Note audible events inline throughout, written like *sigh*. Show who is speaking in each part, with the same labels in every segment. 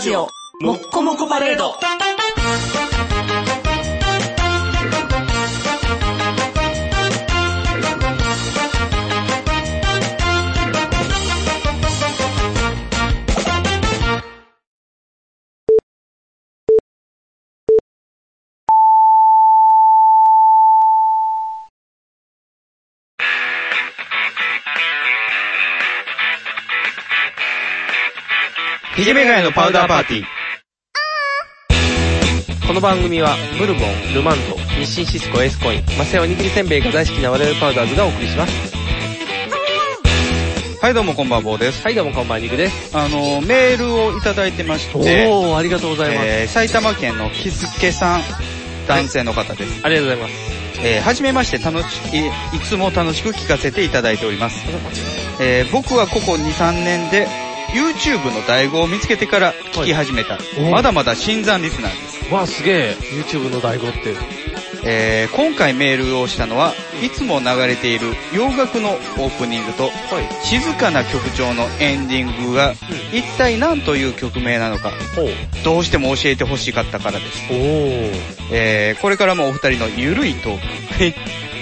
Speaker 1: ジオもっこもこパレード
Speaker 2: ひげめがいのパウダーパーティー。
Speaker 3: この番組は、ブルボン、ルマンド、日清シスコ、エースコイン、マセオおにぎりせんべいが大好きな我々パウダーズがお送りします。
Speaker 2: はい、どうもこんばんは、坊です。
Speaker 3: はい、どうもこんばんは、ニグです。
Speaker 2: あの、メールをいただいてまして、
Speaker 3: ー、ありがとうござ
Speaker 2: えー埼玉県の日付さん、男性の方です。
Speaker 3: ありがとうございます。
Speaker 2: えーはじめまして、楽し、いいつも楽しく聞かせていただいております。えー僕はここ2、3年で、YouTube の醍醐を見つけてから聞き始めた、
Speaker 3: いお
Speaker 2: まだまだ新参リスナーです。
Speaker 3: わあ、すげえ。YouTube の醍醐って。
Speaker 2: えー今回メールをしたのはいつも流れている洋楽のオープニングと
Speaker 3: はい。
Speaker 2: 静かな曲調のエンディングが一体何という曲名なのか
Speaker 3: ほう。
Speaker 2: どうしても教えてほしかったからです、
Speaker 3: おー。
Speaker 2: えーこれからもお二人のゆるいトーク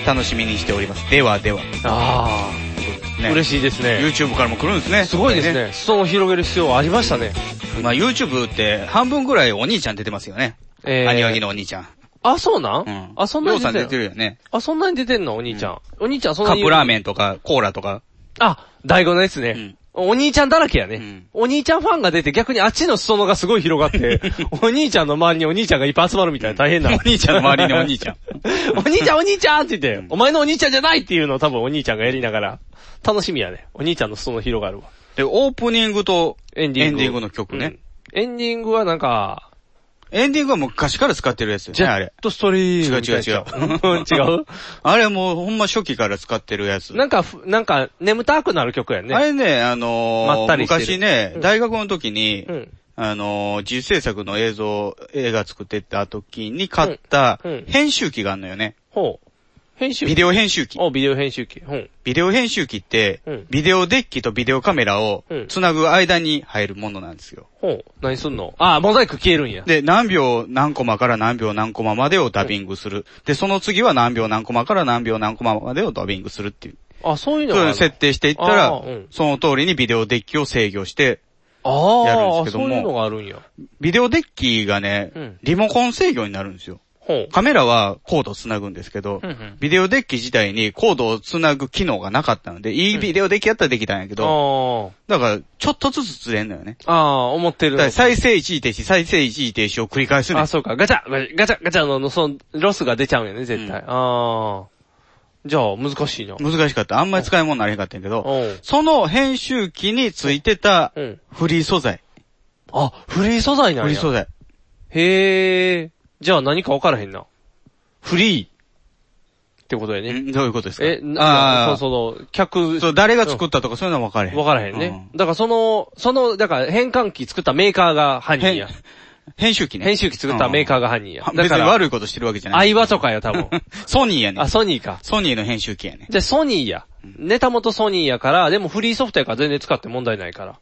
Speaker 2: 楽しみにしておりますではでは、
Speaker 3: あー。
Speaker 2: ね、
Speaker 3: 嬉しいですね。
Speaker 2: YouTube からも来るんですね
Speaker 3: すごいですね。裾を広げる必要ありましたね。
Speaker 2: まあ、YouTube って半分ぐらいお兄ちゃん出てますよね、
Speaker 3: え
Speaker 2: アニワギ。のお兄ちゃん、
Speaker 3: あ、そうなん、
Speaker 2: うん、
Speaker 3: あ、そんなに
Speaker 2: りょうさ
Speaker 3: 出
Speaker 2: ん
Speaker 3: て
Speaker 2: 出
Speaker 3: ん
Speaker 2: てるよね
Speaker 3: あ、そんなに出てんのお兄ちゃん。お兄ちゃんそん
Speaker 2: カ
Speaker 3: なに。
Speaker 2: ップラー
Speaker 3: ン。
Speaker 2: メンとかコーラとか、
Speaker 3: あ、醍醐のやつね。
Speaker 2: うん
Speaker 3: お兄ちゃんだらけやね、
Speaker 2: うん
Speaker 3: お兄ちゃんファンが出て逆にあっちの裾野がすごい広
Speaker 2: *laughs*
Speaker 3: がって、お兄ちゃんの周りにお兄ちゃんがいっぱい集まるみたいな大変な。
Speaker 2: お兄ちゃんの周りにお兄ちゃん *laughs*
Speaker 3: お兄ちゃんお兄ちゃんって言って、お前のお兄ちゃんじゃないっていうのを多分お兄ちゃんがやりながら、楽しみやね。お兄ちゃんの裾野広がるわ。
Speaker 2: で、オープニングと
Speaker 3: エンディ
Speaker 2: エ
Speaker 3: ング。
Speaker 2: ンディングの曲ね
Speaker 3: うん。エンディングはなんか、
Speaker 2: エンディングは昔から使ってるやつよ
Speaker 3: ジ
Speaker 2: ね、
Speaker 3: ェ
Speaker 2: あ
Speaker 3: ッ
Speaker 2: れ。
Speaker 3: トストリームみたいなやつ。
Speaker 2: 違
Speaker 3: 違う違う
Speaker 2: あれもうほんま初期から使ってるやつ。
Speaker 3: なんかふ、なんか、眠たくなる曲やね。
Speaker 2: あれね、あ
Speaker 3: ま
Speaker 2: の
Speaker 3: った
Speaker 2: ー、
Speaker 3: りしてる
Speaker 2: 昔ね
Speaker 3: うん、
Speaker 2: 大学の時に
Speaker 3: う、ん。
Speaker 2: あのー、自主制作の映像、映画作ってた時に買った
Speaker 3: うんうん
Speaker 2: 編集機があるのよね。
Speaker 3: ほう。編集
Speaker 2: ビデオ編集機。
Speaker 3: お、ビデオ編集機。うん。
Speaker 2: ビデオ編集機って
Speaker 3: うん、
Speaker 2: ビデオデッキとビデオカメラを
Speaker 3: うん
Speaker 2: つなぐ間に入るものなんですよ。
Speaker 3: ほう。何すんのあ、モザイク消えるんや。
Speaker 2: で、何秒何コマから何秒何コマまでをダビングする。で、その次は何秒何コマから何秒何コマまでをダビングするっていう。
Speaker 3: あ、そういうの
Speaker 2: そういう
Speaker 3: があ
Speaker 2: の
Speaker 3: る
Speaker 2: 設定していった
Speaker 3: あ
Speaker 2: ら
Speaker 3: ーうん、
Speaker 2: その通りにビデオデッキを制御して、
Speaker 3: ああ、
Speaker 2: やるんですけども
Speaker 3: そういうのがあるんや。
Speaker 2: ビデオデッキが
Speaker 3: う
Speaker 2: ね
Speaker 3: ん、
Speaker 2: リモコン制御になるんですよ。
Speaker 3: ほう。
Speaker 2: カメラはコードをつなぐんですけど
Speaker 3: うんうん、
Speaker 2: ビデオデッキ自体にコードをつなぐ機能がなかったので、いいビデオデッキやったらできたんやけど、
Speaker 3: あ
Speaker 2: だから、ちょっとずつずれんのよね。
Speaker 3: あ、ああ、思ってる
Speaker 2: だか
Speaker 3: の
Speaker 2: ら再生一時停止、再生一時停止を繰り返すね
Speaker 3: あ、。そうか。ガチャガチャガチャの、のその、ロスが出ちゃうんやね、絶対。
Speaker 2: う
Speaker 3: ああ。じゃあ、難しいな。
Speaker 2: 難しかった。あんまり使い物になれへんかったんやけど、
Speaker 3: おう。
Speaker 2: その編集機についてた
Speaker 3: うん。
Speaker 2: フリー素材。
Speaker 3: あ、フリー素材なんや。
Speaker 2: フリー素材。
Speaker 3: へえ。じゃあ何か分からへんな。っ
Speaker 2: フリ
Speaker 3: てことやね。
Speaker 2: ーんどういうことですか
Speaker 3: え、
Speaker 2: あ
Speaker 3: な、
Speaker 2: あ
Speaker 3: そうそう、客、
Speaker 2: そう、誰が作ったとかそういうのは分からへん。
Speaker 3: 分からへんね。だからその、その、だから変換器作ったメーカーが犯人や。
Speaker 2: 編集機ね。
Speaker 3: 編集機作ったメー
Speaker 2: ー。
Speaker 3: カーが犯人や。だ
Speaker 2: 別
Speaker 3: か
Speaker 2: に
Speaker 3: ら、
Speaker 2: 悪いことしてるわけじゃな
Speaker 3: ア
Speaker 2: い。
Speaker 3: イワとかや、多分。
Speaker 2: ソニーやね
Speaker 3: あ、。ソニーか。
Speaker 2: ソニーの編集機やね。
Speaker 3: じゃあソニーや。ネタ元ソニーやから、でもフリーソフトやから全然使って問題ないから。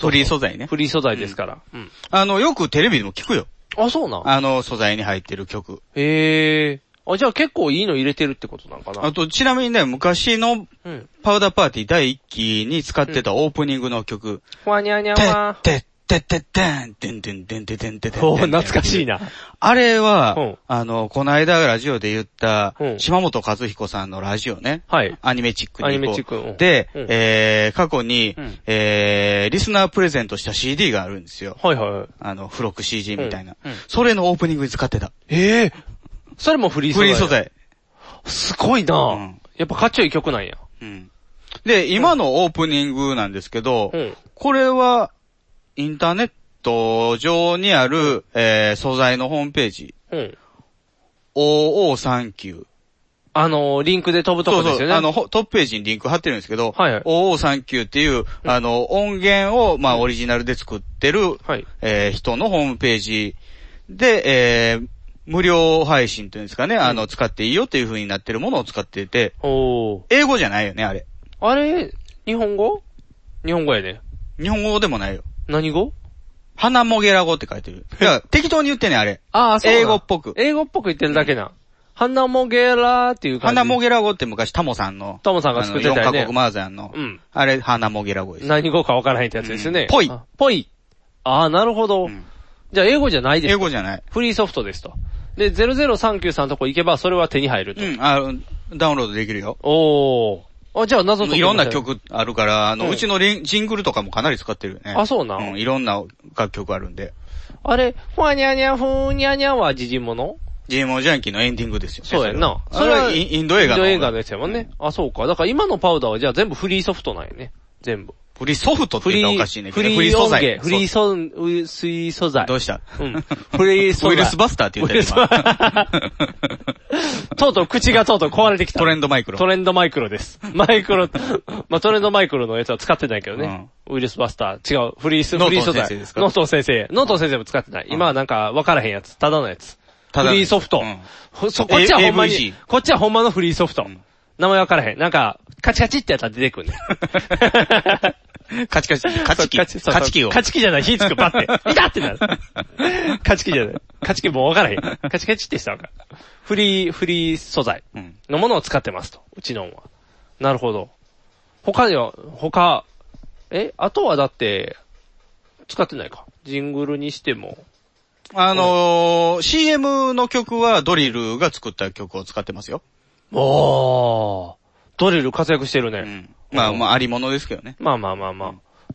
Speaker 2: フリー素材ね。
Speaker 3: フリー素材ですから。うん。
Speaker 2: あの、よくテレビでも聞くよ。
Speaker 3: あ、そうなん。
Speaker 2: あの、素材に入ってる曲。
Speaker 3: へえ。あ、じゃあ結構いいの入れてるってことなんかな
Speaker 2: あ。と、ちなみにね、昔の
Speaker 3: うん。
Speaker 2: パウダーパーティー第1期に使ってたオープニングの曲。
Speaker 3: ふわにゃにゃ
Speaker 2: て
Speaker 3: わ
Speaker 2: っ。てってってってん、てんてんてんてんてんてんてん。
Speaker 3: おー懐かしいな。
Speaker 2: あれは、
Speaker 3: うん
Speaker 2: あの、この間ラジオで言った
Speaker 3: う、ん
Speaker 2: 島本和彦さんのラジオね。
Speaker 3: はい。
Speaker 2: アニメチックに
Speaker 3: ア
Speaker 2: こう
Speaker 3: ニメチックうん
Speaker 2: で、
Speaker 3: うん
Speaker 2: えー、過去に、
Speaker 3: うん
Speaker 2: えー、リスナープレゼントした CD があるんですよ。
Speaker 3: はいはい。
Speaker 2: あの、付録 CG みたいな、
Speaker 3: うんうん
Speaker 2: それのオープニングに使ってた。
Speaker 3: ええ。それもフリー素
Speaker 2: フ
Speaker 3: 材
Speaker 2: リ
Speaker 3: や。
Speaker 2: ー素材。
Speaker 3: すごいうなんやっぱかっちょいい曲なんや。
Speaker 2: うん。で、今のオープニングなんですけど、
Speaker 3: うん。
Speaker 2: これは、インターネット上にある、えー、素材のホームページ、
Speaker 3: うん。
Speaker 2: OO39。
Speaker 3: あのー、リンクで飛ぶとこですよね。
Speaker 2: あの、ほトップページにリンク貼ってるんですけど、
Speaker 3: はいはい
Speaker 2: OO39 っていう、あの、音源を、まあ、オリジナルで作ってる、
Speaker 3: はい。
Speaker 2: えー人のホームページで、えー無料配信というんですかね、あの、使っていいよっていう風になってるものを使ってて、
Speaker 3: おー。
Speaker 2: 英語じゃないよね、あれ。
Speaker 3: あれ、日本語日本語やね。
Speaker 2: 日本語でもないよ。
Speaker 3: 何語
Speaker 2: 花もげら語って書いて
Speaker 3: *laughs*
Speaker 2: る。だから適当に言ってね、あれ。
Speaker 3: ああ、そうなん
Speaker 2: 英語っぽく
Speaker 3: 英語っぽく言ってるだけな。花もげらーっていう感じ。
Speaker 2: 花もげら語って昔タモさんの。
Speaker 3: タモさんが作ってたよね
Speaker 2: あの四カ国マージャンの。
Speaker 3: うん
Speaker 2: あれ、花もげら語です。
Speaker 3: 何語かわからへんってやつですよね
Speaker 2: う。んぽい
Speaker 3: あぽい。ああ、なるほど。
Speaker 2: ん
Speaker 3: じゃあ英語じゃないです
Speaker 2: 英。語じゃない。
Speaker 3: フリーソフトですと。で、0039さんのとこ行けばそれは手に入ると。
Speaker 2: うん、あダウンロードできるよ。
Speaker 3: おー。あ、じゃあ謎解き
Speaker 2: いろんな
Speaker 3: みた
Speaker 2: 曲あるから、あの、
Speaker 3: うん
Speaker 2: うちのリンジングルとかもかなり使ってるよね。
Speaker 3: あそうなん
Speaker 2: うん、いろんな楽曲あるんで。
Speaker 3: あれ、ふわにゃにゃふーにゃにゃは時事物
Speaker 2: GMO ジャンキーのエンディングですよね。
Speaker 3: そうやんな。
Speaker 2: それはあれはインインド映画
Speaker 3: イン
Speaker 2: の。
Speaker 3: ド映画のやつやもんね。あ、そうか。だから今のパウダーはじゃあ全部フリーソフトなんやね。全部。
Speaker 2: フリーソフトって
Speaker 3: フ
Speaker 2: 言
Speaker 3: リ
Speaker 2: ったら
Speaker 3: ー、
Speaker 2: おかしいねんけ
Speaker 3: フ
Speaker 2: ど。
Speaker 3: リー音源。
Speaker 2: フ
Speaker 3: フ
Speaker 2: リ
Speaker 3: リ
Speaker 2: ー
Speaker 3: ー
Speaker 2: 素材。
Speaker 3: ソン、ウスイ素
Speaker 2: *laughs*
Speaker 3: 材。
Speaker 2: どうした
Speaker 3: うん。フリー素
Speaker 2: ウ
Speaker 3: 材。
Speaker 2: イルスバスターって言った
Speaker 3: ウイ
Speaker 2: や
Speaker 3: ルスバとうとう口がとうとう壊れてきた。
Speaker 2: トレンドマイクロ
Speaker 3: トレンドマイクロです。マイクロ、まあ、トレンドマイクロのやつは使ってないけどね。ウイルスバスター。違う。フリース、
Speaker 2: ノートン
Speaker 3: フリー素
Speaker 2: 先生
Speaker 3: 材
Speaker 2: です。か
Speaker 3: ノートン先生。ノートン先生も使ってない。今はなんか分からへんやつ。ただのやつ。
Speaker 2: ただの
Speaker 3: フリーソフト。
Speaker 2: うん
Speaker 3: ほそこっちはほんま
Speaker 2: A- AVG
Speaker 3: に、こっちはほんまのフリーソフト。名前分からへん。なんか、カチカチってやったら出てくんね。
Speaker 2: ん。カチカチ、カチキ。
Speaker 3: そうそう
Speaker 2: カチキを。
Speaker 3: カチキじゃない、火つく、ばって。
Speaker 2: *laughs*
Speaker 3: 痛ってなる。カチキじゃない。カチキもう分からへん。カチカチってしたら分からん。フリー、フリー素材
Speaker 2: うん
Speaker 3: のものを使ってますと。うちのんは。なるほど。他には、他、え、あとはだって、使ってないか。ジングルにしても。
Speaker 2: あのー、CM の曲はドリルが作った曲を使ってますよ。
Speaker 3: おー。ドリル活躍してるね。
Speaker 2: うん。まあまあ、ありものですけどね。
Speaker 3: まあまあまあまあ。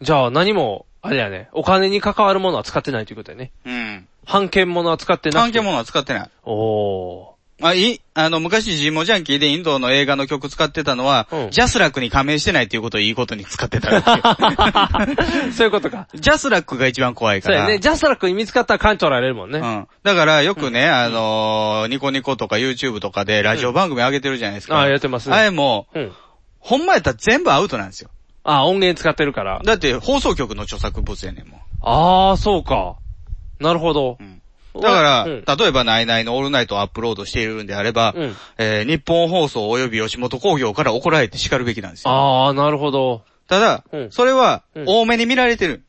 Speaker 3: じゃあ何も、あれやね、お金に関わるものは使ってないということやね。
Speaker 2: うん。
Speaker 3: 版権ものは使ってな
Speaker 2: 関
Speaker 3: くて。
Speaker 2: 係ものは使ってない。
Speaker 3: おー。
Speaker 2: あ、い、あの、昔ジモジャンキーでインドの映画の曲使ってたのは、
Speaker 3: うん
Speaker 2: ジャスラックに加盟してないっていうことをいいことに使ってたんです *laughs* よ
Speaker 3: *laughs* そういうことか。
Speaker 2: ジャスラックが一番怖いか
Speaker 3: そうや
Speaker 2: ら。
Speaker 3: ね。ジャスラックに見つかったら館長られるもんね。
Speaker 2: うん。だからよくね、あのーニコニコとか YouTube とかでラジオ番組上げてるじゃないですか。
Speaker 3: ああ、やってます
Speaker 2: あ
Speaker 3: ね。
Speaker 2: れも、
Speaker 3: うん。
Speaker 2: ほんまやったら全部アウトなんですよ。
Speaker 3: ああ、音源使ってるから。
Speaker 2: だって放送局の著作物やねんもん。
Speaker 3: ああ、そうか。なるほど。
Speaker 2: だから、
Speaker 3: うん
Speaker 2: 例えば、ナイナイのオールナイトをアップロードしているんであれば、
Speaker 3: うん
Speaker 2: えー日本放送及び吉本興業から怒られて叱るべきなんですよ。
Speaker 3: ああ、なるほど。
Speaker 2: ただ、
Speaker 3: うん
Speaker 2: それは、
Speaker 3: うん
Speaker 2: 多めに見られてる。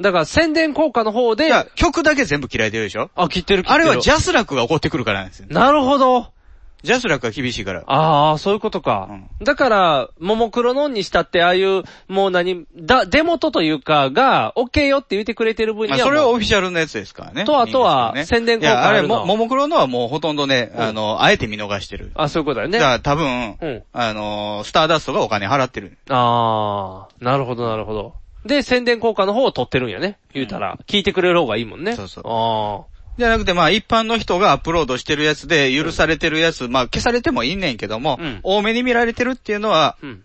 Speaker 3: だから宣伝効果の方
Speaker 2: い
Speaker 3: で、
Speaker 2: や
Speaker 3: あ、、
Speaker 2: 曲だけ全部嫌いでるでしょ
Speaker 3: 切ってる切ってる。
Speaker 2: あれはジャスラックが怒ってくるからなんですよ。
Speaker 3: なるほど。
Speaker 2: ジャスラックが厳しいから。
Speaker 3: ああ、そういうことか。
Speaker 2: う
Speaker 3: だから、ももクロのんにしたって、ああいう、もう何、だ、デモとというか、が、オッケーよって言ってくれてる分に
Speaker 2: まあ、
Speaker 3: はも
Speaker 2: そ
Speaker 3: う。
Speaker 2: れはオフィシャルのやつですからね。
Speaker 3: とあとはい
Speaker 2: いですよ
Speaker 3: 宣
Speaker 2: い
Speaker 3: 伝効
Speaker 2: や、
Speaker 3: 果
Speaker 2: あ
Speaker 3: あ
Speaker 2: れ
Speaker 3: るの
Speaker 2: も、ももクロのはもうほとんどね、あの、あえて見逃してる。
Speaker 3: あ、そういうことだよね。
Speaker 2: だか
Speaker 3: あ
Speaker 2: ら多分、
Speaker 3: うん
Speaker 2: あの、スターダストがお金払ってる。
Speaker 3: あー、なるほどなるほど。で、宣伝効果の方を取ってるんやね。言うたら、聞いてくれる方がいいもんね。
Speaker 2: そうそう
Speaker 3: ああ。
Speaker 2: じゃなくて、まあ、一般の人がアップロードしてるやつで、許されてるやつ、まあ、消されてもいいねんけども、
Speaker 3: うん
Speaker 2: 多めに見られてるっていうのは、
Speaker 3: うん。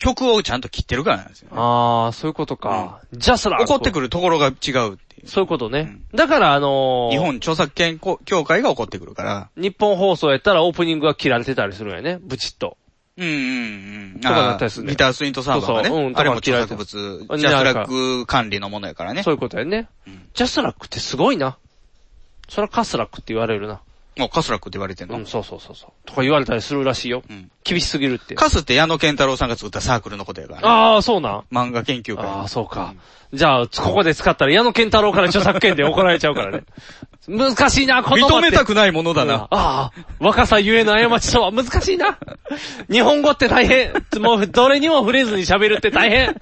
Speaker 2: 曲をちゃんと切ってるからなんですよ。
Speaker 3: ああ、そういうことか。ジャスラ
Speaker 2: 怒ってく
Speaker 3: る。
Speaker 2: るところが違うっていう。
Speaker 3: そういうことね。だから、あのー
Speaker 2: 日本著作権こ協会が怒ってくるから。
Speaker 3: 日本放送やったらオープニングが切られてたりするんやね。ブチッと。
Speaker 2: うんうんうん。
Speaker 3: とかなったりする
Speaker 2: あ
Speaker 3: ね
Speaker 2: ーギタースイントサーバーがね。
Speaker 3: そうそううん
Speaker 2: あれも
Speaker 3: とか切
Speaker 2: 著
Speaker 3: られて
Speaker 2: 作
Speaker 3: る
Speaker 2: 物、
Speaker 3: あ
Speaker 2: ジャス
Speaker 3: なん
Speaker 2: ラッ
Speaker 3: か
Speaker 2: ク管理のものやからね
Speaker 3: そ。ういうことやね。ジャスラックってすごいな。そらカスラックって言われるな。
Speaker 2: もうカスラックって言われてん
Speaker 3: う
Speaker 2: の。
Speaker 3: ん、そうそうそうそう。とか言われたりするらしいよ。
Speaker 2: ん
Speaker 3: 厳しすぎるって。
Speaker 2: カスって矢野健太郎さんが作ったサークルのことやからね。
Speaker 3: ああ、そうなん。
Speaker 2: 漫画研究会。
Speaker 3: ああ、そうか。じゃあ、ここで使ったら矢野健太郎から著作権で怒られちゃうから
Speaker 2: *laughs*
Speaker 3: ね。難しいな、この
Speaker 2: 認めた
Speaker 3: く
Speaker 2: くないものだな。
Speaker 3: ああ、若さゆえの過ちとは難しいな。日本語って大変。もう、どれにも触れずに喋るって大変。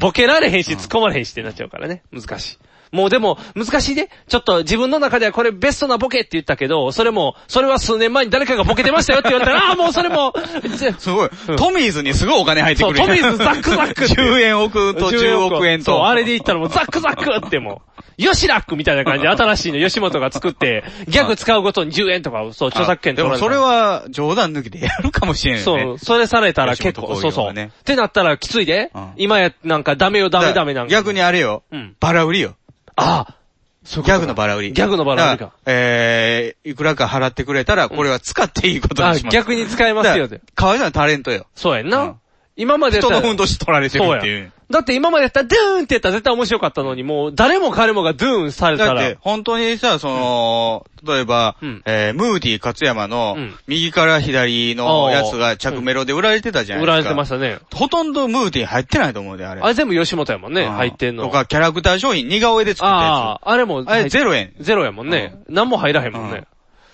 Speaker 3: ボケられへんし、突っ込まれへんしってなっちゃうからね。難しい。もうでも、難しいね。ちょっと自分の中ではこれベストなボケって言ったけど、それも、それは数年前に誰かがボケてましたよって言われたら、ああ、もうそれも、ぜ
Speaker 2: すごい。トミーズにすごいお金入ってくるやん
Speaker 3: そうトミーズザックザックって
Speaker 2: 10円億と10億円と。
Speaker 3: そう、あれで言ったらもうザックザックってもう、ヨシラックみたいな感じで新しいの吉本が作って、ギャグ使うごとに10円とか、そう、著作権
Speaker 2: で
Speaker 3: 取ら
Speaker 2: も
Speaker 3: れた
Speaker 2: それ、は冗談抜きでやるかもしれんよね。
Speaker 3: そう、それされたら結構、
Speaker 2: 吉
Speaker 3: そう
Speaker 2: 本興業
Speaker 3: そう。
Speaker 2: はね
Speaker 3: ってなったらきついで、
Speaker 2: うん
Speaker 3: 今や、なんかダメよダメダメなんか。
Speaker 2: 逆に。あれよ。
Speaker 3: うん
Speaker 2: バラ売りよ。
Speaker 3: ああ、そういう
Speaker 2: ギ
Speaker 3: こと
Speaker 2: ャグのバラ売り。
Speaker 3: ギャグのバラ売りか。
Speaker 2: らえー、いくらか払ってくれたら、これは使っていいこと
Speaker 3: あ
Speaker 2: にします。
Speaker 3: 逆に使えますよ
Speaker 2: だ
Speaker 3: で
Speaker 2: か。らかわいそうなタレントよ。
Speaker 3: そうやん
Speaker 2: う
Speaker 3: な。
Speaker 2: ん
Speaker 3: 今までやっ
Speaker 2: 人
Speaker 3: たら
Speaker 2: のふんどし取られてる
Speaker 3: そう
Speaker 2: っ
Speaker 3: や
Speaker 2: ていう。。
Speaker 3: だって今までやったらドゥーンって言ったら絶対面白かったのに、もう誰も彼もがドゥーンされた
Speaker 2: だって
Speaker 3: ら、、
Speaker 2: 本当にさ、その、例えば、
Speaker 3: うん
Speaker 2: えームーディ勝山の
Speaker 3: うん、
Speaker 2: 右から左のやつが着メロで売られてたじゃない
Speaker 3: 売
Speaker 2: ですか。
Speaker 3: られてましたね。
Speaker 2: ほとんどムーディ入ってないと思うで、あれ。
Speaker 3: あれ全部吉本やもんね、
Speaker 2: うん
Speaker 3: 入ってんの。
Speaker 2: とか、キャラクター商品似顔絵で作ったや
Speaker 3: ああ、あれも、
Speaker 2: つ。あれ、ゼロ円。
Speaker 3: ゼロやもんね。何も入らへんもん
Speaker 2: う
Speaker 3: ね
Speaker 2: ん。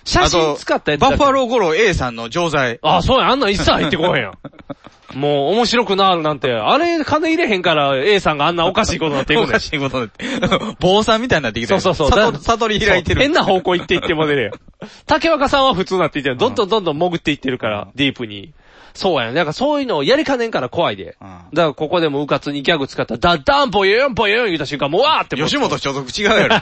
Speaker 3: 写真使ったやつだ
Speaker 2: あ
Speaker 3: け
Speaker 2: とバッファローゴロー A さんの錠剤。
Speaker 3: あ、そうや、あんなん一切入ってこへんや
Speaker 2: *laughs*
Speaker 3: ん。もう面白くなるなんて、あれ金入れへんから A さんがあんなおかしい
Speaker 2: *laughs*
Speaker 3: ことになっていくねん
Speaker 2: おかしいことだって。坊さんみたいになってきて
Speaker 3: そう
Speaker 2: る。
Speaker 3: そうそう。
Speaker 2: 悟
Speaker 3: だ
Speaker 2: 悟り開いてる。
Speaker 3: そう変な方向行って行っても
Speaker 2: *laughs*
Speaker 3: 出るやん。竹若さんは普通になっていってる。どんどんどんどん潜っていってるから、ディープに。そうやね。なんかそういうのをやりかねんから怖いで。
Speaker 2: うん
Speaker 3: だからここでもうかつにギャグ使ったら、ダッダンボヨヨンボヨヨン言うた瞬間、もうわーってもう
Speaker 2: 吉本所属違う
Speaker 3: *laughs*
Speaker 2: やろ。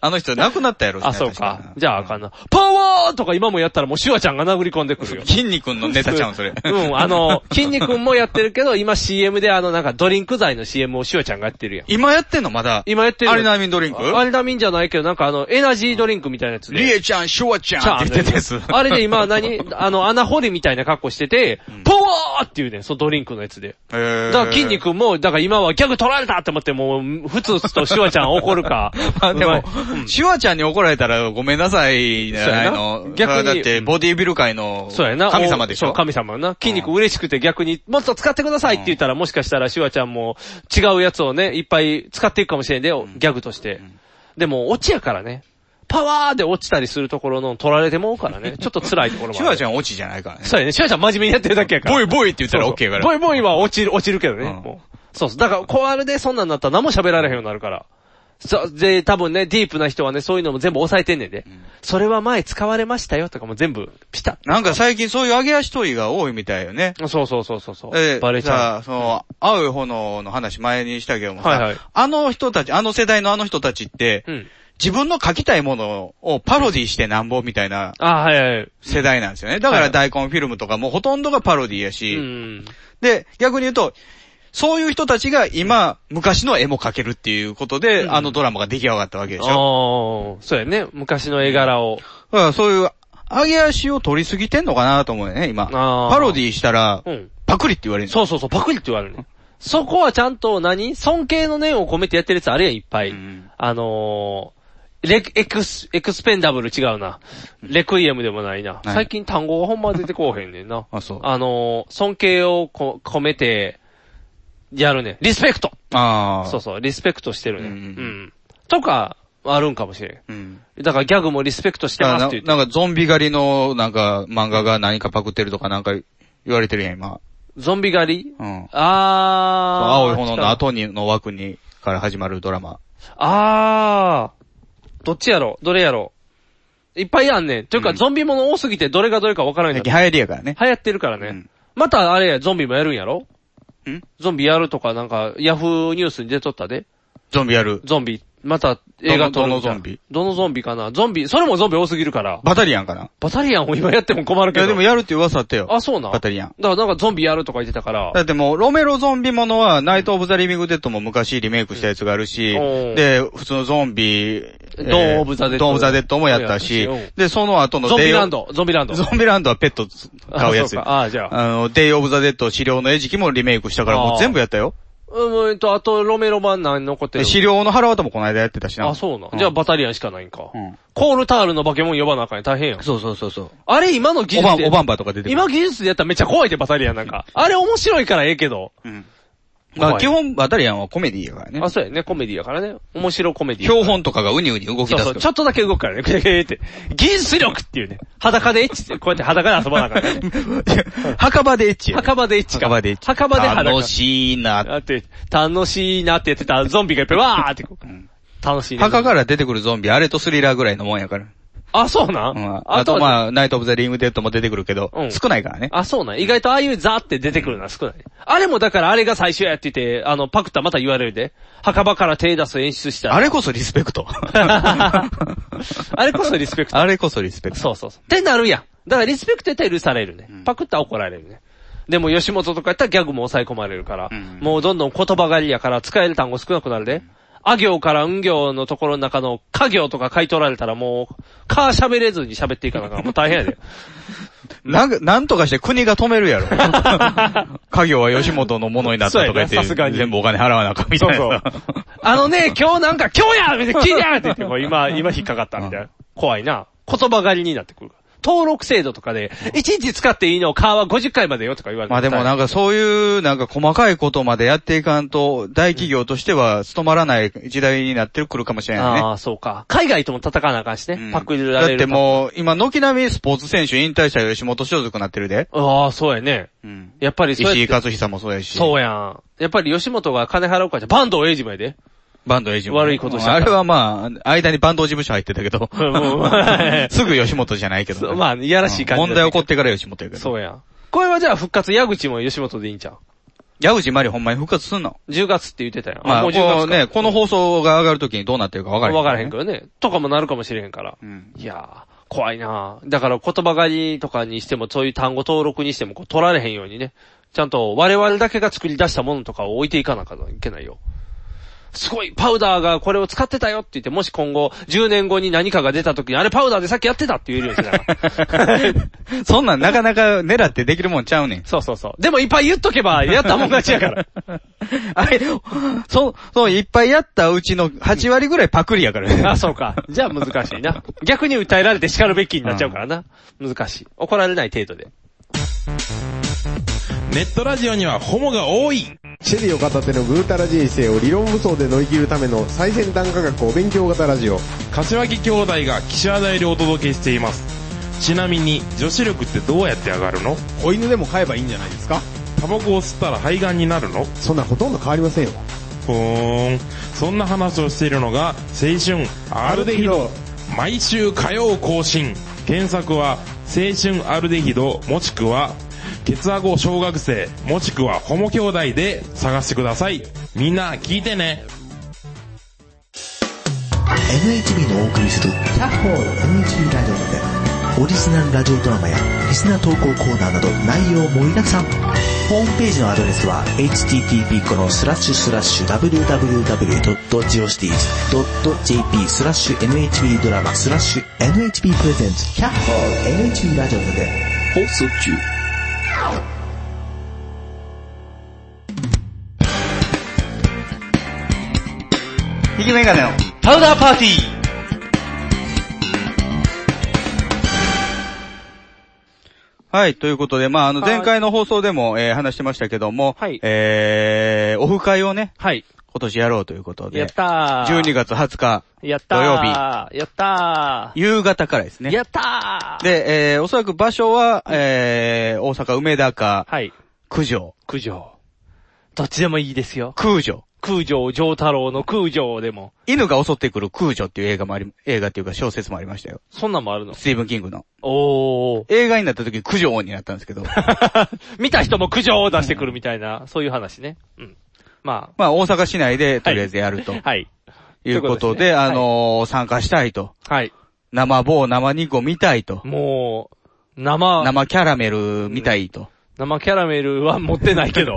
Speaker 2: あの人亡くなったやろ。
Speaker 3: あ、そう
Speaker 2: 確
Speaker 3: か。じゃああかんな。パワーとか今もやったらもうシュワちゃんが殴り込んでくるよ。
Speaker 2: 筋肉のネタちゃうん、それ。
Speaker 3: *laughs* うん、あの、筋肉もやってるけど、今 CM であの、なんかドリンク剤の CM をしおちゃんがやってるやん。
Speaker 2: *laughs* 今やってんのまだ。
Speaker 3: 今やってる
Speaker 2: アリナミンドリンク
Speaker 3: あアリナミンじゃないけど、なんかあの、エナジードリンクみたいなやつで。
Speaker 2: リエちゃん、シュワちゃ
Speaker 3: ちゃ
Speaker 2: ん
Speaker 3: ん
Speaker 2: って言ってたやつ。
Speaker 3: あれで今何、あの、穴掘りみたいな格好してて、パワーって言うねん、そのドリンクのやつで。
Speaker 2: へー。
Speaker 3: だから筋肉も、だから今はギャグ取られたって思って、もう、ふつふつとシュワちゃん怒るか
Speaker 2: *laughs* あで
Speaker 3: うま
Speaker 2: も
Speaker 3: い、
Speaker 2: シュワちゃんに怒られたらごめんなさいじゃない
Speaker 3: そうや
Speaker 2: の
Speaker 3: な。逆に
Speaker 2: それはだって、ボディビル界の
Speaker 3: そうやな。
Speaker 2: 神様でし
Speaker 3: そ
Speaker 2: ょ
Speaker 3: う、。神様やな。筋肉嬉しくて逆に、もっと使ってくださいって言ったら、もしかしたらシュワちゃんも違うやつをね、いっぱい使っていくかもしれんで、ギャグとして。でも、落ちやからね。パワーで落ちたりするところの取られてもうから
Speaker 2: *laughs*
Speaker 3: ね。ちょっと辛いところもある。
Speaker 2: シュワち
Speaker 3: ゃん。
Speaker 2: ゃんオチじゃないからね。
Speaker 3: そうやね。シュワちゃん真面目にやってるだけやから。
Speaker 2: ボイボイって言ったら OK から。
Speaker 3: ボイボイは落ちる、落ちるけどね。
Speaker 2: うん
Speaker 3: もうそうそう。だから、これでそんなんなったら何も喋られへんようになるから。そう、で、多分ね、ディープな人はね、そういうのも全部抑えてんねんで。それは前使われましたよとかも全部、ピタ
Speaker 2: なんか最近そういう上げ足取りが多いみたいよね。
Speaker 3: ッ。そうそうそうそうそう。
Speaker 2: え
Speaker 3: バレちゃう。
Speaker 2: さあ、その、青い炎の話前にしたけどもさ、
Speaker 3: はいはい
Speaker 2: あの人たち、あの世代のあの人たちって、
Speaker 3: うん。
Speaker 2: 自分の書きたいものをパロディしてなんぼみたいな
Speaker 3: あ、はいはい。
Speaker 2: 世代なんですよね。だから大根フィルムとかもほとんどがパロディや
Speaker 3: う
Speaker 2: し、
Speaker 3: ん。
Speaker 2: で、逆に言うと、そういう人たちが今、昔の絵も描けるっていうことで、
Speaker 3: うん
Speaker 2: あのドラマが出来上がったわけでしょ。
Speaker 3: ああ、そうやね。昔の絵柄を。
Speaker 2: だからそういう、上げ足を取りすぎてんのかなと思うよね、今。
Speaker 3: あー
Speaker 2: パロディしたら
Speaker 3: う、ん。
Speaker 2: パクリって言われるんですよ
Speaker 3: そうそうそう、パクリって言われるね。そこはちゃんと何尊敬の念を込めてやってるやつあるやん、いっぱい。
Speaker 2: うん
Speaker 3: あのー、レク、エクス、エクスペンダブル違うな。レクイエムでもないな。
Speaker 2: い。
Speaker 3: 最近単語がほんま出てこうへんねんな
Speaker 2: あ、そう。
Speaker 3: あのー、尊敬をこ込めて、やるね。リスペクト
Speaker 2: ああ。
Speaker 3: そうそう、リスペクトしてるね。
Speaker 2: う
Speaker 3: うんん、
Speaker 2: うん
Speaker 3: とか、あるんかもしれ
Speaker 2: うん。
Speaker 3: ん。だからギャグもリスペクトして
Speaker 2: だ
Speaker 3: ます
Speaker 2: か
Speaker 3: って
Speaker 2: ら
Speaker 3: 言
Speaker 2: な、
Speaker 3: っ
Speaker 2: なんかゾンビ狩りの、なんか、漫画が何かパクってるとかなんか言われてるやん、今。
Speaker 3: て、ゾンビ狩り
Speaker 2: うん。
Speaker 3: あー。
Speaker 2: 青い炎の
Speaker 3: あ
Speaker 2: 後に、の枠に、から始まるドラマ。
Speaker 3: あー。どっちやろどれやろいっぱいあんねん。というか、
Speaker 2: うん
Speaker 3: ゾンビもの多すぎてどれがどれかわからない
Speaker 2: 最
Speaker 3: んだ
Speaker 2: 近流行りやからね。
Speaker 3: 流行ってるからね。
Speaker 2: うん
Speaker 3: またあれや、ゾンビもやるんやろ
Speaker 2: ん
Speaker 3: ゾンビやるとかなんか、ヤフーニュースに出とったで。
Speaker 2: ゾンビやる。
Speaker 3: ゾンビ、また映画撮るんじ
Speaker 2: どのどの
Speaker 3: ゃん
Speaker 2: ゾンビ
Speaker 3: どのゾンビかなゾンビ、それもゾンビ多すぎるから。
Speaker 2: バタリアンかな
Speaker 3: バタリアンを今やっても困る
Speaker 2: い
Speaker 3: けど。
Speaker 2: や、でもやるって噂あったよ。
Speaker 3: あ、そうなん
Speaker 2: バタリアン。
Speaker 3: だからなんかゾンビやるとか言ってたから。
Speaker 2: だってもう、ロメロゾンビものは、ナイト・オブ・ザ・リビング・デッドも昔リメイクしたやつがあるし、
Speaker 3: うん
Speaker 2: で、普通のゾンビ、えー
Speaker 3: ドーンオブザデッ
Speaker 2: ド
Speaker 3: ド
Speaker 2: ーンオブ・ザ・デッドもやったし
Speaker 3: うん、
Speaker 2: で、その後の
Speaker 3: ゾンビラン
Speaker 2: ド。
Speaker 3: ド、ゾンビランド。
Speaker 2: ゾンビランドはペット買うやつ
Speaker 3: あそう。かあじゃあ。
Speaker 2: あの、デイ・オブ・ザ・デッド、資料の餌食もリメイクしたから、
Speaker 3: あー
Speaker 2: もう全部やったよ。
Speaker 3: うん、えっと、あと、ロメロ版何残って
Speaker 2: で、
Speaker 3: る
Speaker 2: 資料の腹渡もこの間やってたしな。
Speaker 3: あ、そうなんん。じゃあ、バタリアンしかないんか。
Speaker 2: うん
Speaker 3: コールタールの化け物呼ばなあかんやん。大変やん。
Speaker 2: そうそうそうそう。
Speaker 3: あれ、今の技
Speaker 2: オ
Speaker 3: 術
Speaker 2: バ
Speaker 3: で
Speaker 2: ン、オバンバとか出てくる。
Speaker 3: 今技術でやったらめっちゃ怖いで、バタリアンなんか。あれ面白いからええけど。
Speaker 2: うんまあ
Speaker 3: 怖い
Speaker 2: 基本、バタリアンはコメディやからね
Speaker 3: あ、。そうやね。コメディやからね。面白コメディ。
Speaker 2: 標本とかがウニウニ動き
Speaker 3: そ
Speaker 2: 出
Speaker 3: うそ
Speaker 2: す
Speaker 3: う。
Speaker 2: か
Speaker 3: ちょっとだけ動くからね。く *laughs* やくやって。技術力っていうね。裸でエッチって、こうやって裸で遊ばなあかんね。
Speaker 2: *laughs* ら。墓場でエッチやね。
Speaker 3: 墓場でエッチか。
Speaker 2: 墓場でエッチ。
Speaker 3: 墓場で裸
Speaker 2: 楽。しいな。
Speaker 3: だって、楽しいなってやってたゾンビがいっぱいわーってこう。楽しいね。
Speaker 2: 墓から出てくるゾンビ、あれとスリラーぐらいのもんやから。
Speaker 3: あ、そうな
Speaker 2: うんん、あと
Speaker 3: あ。
Speaker 2: まあ、ナイト・オブ・ザ・リング・デッドも出てくるけど、
Speaker 3: うん
Speaker 2: 少ないからね。
Speaker 3: あ、そうなん。意外とああいうザーって出てくるのは少ない。あれもだからあれが最初やってて、あの、パクったらまた言われるで。墓場から手出す演出した
Speaker 2: あ
Speaker 3: ら。
Speaker 2: れこそリスペク
Speaker 3: *laughs*
Speaker 2: ト。
Speaker 3: あれこそリスペク
Speaker 2: *laughs*
Speaker 3: ト。
Speaker 2: あれこそリスペクト。
Speaker 3: そうそうそう。ってなるやん。だからリスペクトやったら許されるね。パクったら怒られるね。でも吉本とかやったらギャグも抑え込まれるから、
Speaker 2: ん
Speaker 3: もうどんどん言葉狩りやから使える単語少なくなるで。あ行からうん行のところの中のか行とか書い取られたらもう、か喋れずに喋っていかなあからもう大変やで。
Speaker 2: なん、なんとかして国が止める
Speaker 3: *laughs*
Speaker 2: やろ。家業は吉本のものになったとか言っ
Speaker 4: そうやなさすが
Speaker 2: て、
Speaker 4: に
Speaker 2: 全部お金払わなあかんみたいな。
Speaker 4: そう
Speaker 3: *laughs* あのね、今日なんか今日やみたいな、聞いてやって言って、こう *laughs* 今、今引っかかったみたいな。怖いな。言葉狩りになってくる。登録制度とかで、1日使っていいのを顔は50回までよとか言われて
Speaker 2: *laughs* まあでもなんかそういうなんか細かいことまでやっていかんと、大企業としては務まらない時代になってくるかもしれないね
Speaker 3: ああ、そうか。海外とも戦わなあかんしね。
Speaker 2: うん。
Speaker 3: パクられ
Speaker 2: だっ
Speaker 3: る。
Speaker 2: てもう、今、軒並みスポーツ選手引退した吉本所属になってるで。
Speaker 3: ああ、そうやね。
Speaker 2: うん。
Speaker 3: やっぱりそう
Speaker 2: 石井
Speaker 3: やって。
Speaker 2: 勝久もそうやし。
Speaker 3: そうやん。やっぱり吉本が金払うからじゃ、バンドエイジまで。
Speaker 2: バンドエイジもね
Speaker 3: 悪いことした
Speaker 2: あれはまあ、間にバンド事務所入ってたけど
Speaker 3: うんうんはい。
Speaker 2: *laughs* すぐ吉本じゃないけど
Speaker 3: そ
Speaker 2: ね。
Speaker 3: うまあ、いやらしい感じ
Speaker 2: 問題起こってから吉本やけど。
Speaker 3: そうやん。これはじゃあ復活、矢口も吉本でいいんちゃ
Speaker 2: 矢口まりほんまに復活すんの
Speaker 3: う ?10 月って言ってたやん。
Speaker 2: まあ、
Speaker 3: も
Speaker 2: こ
Speaker 3: う10月
Speaker 2: う
Speaker 3: か
Speaker 2: ね、この放送が上がるときにどうなってるか分からへん。
Speaker 3: わからへんからね。とかもなるかもしれへんから。
Speaker 2: うん。
Speaker 3: いやー、怖いなーだから言葉狩りとかにしても、そういう単語登録にしても、こう取られへんようにね。ちゃんと我々だけが作り出したものとかを置いていかなきゃいけないよ。すごい、パウダーがこれを使ってたよって言って、もし今後、10年後に何かが出た時に、あれパウダーでさっきやってたって言えるようにしな *laughs* あかん
Speaker 2: そんなんなかなか狙ってできるもんちゃうねん。
Speaker 3: そうそうそう。でもいっぱい言っとけば、やったもん勝ちや *laughs* から。
Speaker 2: *laughs* あれ、そ、そう、いっぱいやったうちの8割ぐらいパクリやからね。
Speaker 3: あ、そうか。じゃあ難しいな。逆に訴えられて叱るべきになっちゃうからな。難しい。怒られない程度で。
Speaker 1: ネットラジオにはホモが多い
Speaker 5: シェリーを片手のぐうたら人生を理論武装で乗り切るための最先端科学お勉強型ラジオ。
Speaker 6: 柏木兄弟が岸和田よりお届けしていますちなみに女子力ってどうやって上がるの
Speaker 5: 子犬でも飼えばいいんじゃないですか
Speaker 6: タバコを吸ったら肺がんになるの
Speaker 5: そんなほとんど変わりませんよ。
Speaker 6: ふーんそんな話をしているのが青春アルデヒド毎週火曜更新検索は青春アルデヒドもしくはケツアゴ小学生もしくはホモ兄弟で探してくださいみんな聞いてね
Speaker 7: NHB のお送りする「キャッホール NHB ラジオ」でオリジナルラジオドラマやリスナー投稿コーナーなど内容盛りだくさんホームページのアドレスは http このスラッシュスラッシュ www.geocities.jp スラッシュ NHB ドラマスラッシュ NHB プレゼンツキャッホール NHB ラジオで
Speaker 2: *laughs* 引きメガネの。
Speaker 3: パウダーパーティー
Speaker 2: はい、ということで、まあ、あの、
Speaker 3: はい
Speaker 2: 前回の放送でも、えー話してましたけども、
Speaker 3: はい
Speaker 2: えー、オフ会をね、
Speaker 3: はい。
Speaker 2: 今年やろうということ
Speaker 3: や
Speaker 2: で
Speaker 3: っ、たー。
Speaker 2: 12月20日、
Speaker 3: やったー。
Speaker 2: 土曜
Speaker 3: やったー。
Speaker 2: 夕方からですね。
Speaker 3: やったー。
Speaker 2: で、えー、おそらく場所は、えー、大阪梅田か、
Speaker 3: はい。
Speaker 2: 九条、
Speaker 3: 九条。どっちでもいいですよ。
Speaker 2: 空条。
Speaker 3: 空条、上太郎の空条でも。
Speaker 2: 犬が襲ってくる空女っていう映画もあり、映画っていうか小説もありましたよ。
Speaker 3: そんなんもあるの。
Speaker 2: スティーブン・キングの。
Speaker 3: おー。
Speaker 2: 映画になった時、九条になったん
Speaker 3: *laughs*
Speaker 2: ですけど。
Speaker 3: 見た人も苦情を出してくるみたいな、そういう話ね。うん。ま
Speaker 2: まあ、大阪市内でとりあえずやると
Speaker 3: あ、はい。
Speaker 2: いうこと
Speaker 3: ということですね
Speaker 2: で、あのー参加したいと。
Speaker 3: はい。
Speaker 2: 生棒、生肉を見たいと。
Speaker 3: もう、生、生、
Speaker 2: 生キャラメル見たいと。
Speaker 3: キャラメルは持ってないけ *laughs* ど。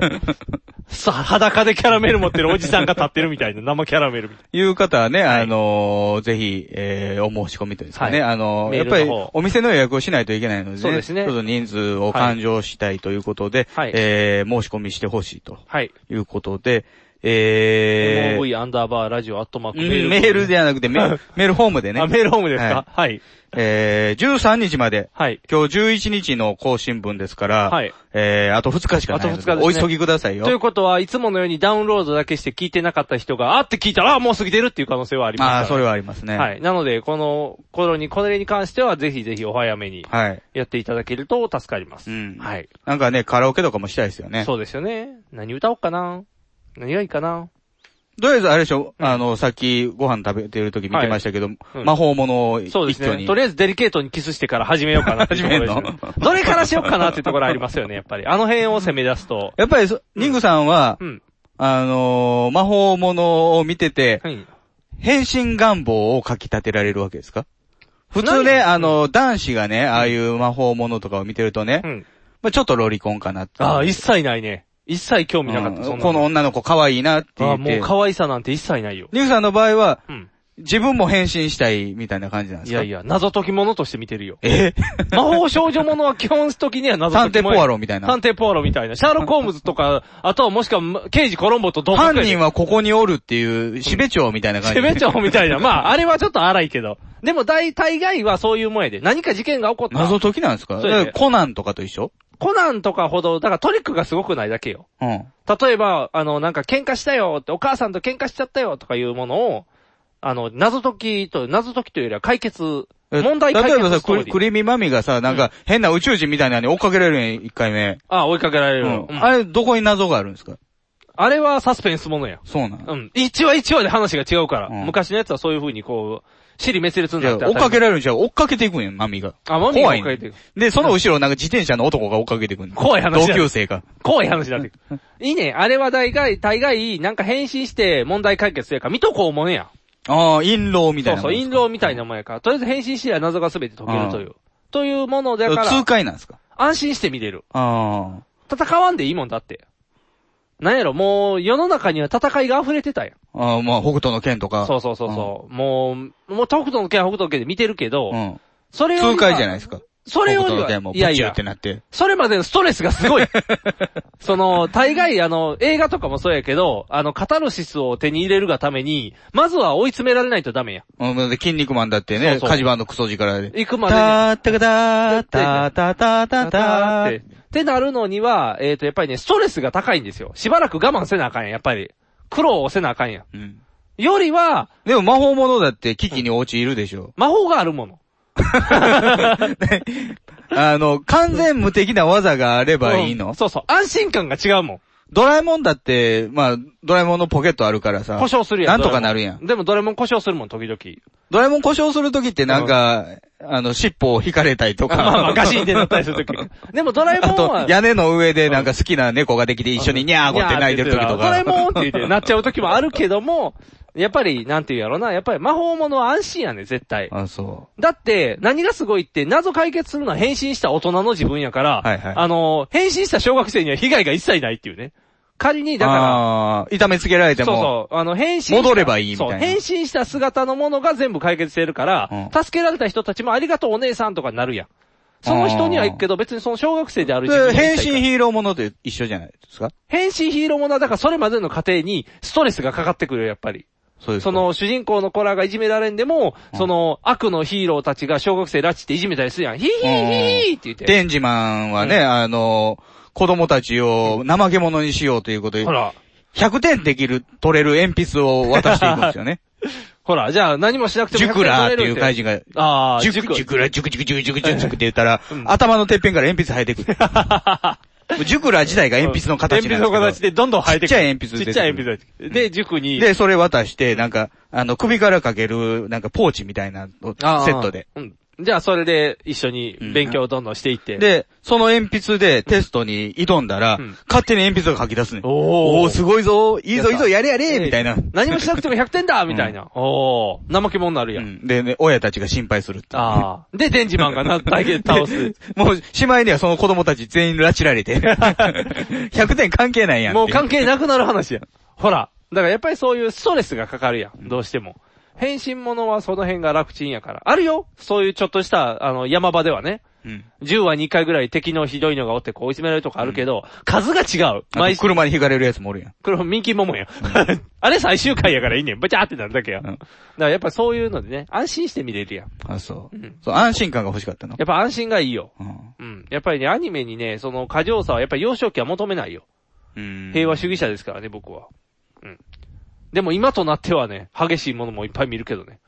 Speaker 3: さ、裸でキャラメル持ってるおじさんが立ってるみたいな、生キャラメルみたい
Speaker 2: いう方はね、あのーぜひ、えー、お申し込みというんですかね。
Speaker 3: はい
Speaker 2: あのー
Speaker 3: メ
Speaker 2: や
Speaker 3: ー
Speaker 2: っ
Speaker 3: ルの
Speaker 2: ぱ
Speaker 3: 方
Speaker 2: り、お店の予約をしないといけないのでね。
Speaker 3: そうですね
Speaker 2: ちょっと人数を勘定したいということで、
Speaker 3: はい
Speaker 2: えー、申し込みしてほしいと
Speaker 3: な。はい。
Speaker 2: いうことで、えー、
Speaker 3: MOV アンダーバーラジオアットマーク
Speaker 2: うんメール。ではなくて、
Speaker 3: *laughs*
Speaker 2: メメールフォームでね
Speaker 3: あ、。メールホームですかはい。
Speaker 2: えー、13日まで、
Speaker 3: はい。
Speaker 2: 今日11日の更新分ですから、
Speaker 3: はい
Speaker 2: えー、あと2日しかないの
Speaker 3: あと2日ですね
Speaker 2: お急ぎくださいよ
Speaker 3: とい。うことは、いつものようにダウンロードだけして聞いてなかった人が、あーって聞いたら、あーもう過ぎてるっていう可能性はありますから
Speaker 2: ああ、それはありますね。。
Speaker 3: はいい。なので、この頃に、これに関しては、ぜひぜひお早めに
Speaker 2: はい。
Speaker 3: やっていただけると助かります。
Speaker 2: うん
Speaker 3: はい。
Speaker 2: なんかね、カラオケとかもしたいですよね。
Speaker 3: そうですよね。何歌おうかな何がいいかな
Speaker 2: とりあえず、あれでしょ、あの、さっきご飯食べてる時見てましたけど、
Speaker 3: うん
Speaker 2: 魔法物を一
Speaker 3: そう
Speaker 2: 挙
Speaker 3: で
Speaker 2: に。
Speaker 3: すね。とりあえずデリケートにキスしてから始めようかなっていうところですね
Speaker 2: 始めん
Speaker 3: どれからしようかなっていうところありますよね、やっぱり。あの辺を攻め出す
Speaker 2: *laughs*
Speaker 3: と。
Speaker 2: やっぱりそ、ニングさんは、
Speaker 3: うん。
Speaker 2: あのー魔法物を見てて、
Speaker 3: はい。
Speaker 2: 変身願望をかき立てられるわけですか普通
Speaker 3: ない
Speaker 2: ね、あの、男子がね、ああいう魔法物とかを見てるとね、
Speaker 3: うん。
Speaker 2: まあちょっとロリコンかなって。
Speaker 3: ああ、一切ないね。一切興味なかった。
Speaker 2: う
Speaker 3: そん
Speaker 2: ん
Speaker 3: な
Speaker 2: この女の子可愛いなって
Speaker 3: あ
Speaker 2: 言
Speaker 3: あ、
Speaker 2: っ
Speaker 3: もう
Speaker 2: て。
Speaker 3: 可愛さなんて一切ないよ。
Speaker 2: ニグさんの場合は、
Speaker 3: うん。
Speaker 2: 自分も変身したいみたいな感じなんで
Speaker 3: い
Speaker 2: すか
Speaker 3: やいや、謎解き物として見てるよ。 *laughs*
Speaker 2: え
Speaker 3: 魔法少女ものは基本的には謎
Speaker 2: 探
Speaker 3: 解き
Speaker 2: 偵
Speaker 3: 物。
Speaker 2: ポアロみたいな
Speaker 3: 探。偵ポアロみたいな。シャーロック・ホームズとか、 *laughs* あとはもしくは、刑事コロンボ *laughs* と同
Speaker 2: 犯
Speaker 3: 格やね
Speaker 2: 人はここにおるっていう、しべ長みたいな感じ。
Speaker 3: 攻め帳みたいな。まあ、あれはちょっと荒いけど。でも大、大概はそういうもんやで。何か事件が起こった。
Speaker 2: 謎解きなんですか
Speaker 3: そうやね
Speaker 2: だからコナンとかと一緒
Speaker 3: コナンとかほど、だからトリックがすごくないだけよ。
Speaker 2: うん。
Speaker 3: 例えば、あの、なんか喧嘩したよって、お母さんと喧嘩しちゃったよとかいうものを、あの、謎解きと、謎解きというよりは解決、
Speaker 2: え
Speaker 3: 問題解
Speaker 2: 例えば
Speaker 3: 決
Speaker 2: さ、
Speaker 3: ストー
Speaker 2: ク
Speaker 3: リ
Speaker 2: リク
Speaker 3: ー。
Speaker 2: リミマミがさ、なんか変な宇宙人みたいなのに追っかけられるやん、一回目。
Speaker 3: ああ、追いかけられ
Speaker 2: う
Speaker 3: る、
Speaker 2: ん。
Speaker 3: うん
Speaker 2: あれ、どこに謎があるんですか
Speaker 3: あれはサスペンスものや。
Speaker 2: そうなん。
Speaker 3: うん。一話一話で話が違うから。
Speaker 2: うん
Speaker 3: 昔のやつはそういう風にこう、尻滅裂に
Speaker 2: じゃ
Speaker 3: な
Speaker 2: あ
Speaker 3: って
Speaker 2: 追っかけられるんじゃう追っかけていくんやん、マミが。
Speaker 3: あマミが追っかけてい
Speaker 2: 怖い
Speaker 3: く
Speaker 2: ねで、その後ろなんか自転車の男が追っかけてくんの
Speaker 3: 怖い話
Speaker 2: 同
Speaker 3: だ
Speaker 2: 級生が。
Speaker 3: 怖い話だ
Speaker 2: *laughs*
Speaker 3: って。いいね。あれは大概、大概、なんか変身して問題解決するやから、見とこうもんや。
Speaker 2: ああ、陰謀みた
Speaker 3: そ
Speaker 2: いうなも
Speaker 3: そ
Speaker 2: ん
Speaker 3: う、
Speaker 2: です
Speaker 3: 陰
Speaker 2: か。
Speaker 3: 謀みたいなもんやから。とりあえず変身してりゃ謎が全て解けるという。というものだか
Speaker 2: 痛
Speaker 3: ら、
Speaker 2: 快なんですか
Speaker 3: 安心して見れる。
Speaker 2: ああ。
Speaker 3: 戦わんでいいもんだって。なんやろ、もう、世の中には戦いが溢れてたやん。
Speaker 2: ああ、まあ、北斗の剣とか。
Speaker 3: そうそうそうそう。もう、もう、北斗の拳は北斗の拳で見てるけど、
Speaker 2: うん。
Speaker 3: それよりは
Speaker 2: 痛快じゃないですか。
Speaker 3: それよ
Speaker 2: 北斗
Speaker 3: り
Speaker 2: の
Speaker 3: は
Speaker 2: 剣も、
Speaker 3: い
Speaker 2: ぶ
Speaker 3: や
Speaker 2: っ
Speaker 3: い
Speaker 2: ちゅっ
Speaker 3: や
Speaker 2: て、なって。
Speaker 3: それまでのストレスが
Speaker 2: *laughs*
Speaker 3: すごい。その、大概あの、映画とかもそうやけど、あの、カタルシスを手に入れるがために、まずは追い詰められないとダメや。
Speaker 2: うん、で筋肉マンだってね、
Speaker 3: そうそう
Speaker 2: カジバンのクソ力で。
Speaker 3: 行く
Speaker 2: た
Speaker 3: までに。
Speaker 2: ーったかだー、たーたーたーたーた
Speaker 3: って。
Speaker 2: ー。
Speaker 3: ってなるのには、えっ、と、やっぱりね、ストレスが高いんですよ。しばらく我慢せなあかんやん、やっぱり。苦労をせなあかんや
Speaker 2: うん。
Speaker 3: ん。よりは、
Speaker 2: でも魔法物だって危機に陥るでし
Speaker 3: *laughs*
Speaker 2: ょ。
Speaker 3: 魔法があるもの。
Speaker 2: あの、完全無敵な技があればいい
Speaker 3: うん
Speaker 2: の
Speaker 3: そうそう。安心感が違うもん。
Speaker 2: ドラえもんだって、まあ、ドラえもんのポケットあるからさ。
Speaker 3: 故障するやん。
Speaker 2: なんとかなるやん。
Speaker 3: でもどれも故障するも
Speaker 2: *laughs*
Speaker 3: ん、時々。
Speaker 2: ドラえもん故障するときってなんか、あの、尻尾を引かれたりとか。
Speaker 3: まあまあ、ガシンってなったりするとき。でもドラえ
Speaker 2: あ
Speaker 3: もんは
Speaker 2: と、、屋根の上でなんか好きな猫ができて一緒にニャーゴって泣いてる時とか。
Speaker 3: ドラえもんって言ってなっちゃう時もあるけども、やっぱり、なんて言うやろな、やっぱり魔法物は安心やね、絶対。
Speaker 2: *laughs* あ、そ
Speaker 3: だって、何がすごいって、謎解決するのは変身した大人の自分やから、
Speaker 2: はいはい
Speaker 3: あの、変身した小学生には被害が一切ないっていうね。仮に、
Speaker 2: う。
Speaker 3: だか
Speaker 2: あー痛めつけられて
Speaker 3: ら、
Speaker 2: も。
Speaker 3: そうそう、あの、変身した。
Speaker 2: 戻ればいいみたいな
Speaker 3: そう、変身した姿のものが全部解決してるから、
Speaker 2: う
Speaker 3: 助けられた人たちもありがとうお姉さんとかになるやん。その人には行くけど、別にその小学生である自分
Speaker 2: で
Speaker 3: には
Speaker 2: 変
Speaker 3: 一切
Speaker 2: 身ヒーローものと一緒じゃないですか
Speaker 3: 変身ヒーローものは、だからそれまでの過程にストレスがかかってくるよ、やっぱり。
Speaker 2: そうですか
Speaker 3: そ、の主人公の子らがいじめられんでも、その悪のヒーローたちが小学生拉致っていじめたりするやん。ヒーヒーヒーヒーって言って。
Speaker 2: デンジマンはね、あの、子供たちを怠け者にしようということで
Speaker 3: ほ、ら、
Speaker 2: 100点できる、取れる鉛筆を渡していくんですよね。
Speaker 3: ほら、じゃあ何もしなくても
Speaker 2: ジュクラーっていう怪
Speaker 3: 人。
Speaker 2: 人が、
Speaker 3: ああ、
Speaker 2: ジュク、ジュクラ、ジュクジュクジュクジュクジュクジュクって言ったら、
Speaker 3: ん
Speaker 2: 頭のてっぺんから鉛筆生えてくる。
Speaker 3: *laughs*
Speaker 2: ジュクラ自体が鉛筆の形なんですけど
Speaker 3: 鉛筆の形でどんどん生えてくる。
Speaker 2: ちっちゃい鉛筆出てく
Speaker 3: ち
Speaker 2: る
Speaker 3: っちゃい鉛筆出てくるで、塾に。
Speaker 2: で、それ渡して、なんか、あの、首からかける、なんかポーチみたいなの
Speaker 3: ああ、
Speaker 2: セットで。
Speaker 3: うん。じゃあそれで一緒に勉強をどんどんしていって。、
Speaker 2: で、その鉛筆でテストに挑んだら、
Speaker 3: うん
Speaker 2: 勝手に鉛筆が書き出すね。
Speaker 3: おー
Speaker 2: おーすごいぞいいぞいい
Speaker 3: やっ
Speaker 2: ぞ
Speaker 3: た
Speaker 2: やれやれみたいな。
Speaker 3: 何もしなくても100点だみたいな。おお怠け者にな
Speaker 2: *laughs*
Speaker 3: る
Speaker 2: う
Speaker 3: やん。
Speaker 2: んでね、親たちが心配するって。
Speaker 3: ああ。で、デンジマンがな、大変倒 *laughs* す。
Speaker 2: もう、しまいにはその子供たち全員拉致られ
Speaker 3: *laughs*
Speaker 2: て。100点関係ないやんって。
Speaker 3: もう関係なくなる話や。ほら。だからやっぱりそういうストレスがかかるやん。どうしても。変身ものはその辺が楽ちんやから。あるよそういうちょっとした、あの、山場ではね。
Speaker 2: うん。
Speaker 3: 10話2回ぐらい敵のひどいのがおってこう追い詰められるとかあるけど、数が違う。
Speaker 2: あと
Speaker 3: 毎週、
Speaker 2: 車に引かれるやつもおるやん。
Speaker 3: これミンキーモモや。あれ最終回やからいいねん。バチャーってなるだけや。
Speaker 2: ん
Speaker 3: だからやっぱそういうのでね、安心して見れるやん。
Speaker 2: あ、そう
Speaker 3: うん。
Speaker 2: そう、安心感が欲しかったの。
Speaker 3: やっぱ安心がいいよ。
Speaker 2: うん
Speaker 3: うん。やっぱりね、アニメにね、その過剰さはやっぱり幼少期は求めないよ。
Speaker 2: うん
Speaker 3: 平和主義者ですからね、僕は。うん。でも今となってはね、激しいものもいっぱい見るけどね。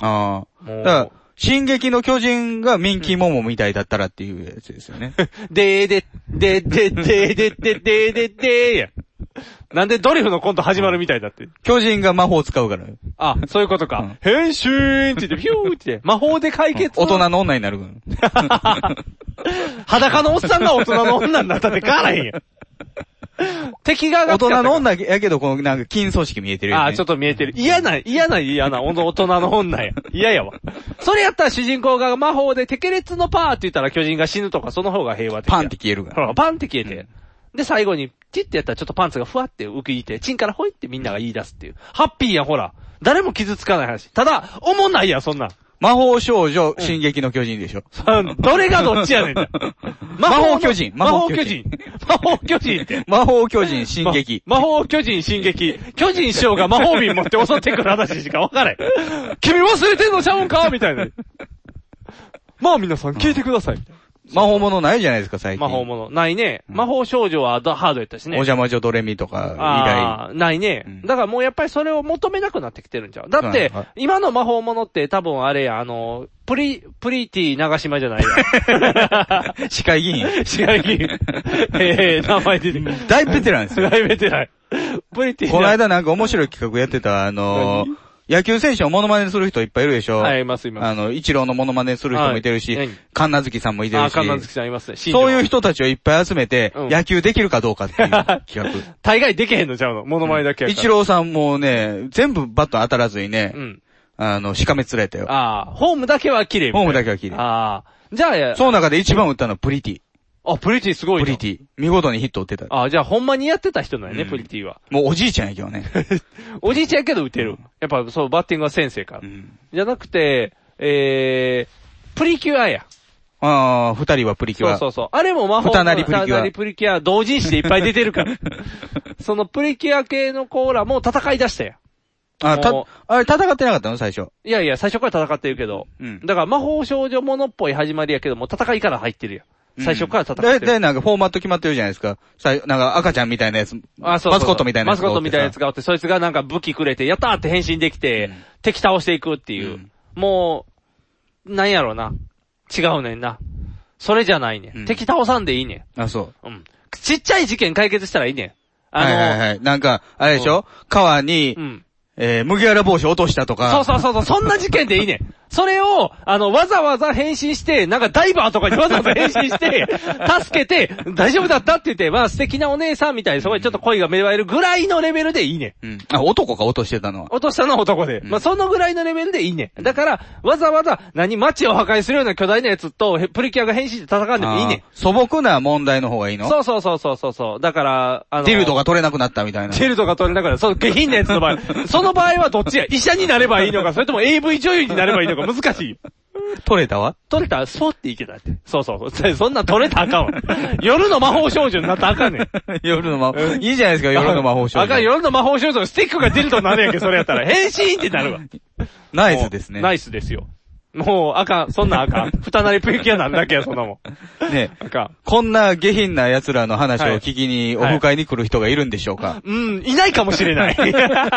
Speaker 2: ああ。
Speaker 3: もう
Speaker 2: だから、進撃の巨人がミンキーモモみたいだったらっていうやつですよ
Speaker 3: *laughs*
Speaker 2: ね。
Speaker 3: でーで、でーで、でーで、でーで、でーでーや。なんでドリフのコント始まるみたいだって。
Speaker 2: 巨人が魔法を使うから。
Speaker 3: あ、そういうこと
Speaker 2: う
Speaker 3: か
Speaker 2: ん。
Speaker 3: 変身って言って、ピューって、魔法で解決。
Speaker 2: 大人の女になるから。
Speaker 3: *laughs* 裸のおっさんが大人の女になったって変わらへんやん。敵側が
Speaker 2: 大
Speaker 3: 使
Speaker 2: 人
Speaker 3: ったから
Speaker 2: の女やけど、このなんか金組織見えてるよ、ね。
Speaker 3: ああ、ちょっと見えてる。嫌な、嫌な、嫌な、ほんと大人の
Speaker 2: *laughs*
Speaker 3: 女や。嫌やわ。それやったら主人公が魔法でテケレツのパーって言ったら巨人が死ぬとか、その方が平和的や
Speaker 2: パンって消えるか
Speaker 3: ほ
Speaker 2: ら。
Speaker 3: ら、パンって消えて。で、最後に、チッってやったらちょっとパンツがふわって浮いて、チンからほいってみんなが言い出すっていう。ハッピーやん、ほら。誰も傷つかない話。ただ、おもんないやん、そ
Speaker 2: *laughs*
Speaker 3: んなん。
Speaker 2: 魔法少女、進撃の巨人でしょ。
Speaker 3: どれがどっ
Speaker 2: *laughs*
Speaker 3: ちやねん。
Speaker 2: 魔
Speaker 3: の
Speaker 2: 法巨人
Speaker 3: 魔法巨人。魔法巨人って。
Speaker 2: 魔法巨人、進撃。
Speaker 3: ま魔法巨人進撃。巨人師匠が魔法瓶持って襲ってくる話しか分
Speaker 2: *laughs*
Speaker 3: からへん。君忘れてんのちゃうんかみたいな。まあ皆さん聞いてください。
Speaker 2: 魔法ものないじゃないですか、最近。
Speaker 3: 魔法もの。ないね。魔法少女はハードやったし
Speaker 2: お
Speaker 3: ね。
Speaker 2: 邪魔女ドレミとか、
Speaker 3: ああ、ないね、
Speaker 2: うん
Speaker 3: だからもうやっぱりそれを求めなくなってきてるんちゃうだって、
Speaker 2: はいは
Speaker 3: 今の魔法ものって多分あれや、あの、プリ、プリティ長島じゃないや。
Speaker 2: *laughs* 以外。市会議員。
Speaker 3: 違
Speaker 2: *laughs*
Speaker 3: う議員。ええ名前出てくる。
Speaker 2: 大ベテラン
Speaker 3: *laughs*
Speaker 2: ですよ。
Speaker 3: 大ベテラン。プリティ
Speaker 2: この間なんか面白い企画やってた、あのー、野球選手をモノマネする人いっぱいいるでしょ。
Speaker 3: はい、います、います。
Speaker 2: あの、一郎のモノマネする人もいてるし
Speaker 3: はい、
Speaker 2: 神奈月さんもいて
Speaker 3: あ、
Speaker 2: るし。
Speaker 3: 神奈月さんいますね。
Speaker 2: そういう
Speaker 3: う。
Speaker 2: 人たちをいっぱい集めて、
Speaker 3: うん
Speaker 2: 野球できるかどうかっていう企
Speaker 3: *laughs*
Speaker 2: 画。
Speaker 3: 大概でけへんのちゃうの。モノマネだけやから。
Speaker 2: 一郎さんもね、全部バット当たらずにね、
Speaker 3: うん。
Speaker 2: あの、しかめつれたよ。
Speaker 3: ああ、ホームだけは綺麗みた
Speaker 2: ホ
Speaker 3: い
Speaker 2: ーム
Speaker 3: な。
Speaker 2: だけは綺麗。
Speaker 3: ああ。じゃあや、
Speaker 2: その中で一番打ったのはプリティ。
Speaker 3: あ、プリティすごい
Speaker 2: プ
Speaker 3: な
Speaker 2: リティ。見事にヒット打ってた。
Speaker 3: ああ、じゃあほんまにやってた人なんやね、
Speaker 2: うん
Speaker 3: プリティは。
Speaker 2: もうおじいちゃんやけど
Speaker 3: *laughs*
Speaker 2: ね。
Speaker 3: おじいちゃんやけど打てる。やっぱそう、バッティングは先生から。
Speaker 2: うん
Speaker 3: じゃなくて、えー、プリキュアや。
Speaker 2: ああ、二人はプリキュ
Speaker 3: そう
Speaker 2: ア。
Speaker 3: そうそう。あれも魔法
Speaker 2: 二なりプリキュア
Speaker 3: 二なりプリキュア同人誌でいっぱい出て
Speaker 2: *laughs*
Speaker 3: るから。そのプリキュア系のコーラもう戦い出したや。
Speaker 2: あ、た
Speaker 3: もう、
Speaker 2: あれ戦ってなかったの最初。
Speaker 3: いやいや、最初から戦ってるけど。
Speaker 2: うん
Speaker 3: だから魔法少女ものっぽい始まりやけども、戦いから入ってるやん。最初から戦って
Speaker 2: で、
Speaker 3: る。
Speaker 2: で、なんかフォーマット決まってるじゃないですか。さいなんか赤ちゃんみたいなやつ。
Speaker 3: あ、そうそうそう
Speaker 2: マスコットみたいな
Speaker 3: マスコットみたいなやつ
Speaker 2: が
Speaker 3: がおって、そいつがなんか武器くれて、やったーって変身できて、
Speaker 2: うん
Speaker 3: 敵倒していくってい
Speaker 2: う
Speaker 3: う。
Speaker 2: ん
Speaker 3: もう、なんやろうな。違うねんな。それじゃないね、ん
Speaker 2: う。ん
Speaker 3: 敵倒さんでいいね
Speaker 2: おってさ。あ、そう。
Speaker 3: ん。うん。ちっちゃい事件解決したらいいねん。あの、
Speaker 2: はいはいはい。なんか、あれでしょ川に
Speaker 3: う、ん。
Speaker 2: えー、麦わら帽子落としたとか。
Speaker 3: そうそうそうそう、そんな事件でいいねん。それを、あの、わざわざ変身して、なんかダイバーとかにわざわざ変
Speaker 2: *laughs*
Speaker 3: 身して、助けて、大丈夫だったって言って、まあ素敵なお姉さんみたいにそこにちょっと恋が芽生えるぐらいのレベルでいいねん。
Speaker 2: うん。あ、男が落としてたのは。
Speaker 3: 落としたのは男で。
Speaker 2: ん
Speaker 3: まあ、そのぐらいのレベルでいいねん。だから、わざわざ、何、街を破壊するような巨大なやつと、へプリキュアが変身して戦うんでもいいね
Speaker 2: あー素朴な問題の方がいい
Speaker 3: ん。
Speaker 2: の
Speaker 3: そうそうそうそうそうそう。だから、あの、
Speaker 2: ディルド。が取れなくなったみたいな。
Speaker 3: ディルドが取れなくなる。そう、下品なやつの場合。その場合はどっちや医者になればいいのか、それとも AV 女優になればいいのか難しい。
Speaker 2: 取れたわ。
Speaker 3: *laughs* 取れたら、スポっていけたって。そうそうそう。 *laughs* そんなん取れたらあかんわ。
Speaker 2: *laughs*
Speaker 3: 夜の魔法少女になったらあかんねん。
Speaker 2: *laughs* 夜の魔法。いいじゃないですか、夜の魔法少
Speaker 3: あかん、
Speaker 2: 女。
Speaker 3: 夜の魔法少女のスティックがディルドになるやんけ、それやった
Speaker 2: *laughs*
Speaker 3: ら。変身ってなるわ。
Speaker 2: ナイスですね。
Speaker 3: ナイスですよ。もう、あかん、そんなん
Speaker 2: *laughs*
Speaker 3: あかん。ふたなりプリキュアなんだけや、そんなもん。
Speaker 2: ね
Speaker 3: あかん。
Speaker 2: こんな下品な奴らの話を聞きに、オ
Speaker 3: はい
Speaker 2: フ会に来る人がいるんでしょうか、
Speaker 3: うん、いないかもしれ
Speaker 2: *laughs*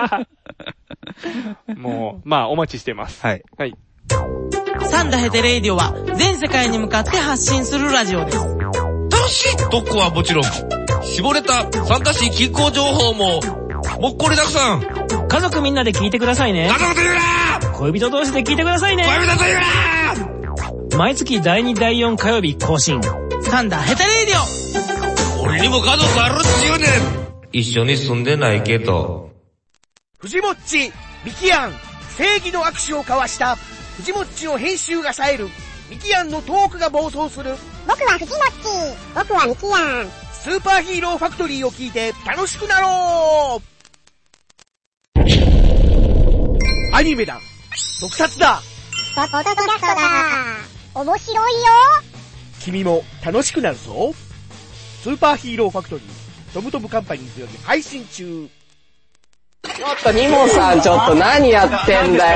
Speaker 3: ない。もう、まあ、お待ちしてます。
Speaker 2: はい。
Speaker 3: はい。
Speaker 4: サンダヘテレイディオは全世界に向かって発信するラジオです。
Speaker 8: 楽しい特攻はもちろん、絞れたサンタシー気候情報も、もっこりたくさん、家
Speaker 4: 家族みんなで聞いてくださいね。
Speaker 8: 族と言うな
Speaker 4: 恋人同士で聞いてくださいね。
Speaker 8: 恋人と言うな
Speaker 4: 毎月第2第4火曜日更新。サンダヘテレイディオ
Speaker 8: 俺にも家族あるっちゅうねん一緒に住んでないけど。
Speaker 9: 藤もっち、ミキアン、正義の握手を交わした、藤もっちの編集が冴える、ミキアンのトークが暴走する、
Speaker 10: 僕はフジモッチー。僕はミキヤン。
Speaker 9: スーパーヒーローファクトリーを聞いて楽しくなろうアニメだ特撮だ
Speaker 10: ポッドキャストだ。面白いよ。
Speaker 9: 君も楽しくなるぞスーパーヒーローファクトリー、トムトムカンパニーズより配信中
Speaker 11: ちょっと、ニモさん、ちょっと何やってんだ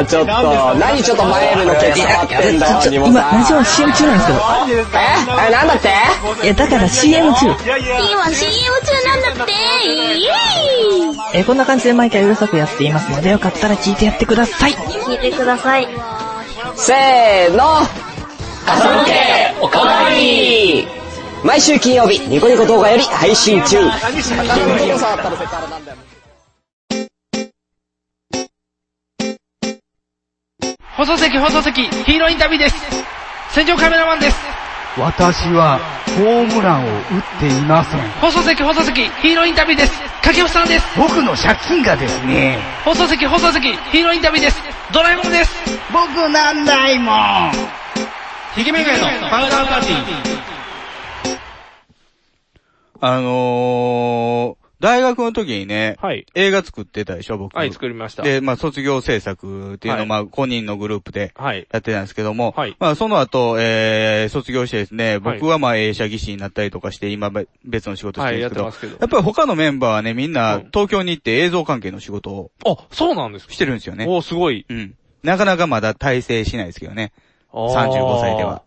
Speaker 11: よ。ちょっと、何ちょっとマイルのケツ触ってんだよ、ニモさん。今、ラジオ CM 中なんですけど。ええ、なんだって
Speaker 10: では CM 中なんだって。イエーイ
Speaker 4: えこんな感じで毎回うるさくやっていますので、よかったら聞いてやってください。
Speaker 10: 聞いてください。
Speaker 11: せーの。かさ向け、おかわり毎週金曜日、ニコニコ動画より配信中。
Speaker 9: 放送席放送席、ヒーローインタビューです戦場カメラマンです
Speaker 11: 私は、ホームランを打っていません。
Speaker 9: 放送席放送席、ヒーローインタビューです掛布さんです
Speaker 11: 僕の借金がですね、
Speaker 9: 放送席放送席、ヒーローインタビューですドラえもんです
Speaker 11: 僕なんないもん。
Speaker 9: ひげめがのパウダーパーティー。
Speaker 2: あのー、大学の時にね、
Speaker 3: はい、
Speaker 2: 映画作ってたでしょ、僕。
Speaker 3: はい、作りました。
Speaker 2: で、まあ、卒業制作っていうの
Speaker 3: は
Speaker 2: を、
Speaker 3: い
Speaker 2: まあ、5人のグループで
Speaker 3: はい。
Speaker 2: やってたんですけども、まあ、その後、えー、卒業してですね、
Speaker 3: はい
Speaker 2: 僕はまあ、映写技師になったりとかして、今、べ別の仕事してるんですけど、
Speaker 3: はいやってますけど
Speaker 2: やっぱり他のメンバーはね、みんな、東京に行って映像関係の仕事を、
Speaker 3: あ、そうなんですか
Speaker 2: してるんですよね。
Speaker 3: おすごい。
Speaker 2: うん。なかなかまだ体制しないですけどね。
Speaker 3: あー
Speaker 2: 35歳では。。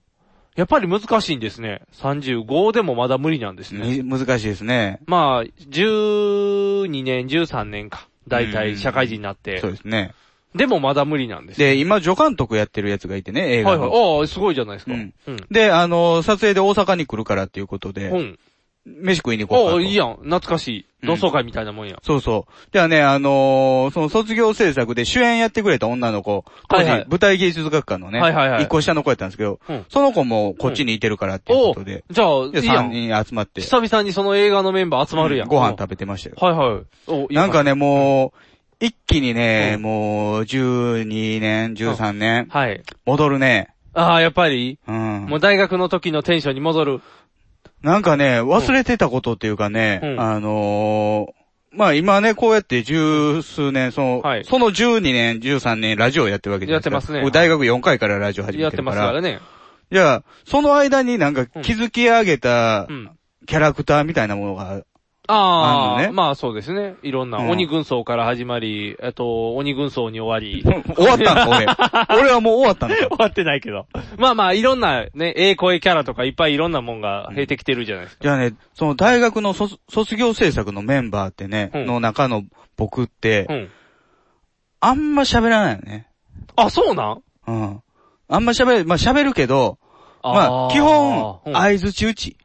Speaker 3: やっぱり難しいんですね。35でもまだ無理なんですね。
Speaker 2: む難しいですね。
Speaker 3: まあ、12年、13年か。だいた
Speaker 2: うん
Speaker 3: い社会人になって。
Speaker 2: そうですね。
Speaker 3: でもまだ無理なんです。
Speaker 2: で、今、助監督やってるやつがいてね、映
Speaker 3: は
Speaker 2: 画
Speaker 3: い
Speaker 2: の。
Speaker 3: はい。ああー、すごいじゃないですか。
Speaker 2: うん
Speaker 3: うん。
Speaker 2: で、あの、撮影で大阪に来るからっていうことで、
Speaker 3: うん。
Speaker 2: 飯食いに行こうか
Speaker 3: あ
Speaker 2: と。
Speaker 3: あ、いいやん。懐かしい。同窓会みたいなもんや。
Speaker 2: そうそう。じゃあね、あのーその卒業制作で主演やってくれた女の子、当時
Speaker 3: はいはい
Speaker 2: 舞台芸術学科のね、
Speaker 3: はいはいはい
Speaker 2: 一個下の子やったんですけど、
Speaker 3: うん
Speaker 2: その子もこっちにいてるからっていうことで、
Speaker 3: じゃあ、
Speaker 2: で
Speaker 3: いいやん。
Speaker 2: 3人集まって、
Speaker 3: 久々にその映画のメンバー集まるやん。
Speaker 2: ご飯食べてましたよ。
Speaker 3: はいはい。お、
Speaker 2: なんかね、もう、一気にね、もう、12年、13年、
Speaker 3: はい。
Speaker 2: 戻るね。
Speaker 3: ああ、やっぱり
Speaker 2: うん。
Speaker 3: もう大学の時のテンションに戻る。
Speaker 2: なんかね、忘れてたことっていうかね、
Speaker 3: うん
Speaker 2: あのーまあ今ね、こうやって十数年、その、その12年、13年、ラジオやってるわけじゃないですか。
Speaker 3: やってますね
Speaker 2: 僕大学4回からラジオ始め
Speaker 3: やってて
Speaker 2: る
Speaker 3: ま
Speaker 2: か
Speaker 3: す
Speaker 2: ら。
Speaker 3: からね。
Speaker 2: じゃあ、その間になんか築き上げた
Speaker 3: ん、
Speaker 2: キャラクターみたいなものが、 *laughs*
Speaker 3: あ
Speaker 2: あ
Speaker 3: あ、
Speaker 2: のね
Speaker 3: まあそうですね。いろんな、
Speaker 2: うん
Speaker 3: 鬼軍曹から始まり、えっと、鬼軍曹に終わり。
Speaker 2: *laughs* 終わったんか、俺。俺はもう終わったんか。
Speaker 3: *laughs* 終わってないけど。まあまあ、いろんなね、ええ声キャラとかいっぱいいろんなもんが減ってきてるじゃないですか。
Speaker 2: じゃあね、その大学の卒卒業制作のメンバーってね、の中の僕って、
Speaker 3: うん
Speaker 2: あんま喋らないよね。
Speaker 3: あ、そうなん
Speaker 2: うん。あんま喋る、まあ喋るけど、
Speaker 3: あー
Speaker 2: まあ基本、
Speaker 3: うん
Speaker 2: 合図打ち。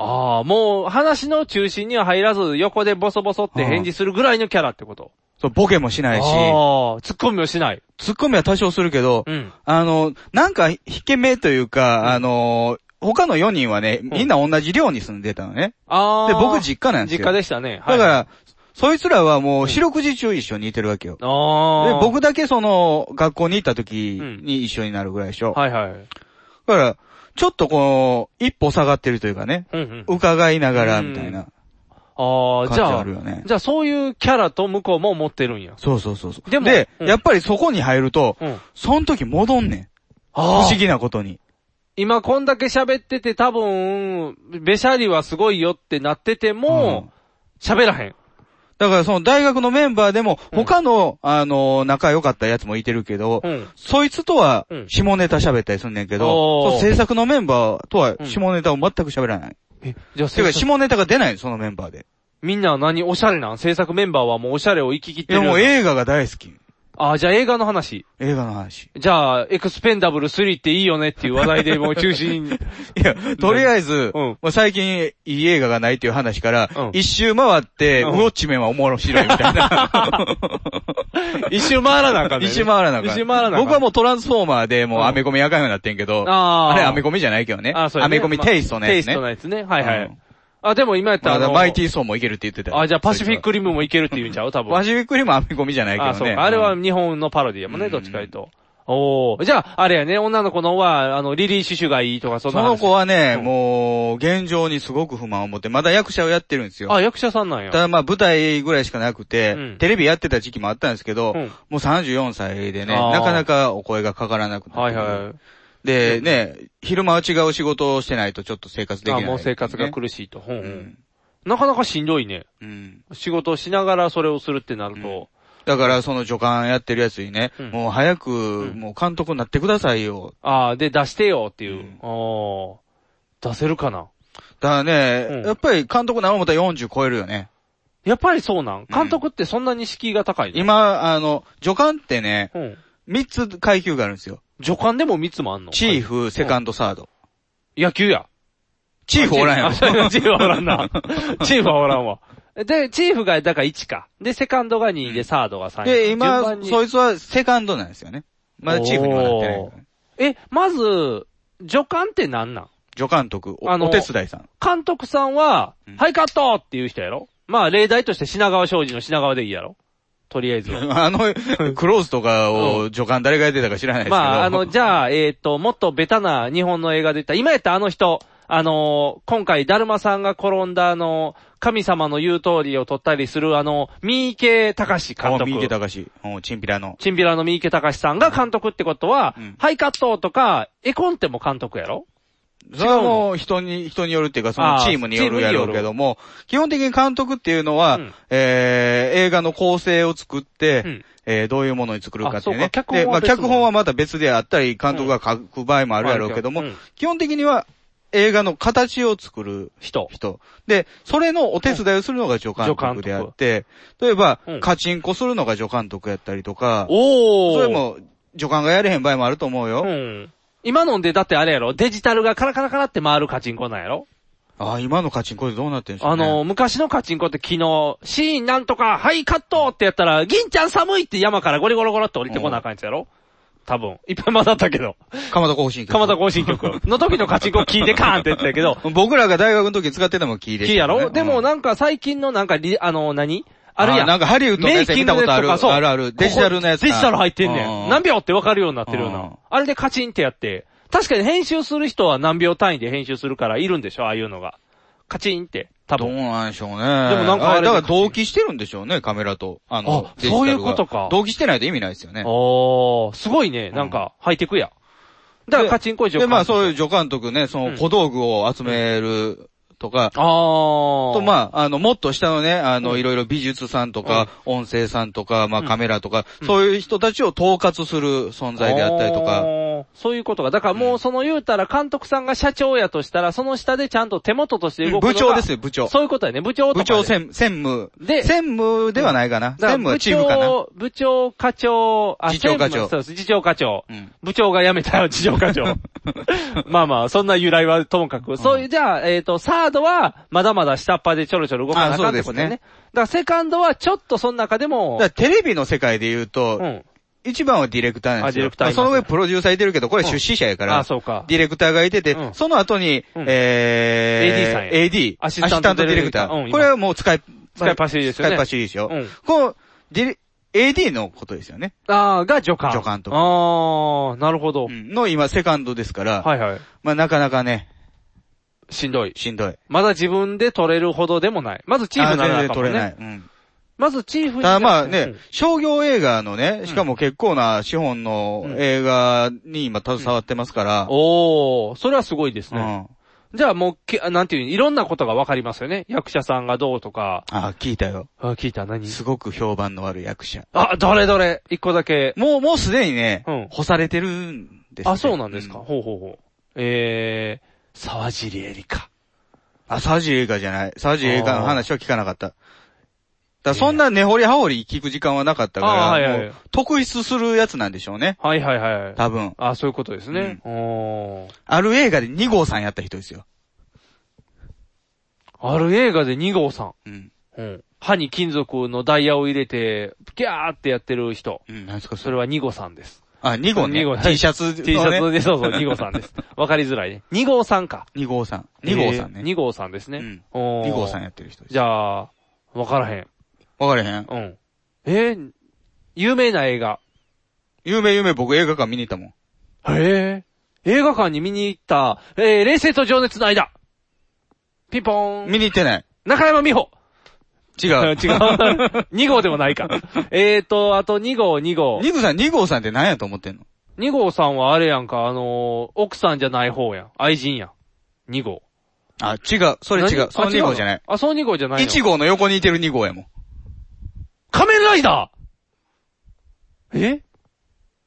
Speaker 3: ああ、もう話の中心には入らず、横でボソボソって返事するぐらいのキャラってこと。
Speaker 2: そう、ボケもしないし、
Speaker 3: ああ、ツッコミをしない。
Speaker 2: ツッコミは多少するけど、
Speaker 3: うん。
Speaker 2: あの、なんか引け目というか、あの、他の4人はね、みんな同じ寮に住んでたのね。
Speaker 3: ああ。
Speaker 2: で、僕実家なんですよ。
Speaker 3: 実家でしたね。は
Speaker 2: だ
Speaker 3: い。
Speaker 2: から、そいつらはもう四六時中一緒にいてるわけよ。で、
Speaker 3: ああ。
Speaker 2: 僕だけその、学校に行った時に一緒になるぐらいでしょ。
Speaker 3: はいはい。
Speaker 2: だから、ちょっとこの、一歩下がってるというかね、
Speaker 3: うんうん。
Speaker 2: 伺いながらみたいな
Speaker 3: ああ、
Speaker 2: 感
Speaker 3: じ
Speaker 2: じ
Speaker 3: ゃ
Speaker 2: あ
Speaker 3: あ
Speaker 2: る、よね。
Speaker 3: じゃあそういうキャラと向こうも持ってるんや。
Speaker 2: そうそうそうそう。
Speaker 3: でも
Speaker 2: で、
Speaker 3: うん
Speaker 2: やっぱりそこに入ると、
Speaker 3: ん
Speaker 2: その時戻んねん。不
Speaker 3: あー
Speaker 2: 思議なことに。
Speaker 3: 今こんだけ喋ってて多分、べしゃりはすごいよってなってても、喋らへん。
Speaker 2: だからその大学のメンバーでも、他の、あのー、仲良かったやつもいてるけど、
Speaker 3: ん
Speaker 2: そいつとは
Speaker 3: うん、
Speaker 2: 下ネタ喋ったりすんねんけど、
Speaker 3: おー
Speaker 2: その制作のメンバーとは、下ネタを全く喋らない。
Speaker 3: じゃ
Speaker 2: てか、
Speaker 3: あ制作
Speaker 2: 下ネタが出ない、そのメンバーで。
Speaker 3: みんなは何おしゃれなん制作メンバーはもうおしゃれを行き来って
Speaker 2: で
Speaker 3: る。
Speaker 2: も映画が大好き。
Speaker 3: ああ、じゃあ映画の話。
Speaker 2: 映画の話。
Speaker 3: じゃあ、エクスペンダブル3っていいよねっていう話題でもう中心。
Speaker 2: *laughs* いや、とりあえず、まあ最近いい映画がないっていう話から、一周回って、ウォッチメンはおもろしろいみたいな。
Speaker 3: 一周回らなあかんね
Speaker 2: 一周回らなあかん。
Speaker 3: 一周回らなあかん
Speaker 2: 僕はもうトランスフォーマーで、もうアメコミあかんようになってんけど、
Speaker 3: あー
Speaker 2: あれアメコミじゃないけどね。
Speaker 3: ああ、そうや
Speaker 2: ア
Speaker 3: ね
Speaker 2: メコミテイスト
Speaker 3: ま
Speaker 2: の
Speaker 3: あテ
Speaker 2: や
Speaker 3: イ
Speaker 2: つ
Speaker 3: ストの
Speaker 2: ね。
Speaker 3: やつね。はいは
Speaker 2: う
Speaker 3: い。あ、でも今やったら
Speaker 2: ま
Speaker 3: あ
Speaker 2: だ
Speaker 3: の、
Speaker 2: マイティーソーもいけるって言ってた。
Speaker 3: あ、じゃあパシフィックリムもいけるって言うんちゃう多分。
Speaker 2: パシフィックリムはアメコミじゃない
Speaker 3: あ、
Speaker 2: け
Speaker 3: そ
Speaker 2: ど
Speaker 3: う
Speaker 2: ね。
Speaker 3: か。あれは日本のパロディやもんね、どっちかいうと。おお。じゃあ、あれやね、女の子の方は、あの、リリー・シュシュがいいとか、そん
Speaker 2: そ
Speaker 3: な
Speaker 2: の
Speaker 3: 話。
Speaker 2: 子はね、もう、現状にすごく不満を持って、まだ役者をやってるんですよ。
Speaker 3: あ、役者さんなんや。
Speaker 2: ただまあ舞台ぐらいしかなくて、
Speaker 3: うん
Speaker 2: テレビやってた時期もあったんですけど、
Speaker 3: うん
Speaker 2: もう34歳でね、
Speaker 3: あー
Speaker 2: なかなかお声がかからなくて。
Speaker 3: はいは
Speaker 2: で、ね、昼間は違う仕事をしてないとちょっと生活
Speaker 3: い。
Speaker 2: でき
Speaker 3: あ
Speaker 2: ない、
Speaker 3: もう生活が
Speaker 2: る。
Speaker 3: 苦しいと。ほんほんなかなかしんどいね。
Speaker 2: うん。
Speaker 3: 仕事をしながらそれをするってなると。
Speaker 2: だからその助監やってるやつにね、もう早く、もう監督になってくださいよ。
Speaker 3: ああ、で、出してよっていう。おー出せるかな
Speaker 2: だからね、やっぱり監督な思ったら40超えるよね。
Speaker 3: やっぱりそうなん監督ってそんなに敷居が高いの
Speaker 2: 今、あの、助監ってね、
Speaker 3: うん。
Speaker 2: 3つ階級があるんですよ。
Speaker 3: 助監でも3つもあんの
Speaker 2: チーフ、セカンド、サード。
Speaker 3: 野球や。
Speaker 2: チーフおらんやろ
Speaker 3: あそうやチーフはおら
Speaker 2: *laughs*
Speaker 3: ん *laughs* な。チーフはおらんわ。で、チーフが、だから1か。で、セカンドが2で、サードが3。
Speaker 2: で、今
Speaker 3: 順番、に
Speaker 2: そいつはセカンドなんですよね。まだチーフにはなってない
Speaker 3: お。ーえ、まず、助監って何なん
Speaker 2: 助監督、お
Speaker 3: あの
Speaker 2: お手伝いさん。 *laughs*
Speaker 3: 監督さんは、はい、カットっていう人やろまあ、例題として品川庄司の品川でいいやろとりあえ *laughs* ずは。
Speaker 2: あの、クローズとかを助監誰がやってたか知らないですけど。
Speaker 3: まあ、あの、じゃあ、えっ、と、もっとベタな日本の映画で言ったら、今やったらあの人、あのー今回、だるまさんが転んだあのー神様の言う通りを取ったりするあの、三池隆史監
Speaker 2: あ、
Speaker 3: 督。
Speaker 2: 三池隆史。うん、チンピラの。
Speaker 3: チンピラの三池隆史さんが監督ってことは、ハイカットとか、絵コンテも監督やろ
Speaker 2: それはもう人に、人によるっていうか、そのチームによるやろうけども、基本的に監督っていうのは、えー、映画の構成を作って、えー、どういうものに作るかっていうね。
Speaker 3: あそうか脚本
Speaker 2: で、ま
Speaker 3: は
Speaker 2: あ、
Speaker 3: 別なの
Speaker 2: 脚本はまた別であったり、監督が書く場合もあるやろうけども、基本的には映画の形を作る
Speaker 3: 人。
Speaker 2: 人。で、それのお手伝いをするのが助監督であって、例えば、カチンコするのが助監督やったりとか、
Speaker 3: おー
Speaker 2: それも助監がやれへん場合もあると思うよ。
Speaker 3: 今のんで、だってあれやろデジタルがカラカラカラって回るカチンコなんやろ
Speaker 2: ああ、今のカチンコでどうなってんすか
Speaker 3: あのー、昔のカチンコって昨日、シーンなんとか、はい、カットってやったら、銀ちゃん寒いって山からゴリゴロゴロって降りてこなあかんやつやろ多分。いっぱい混ざったけど。
Speaker 2: 鎌田更新曲。
Speaker 3: 鎌田更新曲。の時のカチンコ聞いてカーンってやってた
Speaker 2: *laughs*
Speaker 3: けど。
Speaker 2: 僕らが大学の時使ってたのもキーでした、
Speaker 3: キーやろでもなんか最近のなんかリ、あの、何あるや
Speaker 2: あ
Speaker 3: ん。
Speaker 2: なんかハリウッドのやつ
Speaker 3: メイキン
Speaker 2: 見た
Speaker 3: グ
Speaker 2: ことある
Speaker 3: のやつかそう
Speaker 2: あるあるデジタルのやつ
Speaker 3: ここデジタル入ってんね
Speaker 2: うん
Speaker 3: ん。何秒ってわかるようになってるよう
Speaker 2: う
Speaker 3: な。あれでカチンってやって。確かに編集する人は何秒単位で編集するからいるんでしょああいうのが。カチンって。多
Speaker 2: 分。どうなんでしょうね。でも
Speaker 3: なんかあれ
Speaker 2: だから同期してるんでしょうね、カメラと。あの、デジタルが
Speaker 3: そういうことか
Speaker 2: 同期してないと意味ないですよね。
Speaker 3: おー、すごいね。なんか、ハイテクや。だからカチンコ以上
Speaker 2: で、まあそういう助監督ね、その小道具を集めるとか、
Speaker 3: と
Speaker 2: まあ、あの、もっと下のね、あの、いろいろ美術さんとか、音声さんとか、まあカメラとか、そういう人たちを統括する存在であったりとか、
Speaker 3: おーそういうことが。だからもうその言うたら監督さんが社長やとしたら、その下でちゃんと手元として動くのが
Speaker 2: 部長ですよ、部長。
Speaker 3: そういうことやね。部長とか
Speaker 2: 部
Speaker 3: ね
Speaker 2: 長専専務。
Speaker 3: で
Speaker 2: 専務ではないかな。専
Speaker 3: だから
Speaker 2: 務はチームかな。
Speaker 3: 部長、部長課長、あ、
Speaker 2: 次長課長
Speaker 3: 専務のそうです、次長課長。部長が辞
Speaker 2: *laughs*
Speaker 3: めたよ、次長課長。 *laughs* まあまあ、そんな由来はともかく。そういう、じゃあ、えっ、と、サードは、まだまだ下っ端でちょろちょろ動かなあかんってことね。
Speaker 2: あそうですね
Speaker 3: ねだから、セカンドは、ちょっとその中でも
Speaker 2: だか、らテレビの世界で言うと、一番はディレクターなんですよ。
Speaker 3: あディレクター
Speaker 2: まあ
Speaker 3: います
Speaker 2: その上プロデューサーいてるけど、これは出資者やから、
Speaker 3: あ、そうか。
Speaker 2: ディレクターがいてて、その後に、え
Speaker 3: AD さんや
Speaker 2: AD。
Speaker 3: アシスタントディレクター
Speaker 2: アシスタントディレ
Speaker 3: うん
Speaker 2: これはもう使い、
Speaker 3: 使いパシリですよね
Speaker 2: 使いパシリでしょ。
Speaker 3: うん
Speaker 2: こう、ディレ AD のことですよね。
Speaker 3: ああ、が助監。
Speaker 2: 助監督
Speaker 3: ああ、なるほど。
Speaker 2: の今、セカンドですから、
Speaker 3: はいはい。
Speaker 2: まあなかなかね、
Speaker 3: しんどい。
Speaker 2: しんどい。
Speaker 3: まだ自分で取れるほどでもない。まずチーフな
Speaker 2: あ
Speaker 3: ら
Speaker 2: 全然取れない。
Speaker 3: ね。
Speaker 2: うん
Speaker 3: まずチーフに
Speaker 2: ただまあ
Speaker 3: う
Speaker 2: ね
Speaker 3: ん、
Speaker 2: 商業映画のね、しかも結構な資本の映画に今携わってますから、
Speaker 3: おー、それはすごいです
Speaker 2: ね。
Speaker 3: じゃあもうけ、なんていうの、いろんなことがわかりますよね。役者さんがどうとか。
Speaker 2: あ、聞いたよ。
Speaker 3: あ、聞いた、何
Speaker 2: すごく評判の悪い役者。
Speaker 3: あ、どれどれ、一個だけ。
Speaker 2: もう、もうすでにね、干されてるんですね
Speaker 3: あ、そうなんですか。ほうほうほう。えー、沢尻エリカ。
Speaker 2: あ、サージ映画じゃない。サージ映画の話は聞かなかった。だからそんな根掘り葉掘り聞く時間はなかった
Speaker 3: あ
Speaker 2: か
Speaker 3: はいは
Speaker 2: ら、
Speaker 3: い
Speaker 2: もう特筆するやつなんでしょうね。
Speaker 3: はいはいはい。
Speaker 2: 多分。
Speaker 3: あ、そういうことですね。おー。
Speaker 2: ある映画で2号さんやった人ですよ。
Speaker 3: ある映画で2号さ
Speaker 2: ん。うん。
Speaker 3: 歯に金属のダイヤを入れて、ギャーってやってる人。
Speaker 2: うん、何ですか
Speaker 3: それは2号さんです。
Speaker 2: あ、2号ね。
Speaker 3: 二号
Speaker 2: T シャツのね、
Speaker 3: T シャツで、そうそう、2号さん *laughs* です。わかりづらいね。2号さんか。
Speaker 2: 2号さん。2号さんね。
Speaker 3: 2号さんですね。おー
Speaker 2: 2号さんやってる人です。
Speaker 3: じゃあ、わからへん。
Speaker 2: わかれへん
Speaker 3: うん。えー有名な映画。
Speaker 2: 有名有名僕映画館見に行ったもん。
Speaker 3: へえ。映画館に見に行った、えー、冷静と情熱の間。ピンポーン。
Speaker 2: 見に行ってない。
Speaker 3: 中山美穂。
Speaker 2: 違う。
Speaker 3: 違う。2号で
Speaker 2: *laughs*
Speaker 3: もないか。えーと、あと2号、2号。
Speaker 2: 2号さん、2号さんって何やと思ってんの
Speaker 3: 2号さんはあれやんか、あのー奥さんじゃない方やん。愛人やん。2号。
Speaker 2: あ、違う。それ違う。
Speaker 3: 何
Speaker 2: その
Speaker 3: あ
Speaker 2: 2号じゃな
Speaker 3: 違
Speaker 2: い。
Speaker 3: うのあ、その2号じゃないの
Speaker 2: 1。号の横にいてる2号やもん。
Speaker 3: 仮面ライダーえ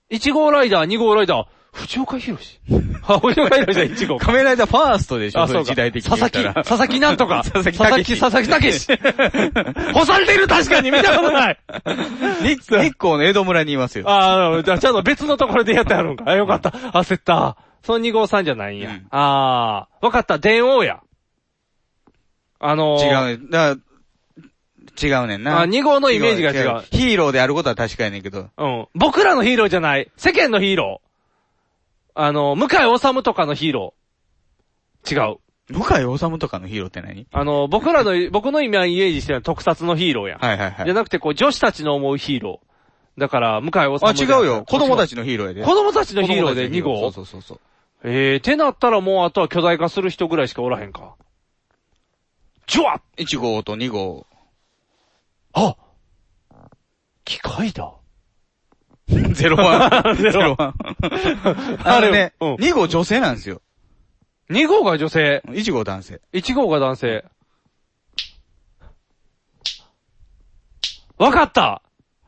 Speaker 3: ?1 号ライダー、2号ライダー。 *laughs* 藤岡博士。あ、藤岡博士は1号。
Speaker 2: 仮面ライダーファーストでしょ、
Speaker 3: *laughs* あ、
Speaker 2: それ
Speaker 3: そうか。
Speaker 2: 時代的に
Speaker 3: 佐
Speaker 2: 言
Speaker 3: 々
Speaker 2: った
Speaker 3: 木、
Speaker 2: ら。
Speaker 3: 佐々木なんとか。 *laughs* 佐々
Speaker 2: 木武
Speaker 3: 木、佐々木武志。 *laughs* 干されてる確かに見たこと *laughs* ない。
Speaker 2: 日日光の江戸村にいますよ。
Speaker 3: ああ、じゃあちゃんと別のところでやってあるんか。あ、よかった。焦った。その2号さんじゃないんや。ああ、わかった。電王や。あの
Speaker 2: 違
Speaker 3: ー、
Speaker 2: うね。だから違うねんな。
Speaker 3: あ二号のイメージが違う
Speaker 2: ヒーローであることは確かやねんけど。
Speaker 3: うん。僕らのヒーローじゃない。世間のヒーロー。あのー、向井治とかのヒーロー。違う。
Speaker 2: 向井治とかのヒーローって何
Speaker 3: あのー、僕らの、僕のイメージしてるのは特撮のヒーローや。
Speaker 2: はいはいはい
Speaker 3: じゃなくて、こう、女子たちの思うヒーロー。だから、向井治
Speaker 2: あ、違うよ。子供たちのヒーローやで。
Speaker 3: 子供たちのヒーローで
Speaker 2: 子供たちの
Speaker 3: 2号
Speaker 2: そうそうそうそう。
Speaker 3: ええー、てなったらもうあとは巨大化する人ぐらいしかおらへんか。ジュワ
Speaker 2: !1 号と2号。
Speaker 3: *laughs* あ機械だ。
Speaker 2: ゼロワン。ゼロワン。あれね、
Speaker 3: うん
Speaker 2: 2号女性なんですよ。
Speaker 3: 2号が女性。
Speaker 2: 1号男性。
Speaker 3: 1号が男性。わかった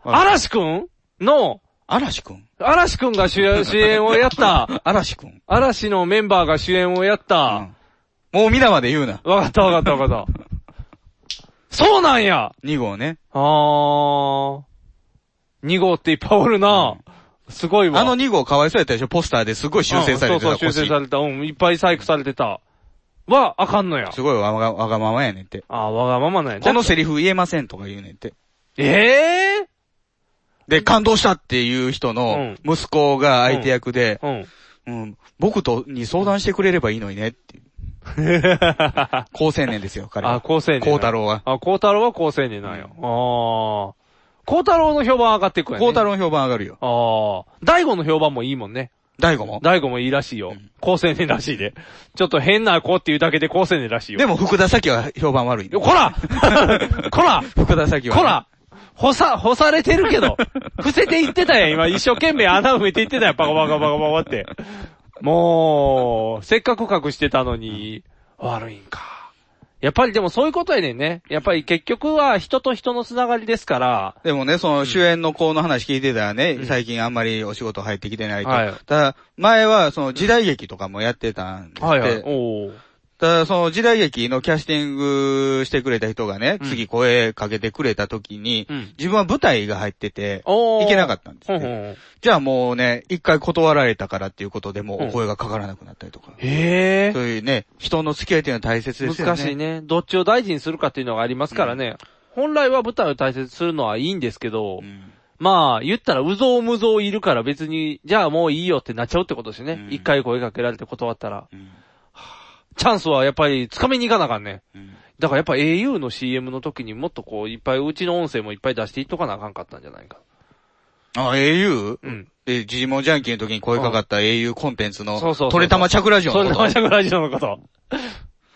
Speaker 3: 嵐くんの、
Speaker 2: 嵐くん
Speaker 3: 嵐くんが主演主演をやった、
Speaker 2: 嵐くん。
Speaker 3: 嵐のメンバーが主演をやった、
Speaker 2: もう皆まで言うな。
Speaker 3: わかったわかったわかった。そうなんや
Speaker 2: 2号ね。
Speaker 3: あー。2号っていっぱいおるな、すごいわ。
Speaker 2: あの2号かわいそうやったでしょポスターですごい修正されてた。
Speaker 3: うんそうそう、修正さ
Speaker 2: れ
Speaker 3: れた。うん、いっぱい細工されてた。は、あかんのや。
Speaker 2: すごいわがわがままやねんって。
Speaker 3: あーわがままなんや。
Speaker 2: このセリ
Speaker 3: リ
Speaker 2: フ言えませんとか言うねんって。
Speaker 3: え
Speaker 2: で、感動したっていう人の息子が相手役で、
Speaker 3: ぇ、うん。
Speaker 2: うん、僕とに相談してくれればいいのにね
Speaker 3: *laughs*
Speaker 2: っていう。高青年ですよ、彼
Speaker 3: あ、
Speaker 2: は。
Speaker 3: 高青年。
Speaker 2: 高太郎は。
Speaker 3: あ、高太郎は高青年なんや。あー。高太郎の評判上がっていくやね。
Speaker 2: 高太
Speaker 3: 郎。
Speaker 2: 郎の評判上がるよ。
Speaker 3: あー。大悟の評判もいいもんね。
Speaker 2: 大悟も。
Speaker 3: 大悟もいいらしいよ。高青年らしいで。ちょっと変な子っていうだけで高青年らしいよ。
Speaker 2: でも福田咲は評判悪いね。*laughs*
Speaker 3: こらこら
Speaker 2: 福田咲はね。
Speaker 3: こら干さ、干されてるけ *laughs* ど。伏せていってたやん、今。一生懸命穴埋めていってたやん、バカバカバカバカって。もう、せっかく隠してたのに、悪いんか。やっぱりでもそういうことやねんね。やっぱり結局は人と人のつながりですから、
Speaker 2: でもね、その主演の子の話聞いてたらね、最近あんまりお仕事入ってきてないと。
Speaker 3: はい
Speaker 2: ただ、前はその時代劇とかもやってたんですって。
Speaker 3: はいはい。おー
Speaker 2: ただ、その時代劇のキャスティングしてくれた人がね、
Speaker 3: うん
Speaker 2: 次声かけてくれた時に、
Speaker 3: うん。
Speaker 2: 自分は舞台が入ってて、
Speaker 3: おー
Speaker 2: 行けなかったんです
Speaker 3: ほ
Speaker 2: っ
Speaker 3: んほ
Speaker 2: て。
Speaker 3: ん
Speaker 2: じゃあもうね、一回断られたからっていうことでもう
Speaker 3: うん
Speaker 2: お声がかからなくなったりとか。
Speaker 3: へえ
Speaker 2: そ。ういうね、人の付き合いっていうのは大切ですよね。
Speaker 3: 難しい。ね。どっちを大事にするかっていうのがありますからね。本来は舞台を大切にするのはいいんですけど、
Speaker 2: うん、
Speaker 3: まあ、言ったら、うぞうむぞういるから別に、じゃあもういいよってなっちゃうってことですね
Speaker 2: う。ん
Speaker 3: 一、回声かけられて断ったら。
Speaker 2: うん
Speaker 3: チャンスはやっぱり掴みに行かなあかんね。
Speaker 2: うん
Speaker 3: だからやっぱ au の CM の時にもっとこう、いっぱい、うちの音声もいっぱい出していっとかなあかんかったんじゃないか。
Speaker 2: あ、au?
Speaker 3: うん。
Speaker 2: え、ジジモンジャンキーの時に声かかった au コンテンツの、
Speaker 3: そうそうそう
Speaker 2: トレタマチャクラジオ
Speaker 3: そ
Speaker 2: の
Speaker 3: れ
Speaker 2: こ
Speaker 3: で
Speaker 2: と
Speaker 3: マジャグラジオのこと。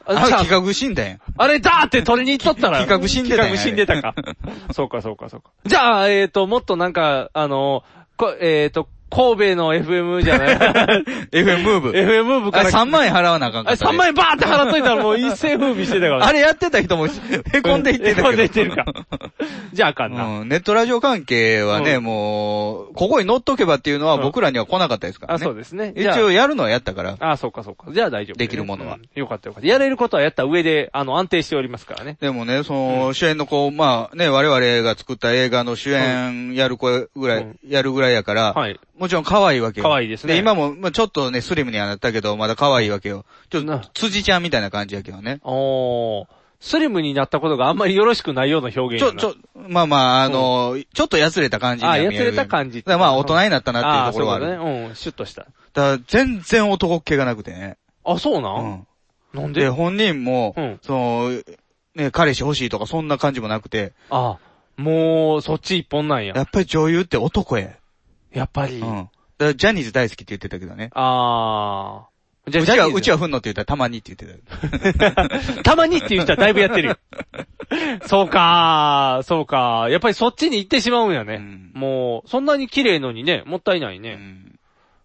Speaker 3: あ
Speaker 2: あ
Speaker 3: チャン
Speaker 2: 企画死んだや
Speaker 3: *laughs*
Speaker 2: ん。
Speaker 3: あれだーって取りに行っとったら。
Speaker 2: 企画死んでたんや
Speaker 3: 企画死ん
Speaker 2: *laughs*
Speaker 3: でたか。そうか、そうか、そうか。じゃあ、えっ、と、もっとなんか、あの、こえっ、と、神戸の FM じ
Speaker 2: *laughs*
Speaker 3: ゃない
Speaker 2: FM ムー
Speaker 3: *laughs*
Speaker 2: ブ。
Speaker 3: FM 部
Speaker 2: あ
Speaker 3: か
Speaker 2: れ
Speaker 3: ら
Speaker 2: 3万円払わなあかん
Speaker 3: あ
Speaker 2: か
Speaker 3: れ
Speaker 2: ったで。
Speaker 3: 3万円バーって払っといたらもう一世風靡してたから。
Speaker 2: あれやってた人もへこんでいってたけど。
Speaker 3: へこんでいっ
Speaker 2: *laughs*
Speaker 3: てるか。じゃああかんな。
Speaker 2: うん、ネットラジオ関係はね、
Speaker 3: うん
Speaker 2: もう、ここに乗っとけばっていうのは僕らには来なかったですから
Speaker 3: あ、
Speaker 2: ね。
Speaker 3: そうですね。
Speaker 2: 一応やるのはやったから。
Speaker 3: ああ、そうかそうか。じゃあ大丈夫、
Speaker 2: できるものは
Speaker 3: うんよかったよかった。やれることはやった上で、あの、安定しておりますからね。
Speaker 2: でもね、その、主演の子、まあね、我々が作った映画の主演やる子ぐらい、
Speaker 3: うん
Speaker 2: やるぐらいやから、
Speaker 3: はい。
Speaker 2: もちろん可愛いわけよ。
Speaker 3: 可愛いですね
Speaker 2: 今も、まあちょっとね、スリムにはなったけど、まだ可愛いわけよ。ちょっと
Speaker 3: な、
Speaker 2: 辻ちゃんみたいな感じやけどね。
Speaker 3: おー。スリムになったことがあんまりよろしくないような表現
Speaker 2: ち
Speaker 3: や
Speaker 2: ょ、
Speaker 3: な
Speaker 2: ちょ、まあまあ、あの、ちょっとやつれた感じには見える。
Speaker 3: あやつれた感じ
Speaker 2: だからまあ、大人になったなっていうところはある。
Speaker 3: あーそういうことね。うん、シュッとした。
Speaker 2: だから全然男っ気がなくてね。
Speaker 3: あ、そうな、
Speaker 2: うんん。
Speaker 3: なん
Speaker 2: で、
Speaker 3: で
Speaker 2: 本人も、
Speaker 3: うん
Speaker 2: その、ね、彼氏欲しいとかそんな感じもなくて、
Speaker 3: あ、もう、そっち一本なんや。
Speaker 2: やっぱり女優って男や。
Speaker 3: やっぱり。
Speaker 2: うん。だからジャニーズ大好きって言ってたけどね。
Speaker 3: あー。じ
Speaker 2: うちは、うち
Speaker 3: は、
Speaker 2: はふんのって言ったらたまにって言ってた。
Speaker 3: *laughs* たまにっていう人はだいぶやってるよ。 *laughs* そうかー、そうかー。やっぱりそっちに行ってしまうんやね。
Speaker 2: うん
Speaker 3: もう、そんなに綺麗のにね、もったいないね。
Speaker 2: うん。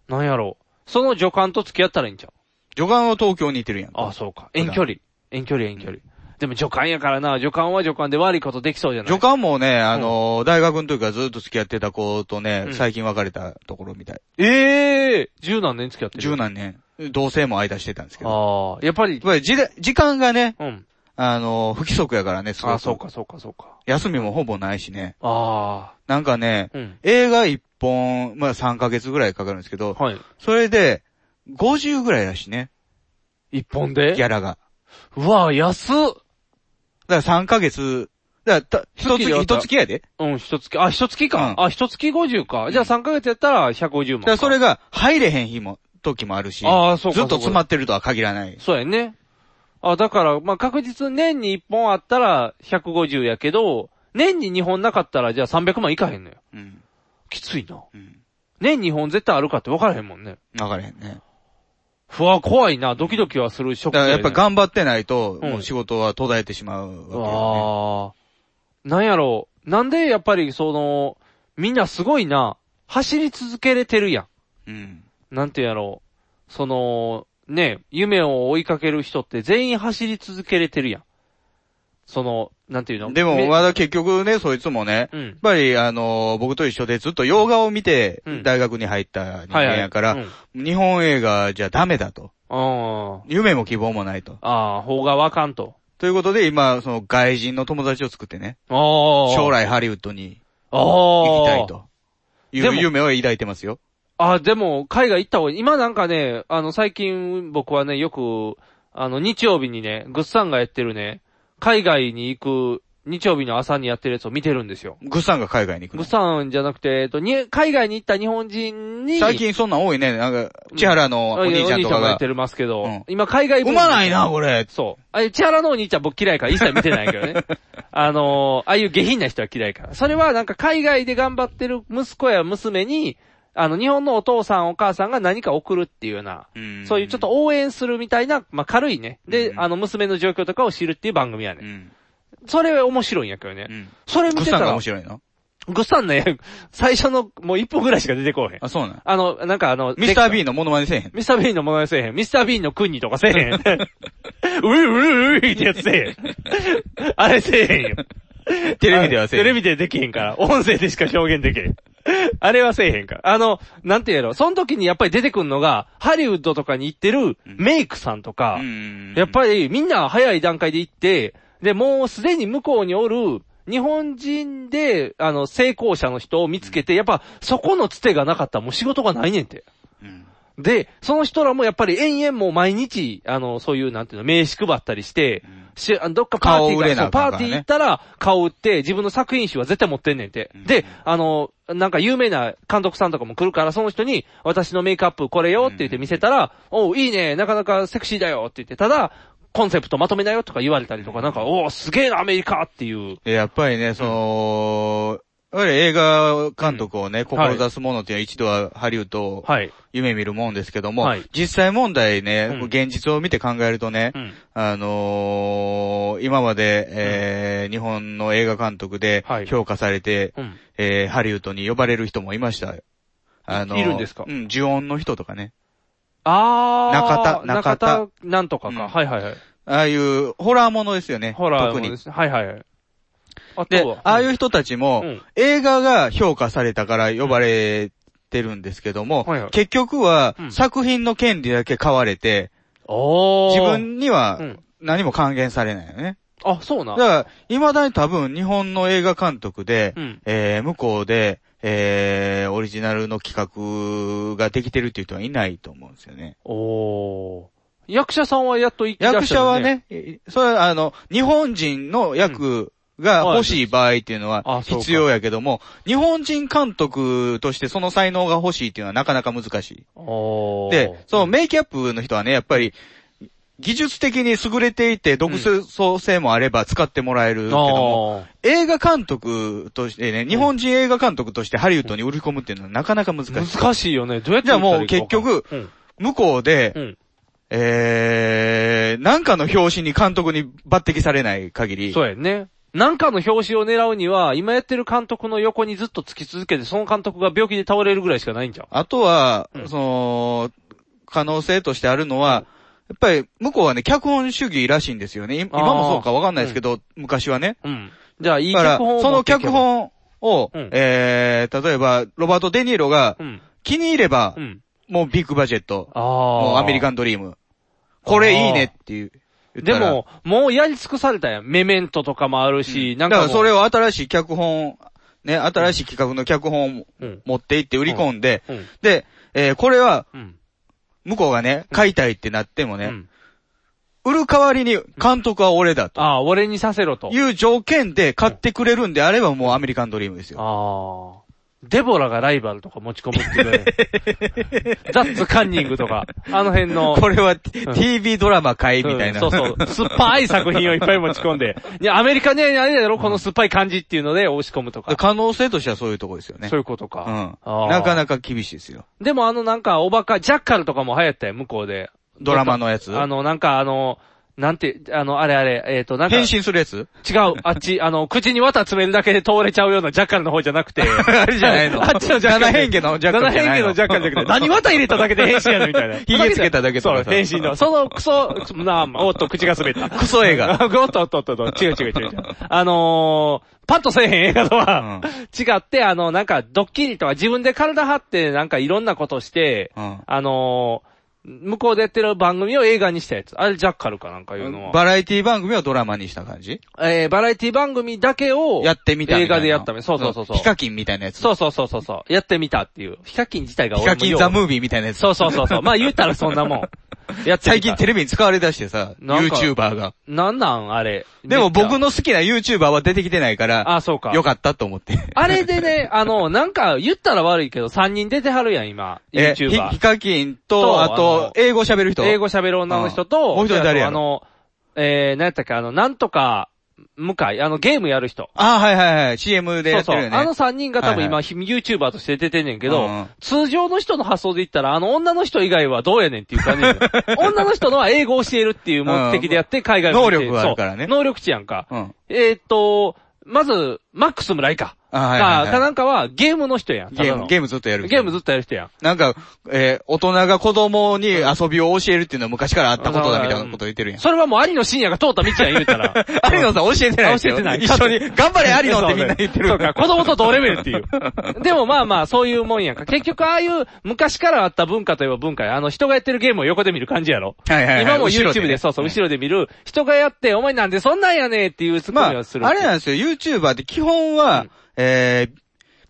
Speaker 3: なんやろう。その助監と付き合ったらいいんちゃう
Speaker 2: 女官は東京にいてるやん。
Speaker 3: あそうか。遠距離。遠距離遠距離。でも助監やからな、助監は助監で悪いことできそうじゃない
Speaker 2: 女官もね、あの大学の時からずっと付き合ってた子とね、
Speaker 3: うん
Speaker 2: 最近別れたところみたい。
Speaker 3: ええー、十何年付き合ってる。
Speaker 2: 十何年、同棲も間してたんですけど。やっ
Speaker 3: ああ、やっぱり、
Speaker 2: ぱり時代時間がね、
Speaker 3: うん。
Speaker 2: あの不規則やからね、すごく
Speaker 3: あそうかそうかそうか。
Speaker 2: 休みもほぼないしね。
Speaker 3: あ
Speaker 2: なんかね、
Speaker 3: あ、うん。
Speaker 2: 映画一本、まあ3ヶ月ぐらいかかるんですけど、
Speaker 3: はい。
Speaker 2: それで、50ぐらいだしね、
Speaker 3: 一本
Speaker 2: ギ
Speaker 3: で
Speaker 2: ャラが。
Speaker 3: うわぁ、安っ
Speaker 2: だから3ヶ月、だからた、一月、
Speaker 3: 月で
Speaker 2: 一月やで。
Speaker 3: うん、一月、あ、一月
Speaker 2: う
Speaker 3: か。
Speaker 2: ん
Speaker 3: あ、一月50か。じゃあ3ヶ月やったら150万
Speaker 2: だ
Speaker 3: か。
Speaker 2: からそれが入れへん日も、時もあるし、
Speaker 3: ああ、そうか。
Speaker 2: ずっと
Speaker 3: そう
Speaker 2: 詰
Speaker 3: か
Speaker 2: まってるとは限らない。
Speaker 3: そうやね。あ、だから、まあ、確実に年に1本あったら150やけど、年に2本なかったらじゃあ300万いかへんのよ。
Speaker 2: うん。
Speaker 3: きついな。
Speaker 2: うん。
Speaker 3: 年2本絶対あるかって分からへんもんね。
Speaker 2: わからへんね。
Speaker 3: 不安怖いな、ドキドキはする職
Speaker 2: だ
Speaker 3: 業
Speaker 2: からやっ
Speaker 3: ね
Speaker 2: ぱ頑張ってないと、
Speaker 3: うん
Speaker 2: もう仕事は途絶えてしまうわけよ
Speaker 3: ああ。なんやろう。なんでやっぱりその、みんなすごいな。走り続けれてるや
Speaker 2: ね。うん。
Speaker 3: ん。なんていうんやろう。その、ね、夢を追いかける人って全員走り続けれてるやん。その、なんていうの
Speaker 2: でも、
Speaker 3: め
Speaker 2: まだ結局ね、そいつもね、
Speaker 3: うん
Speaker 2: やっぱり、あのー僕と一緒でずっと洋画を見て
Speaker 3: うん、
Speaker 2: 大学に入った人間やから、
Speaker 3: はいはい
Speaker 2: 日本映画じゃダメだと。
Speaker 3: あー
Speaker 2: 夢も希望もないと。
Speaker 3: あー、方がわかんと。
Speaker 2: ということで、今、その外人の友達を作ってね、
Speaker 3: ああ。
Speaker 2: 将。来ハリウッドに
Speaker 3: ああ。
Speaker 2: 行きたいと。い
Speaker 3: で
Speaker 2: う
Speaker 3: も
Speaker 2: 夢を抱いてますよ。
Speaker 3: あ、でも、海外行った方がいい。今なんかね、あの、最近僕はね、よく、あの、日曜日にね、グッサンがやってるね、海外に行く、日曜日の朝にやってるやつを見てるんですよ。
Speaker 2: グッサンが海外に行
Speaker 3: グ
Speaker 2: く
Speaker 3: ッサンじゃなくて、えっと、に、海外に行った日本人
Speaker 2: の。
Speaker 3: に、
Speaker 2: 最近そんなん多いね。なんか、千原のお
Speaker 3: あいや
Speaker 2: 兄ちゃんとか
Speaker 3: がや
Speaker 2: が
Speaker 3: っ。てますけど、今海外ブ
Speaker 2: 産
Speaker 3: ーム
Speaker 2: まないな、これ。
Speaker 3: そう。あれ、千原のお兄ちゃん僕嫌いから一切見てないけどね。
Speaker 2: *laughs*
Speaker 3: あのー、ああいう下品な人は嫌いから。それはなんか海外で頑張ってる息子や娘に、あの、日本のお父さんお母さんが何か送るっていうような、そういうちょっと応援するみたいな、まあ、軽いね。で、あの、娘の状況とかを知るっていう番組やね。それ面白いんやけどね。それ見
Speaker 2: グッ
Speaker 3: て
Speaker 2: サ
Speaker 3: た
Speaker 2: ンが
Speaker 3: ら
Speaker 2: 面、白いの
Speaker 3: グッサンね、最初のもう一本ぐらいしか出てこうへん。
Speaker 2: あ、そうなん。
Speaker 3: あの、なんかあの、
Speaker 2: ミスター・
Speaker 3: ン。
Speaker 2: ビーンのモノマネせえへん。
Speaker 3: ミスター・ビーンのものまねせえへん。ミスター・ビーンのクンニとかせえへん。う *laughs* いういういうってやつせえへ *laughs* ん。あれせえへんよ。
Speaker 2: テレビではせえへん
Speaker 3: テレビでできへんから。音声でしか表現できへん。あれはせえへんから。あの、なんて言うやろ。その時にやっぱり出てくんのが、ハリウッドとかに行ってるメイクさんとか、やっぱりみんな早い段階で行って、で、もうすでに向こうにおる、日本人で、あの、成功者の人を見つけて、やっぱ、そこのつてがなかったらもう仕事がないねんて。で、その人らもやっぱり延々もう毎日、あの、そういう、なんていうの、名刺配ったりして、しあのどっかパーティー
Speaker 2: 顔売
Speaker 3: が
Speaker 2: れな
Speaker 3: そ
Speaker 2: あ
Speaker 3: うパ
Speaker 2: かんから
Speaker 3: ー
Speaker 2: ね
Speaker 3: ティー行ったら、顔売って、自分の作品集は絶対持ってんねんて。で、あの、なんか有名な監督さんとかも来るから、その人に、私のメイクアップこれよって言って見せたら、おういいね、なかなかセクシーだよって言って、ただ、コンセプトまとめなよとか言われたりとか、なんか、おうすげえな、アメリカっていう。
Speaker 2: でやっぱりね、その、やっぱり映画監督をね、志す者っていうのは一度はハリウッドを
Speaker 3: はい。
Speaker 2: 夢見るもんですけども、
Speaker 3: はい
Speaker 2: 実際問題ね、
Speaker 3: うん
Speaker 2: 現実を見て考えるとね、
Speaker 3: うん
Speaker 2: あのー今まで、えー日本の映画監督で
Speaker 3: はい
Speaker 2: 評価されて、
Speaker 3: うん
Speaker 2: えーハリウッドに呼ばれる人もいました。あ
Speaker 3: いるんですか
Speaker 2: うん、呪音の人とかね。
Speaker 3: あー。
Speaker 2: 中田中田
Speaker 3: 中田なんとかか。はいはいはい。
Speaker 2: ああいう、ホラーものですよね。
Speaker 3: ホラー
Speaker 2: 特
Speaker 3: も
Speaker 2: に
Speaker 3: で。すね。はいはいはい。あ
Speaker 2: で
Speaker 3: とは、
Speaker 2: ああいう人たちも、
Speaker 3: うん
Speaker 2: 映画が評価されたから呼ばれてるんですけども、
Speaker 3: はいはい
Speaker 2: 結局は、
Speaker 3: うん
Speaker 2: 作品の権利だけ買われて、
Speaker 3: おー
Speaker 2: 自分には
Speaker 3: うん
Speaker 2: 何も還元されないよね。
Speaker 3: あ、そうな
Speaker 2: だ。から、未だに多分日本の映画監督で、
Speaker 3: うん
Speaker 2: えー向こうで、えーオリジナルの企画ができてるっていう人はいないと思うんですよね。
Speaker 3: おー。役者さんはやっと行きだした
Speaker 2: 役者は。ね、えそれはあの、日本人の役が欲しい場合っていうのは
Speaker 3: あそうか
Speaker 2: 必要やけども、日本人監督としてその才能が欲しいっていうのはなかなか難しい。
Speaker 3: おー。
Speaker 2: で、そのメイキャップの人はね、やっぱり、技術的に優れていて、独創性もあれば使ってもらえるけども、
Speaker 3: あー
Speaker 2: 映画監督としてね、日本人映画監督としてハリウッドに売り込むっていうのはなかなか難しい。
Speaker 3: 難しいよね。どうやって
Speaker 2: じゃあも
Speaker 3: 打
Speaker 2: う
Speaker 3: ったらい
Speaker 2: 結
Speaker 3: いか分
Speaker 2: 局
Speaker 3: からんうん、
Speaker 2: 向こうで、
Speaker 3: うん
Speaker 2: えー、なんかの表紙に監督に抜擢されない限り、
Speaker 3: そうやね。なんかの表紙を狙うには、今やってる監督の横にずっとつき続けて、その監督が病気で倒れるぐらいしかないんじゃん。
Speaker 2: あとは、その、可能性としてあるのは、やっぱり向こうはね、脚本主義らしいんですよね。い
Speaker 3: あー
Speaker 2: 今もそうかわかんないですけど、昔はね。
Speaker 3: うん。じゃあ、いい
Speaker 2: だから、
Speaker 3: 脚本
Speaker 2: そ
Speaker 3: を持
Speaker 2: の
Speaker 3: っていけば
Speaker 2: 脚本を、
Speaker 3: うん
Speaker 2: えー、例えば、ロバート・デ・ニーロが
Speaker 3: うん、
Speaker 2: 気に入れば、
Speaker 3: うん
Speaker 2: もうビッグバジェット、
Speaker 3: あー
Speaker 2: もうアメリカンドリーム。これいいねっていう。言っ
Speaker 3: で
Speaker 2: たら
Speaker 3: も、もうやり尽くされたやん。メメントとかもあるし、なん
Speaker 2: だ
Speaker 3: か
Speaker 2: から
Speaker 3: もう。
Speaker 2: それを新しい脚本、ね、新しい企画の脚本を
Speaker 3: うん
Speaker 2: 持って行って売り込んで、
Speaker 3: うん
Speaker 2: で、えーこれは
Speaker 3: ん、
Speaker 2: 向こうがね、買いたいってなってもね、売る代わりに監督は俺だと
Speaker 3: ああ、俺にさせろと。
Speaker 2: いう条件で買ってくれるんであればもうアメリカンドリームですよ。
Speaker 3: ああ。デボラがライバルとか持ち込むって
Speaker 2: *laughs*
Speaker 3: いうね。ザッツカンニングとか、あの辺の。
Speaker 2: これは TV ドラマ買いみたいな。
Speaker 3: うんそうそう。酸っぱい作品をいっぱい持ち込んで。いや、アメリカね、あれだろ、この酸っぱい感じっていうので押し込むとか。
Speaker 2: 可能性としてはそういうとこですよね。
Speaker 3: そういうことか。
Speaker 2: う
Speaker 3: あー
Speaker 2: ん。なかなか厳しいですよ。
Speaker 3: でもあのなんか、おバカ、ジャッカルとかも流行ったよ、向こうで。
Speaker 2: ドラマのやつ
Speaker 3: あの、なんかあの、なんて、あの、あれあれ、えっ、と、なんか。
Speaker 2: 変身するやつ
Speaker 3: 違う、あっち、あの、口に綿詰めるだけで通れちゃうようなジャッカルの方じゃな
Speaker 2: *laughs*
Speaker 3: くて。あ
Speaker 2: れじゃないの
Speaker 3: *laughs* あっちのジャッカル。
Speaker 2: 七変化のジャッカルじゃな
Speaker 3: 七
Speaker 2: い
Speaker 3: 変化
Speaker 2: の
Speaker 3: のジャッカルじゃなくて、何綿入れただけで変身やるみ
Speaker 2: *laughs*
Speaker 3: たいな。
Speaker 2: 髭つけただけと
Speaker 3: そう、
Speaker 2: かさ
Speaker 3: 変身
Speaker 2: *laughs*
Speaker 3: の。そのクソ、なおっと、口が滑った。
Speaker 2: クソ映画。
Speaker 3: *laughs* おっとおっとおっとおっと、違う違う違う違う。あのー、パッとせえへん映画とは、違って、あの、なんか、ドッキリとか自分で体張って、なんかいろんなことして、あのー、向こうでやってる番組を映画にしたやつ。あれ、ジャッカルかなんかいうのは。
Speaker 2: バラエティ番組をドラマにした感じ
Speaker 3: えー、バラエティ番組だけを、
Speaker 2: やってみたみたいな
Speaker 3: 映画でやったみそうそうそうそう。
Speaker 2: ヒカキンみたいなやつ。
Speaker 3: そうそうそうそうそう。やってみたっていう。ヒカキン自体が
Speaker 2: ヒカキンザムー
Speaker 3: ビ
Speaker 2: ビーみたいなやつ。
Speaker 3: そうそうそうそう。まあ言ったらそんなもん。 *laughs* やってみた
Speaker 2: 最近テレビに使われ出してさ、
Speaker 3: なんか
Speaker 2: YouTuber が。
Speaker 3: なんなんあれ。
Speaker 2: でも僕の好きな YouTuber は出てきてないから、
Speaker 3: あ、そうか。
Speaker 2: よかったと思って。
Speaker 3: あれでね、 *laughs* あの、なんか言ったら悪いけど、3人出てはるやん、今。
Speaker 2: え、ヒ
Speaker 3: YouTuber
Speaker 2: ヒ。カキン
Speaker 3: と
Speaker 2: と、あ
Speaker 3: あの
Speaker 2: と、英語喋る人。
Speaker 3: 英語喋る女の人
Speaker 2: う
Speaker 3: と、
Speaker 2: んもう一人誰や
Speaker 3: あの、えー、何やったっけ、あの、なんとか、向井、あの、ゲームやる人。
Speaker 2: あ、はいはいはい。CM でや
Speaker 3: そう
Speaker 2: って
Speaker 3: そう。
Speaker 2: るよね。
Speaker 3: あの3人が多分今、
Speaker 2: は
Speaker 3: ひ YouTuber として出てんねんけど、
Speaker 2: うん
Speaker 3: 通常の人の発想で言ったら、あの女の人以外はどうやねんっていう感じやねん。女の人のは英語を教えるっていう目的でやって、海外
Speaker 2: 能
Speaker 3: 向けて
Speaker 2: 力があるからね
Speaker 3: そう能力値やんか。
Speaker 2: うん。
Speaker 3: えーっと、まず、マックス村井か。
Speaker 2: あはいはいはい
Speaker 3: かかなんかは、ゲームの人やん。
Speaker 2: ゲーム、ゲーム
Speaker 3: ずっ
Speaker 2: ずっとやる。
Speaker 3: ゲームずっとやる人やん。
Speaker 2: なんか、えー大人が子供に遊びを教えるっていうのは昔からあったことだみたいなこと言ってるやん。
Speaker 3: それはもう、有野深也が通った道やん、言う
Speaker 2: *laughs*
Speaker 3: たら。
Speaker 2: 有野さん教えてない
Speaker 3: あ
Speaker 2: です
Speaker 3: 教え
Speaker 2: よ
Speaker 3: てない。
Speaker 2: 一緒に、
Speaker 3: *laughs*
Speaker 2: 頑張れ有野ってみんな言ってる。
Speaker 3: そうか、子供と同レベルっていう。 *laughs* でもまあまあ、そういうもんやんか。結局、ああいう昔からあった文化といえば文化や。あの、人がやってるゲームを横で見る感じやろ。
Speaker 2: はいはいはい
Speaker 3: 今も
Speaker 2: 後ろで
Speaker 3: YouTube
Speaker 2: ね
Speaker 3: で、そうそう、後ろで見る、人がやって、お前なんでそんなんやねんっていうツッコ
Speaker 2: ま
Speaker 3: ミをする。
Speaker 2: あ、あれなんですよ、YouTuber って基本は、えー、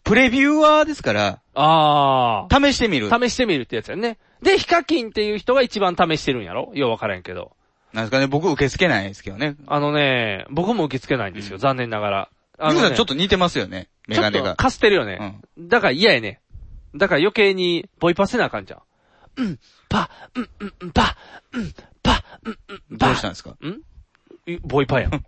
Speaker 2: プレビューアーですから、
Speaker 3: ああ。
Speaker 2: 試してみる。
Speaker 3: 試してみるってやつやね。で、ヒカキンっていう人が一番試してるんやろようわからんけど。
Speaker 2: なんですかね、僕受け付けないですけどね。
Speaker 3: あのね、僕も受け付けないんですよ、残念ながら。
Speaker 2: ゆ
Speaker 3: あ
Speaker 2: う
Speaker 3: の
Speaker 2: さん
Speaker 3: ね
Speaker 2: ちょっと似てますよね、メ
Speaker 3: ちょ
Speaker 2: ガ
Speaker 3: っ
Speaker 2: ネ
Speaker 3: と
Speaker 2: が。
Speaker 3: かすってるよね。だから嫌やね。だから余計にボイパせなあかんじゃん。
Speaker 2: どうしたんですか
Speaker 3: いボイパやん。 *laughs*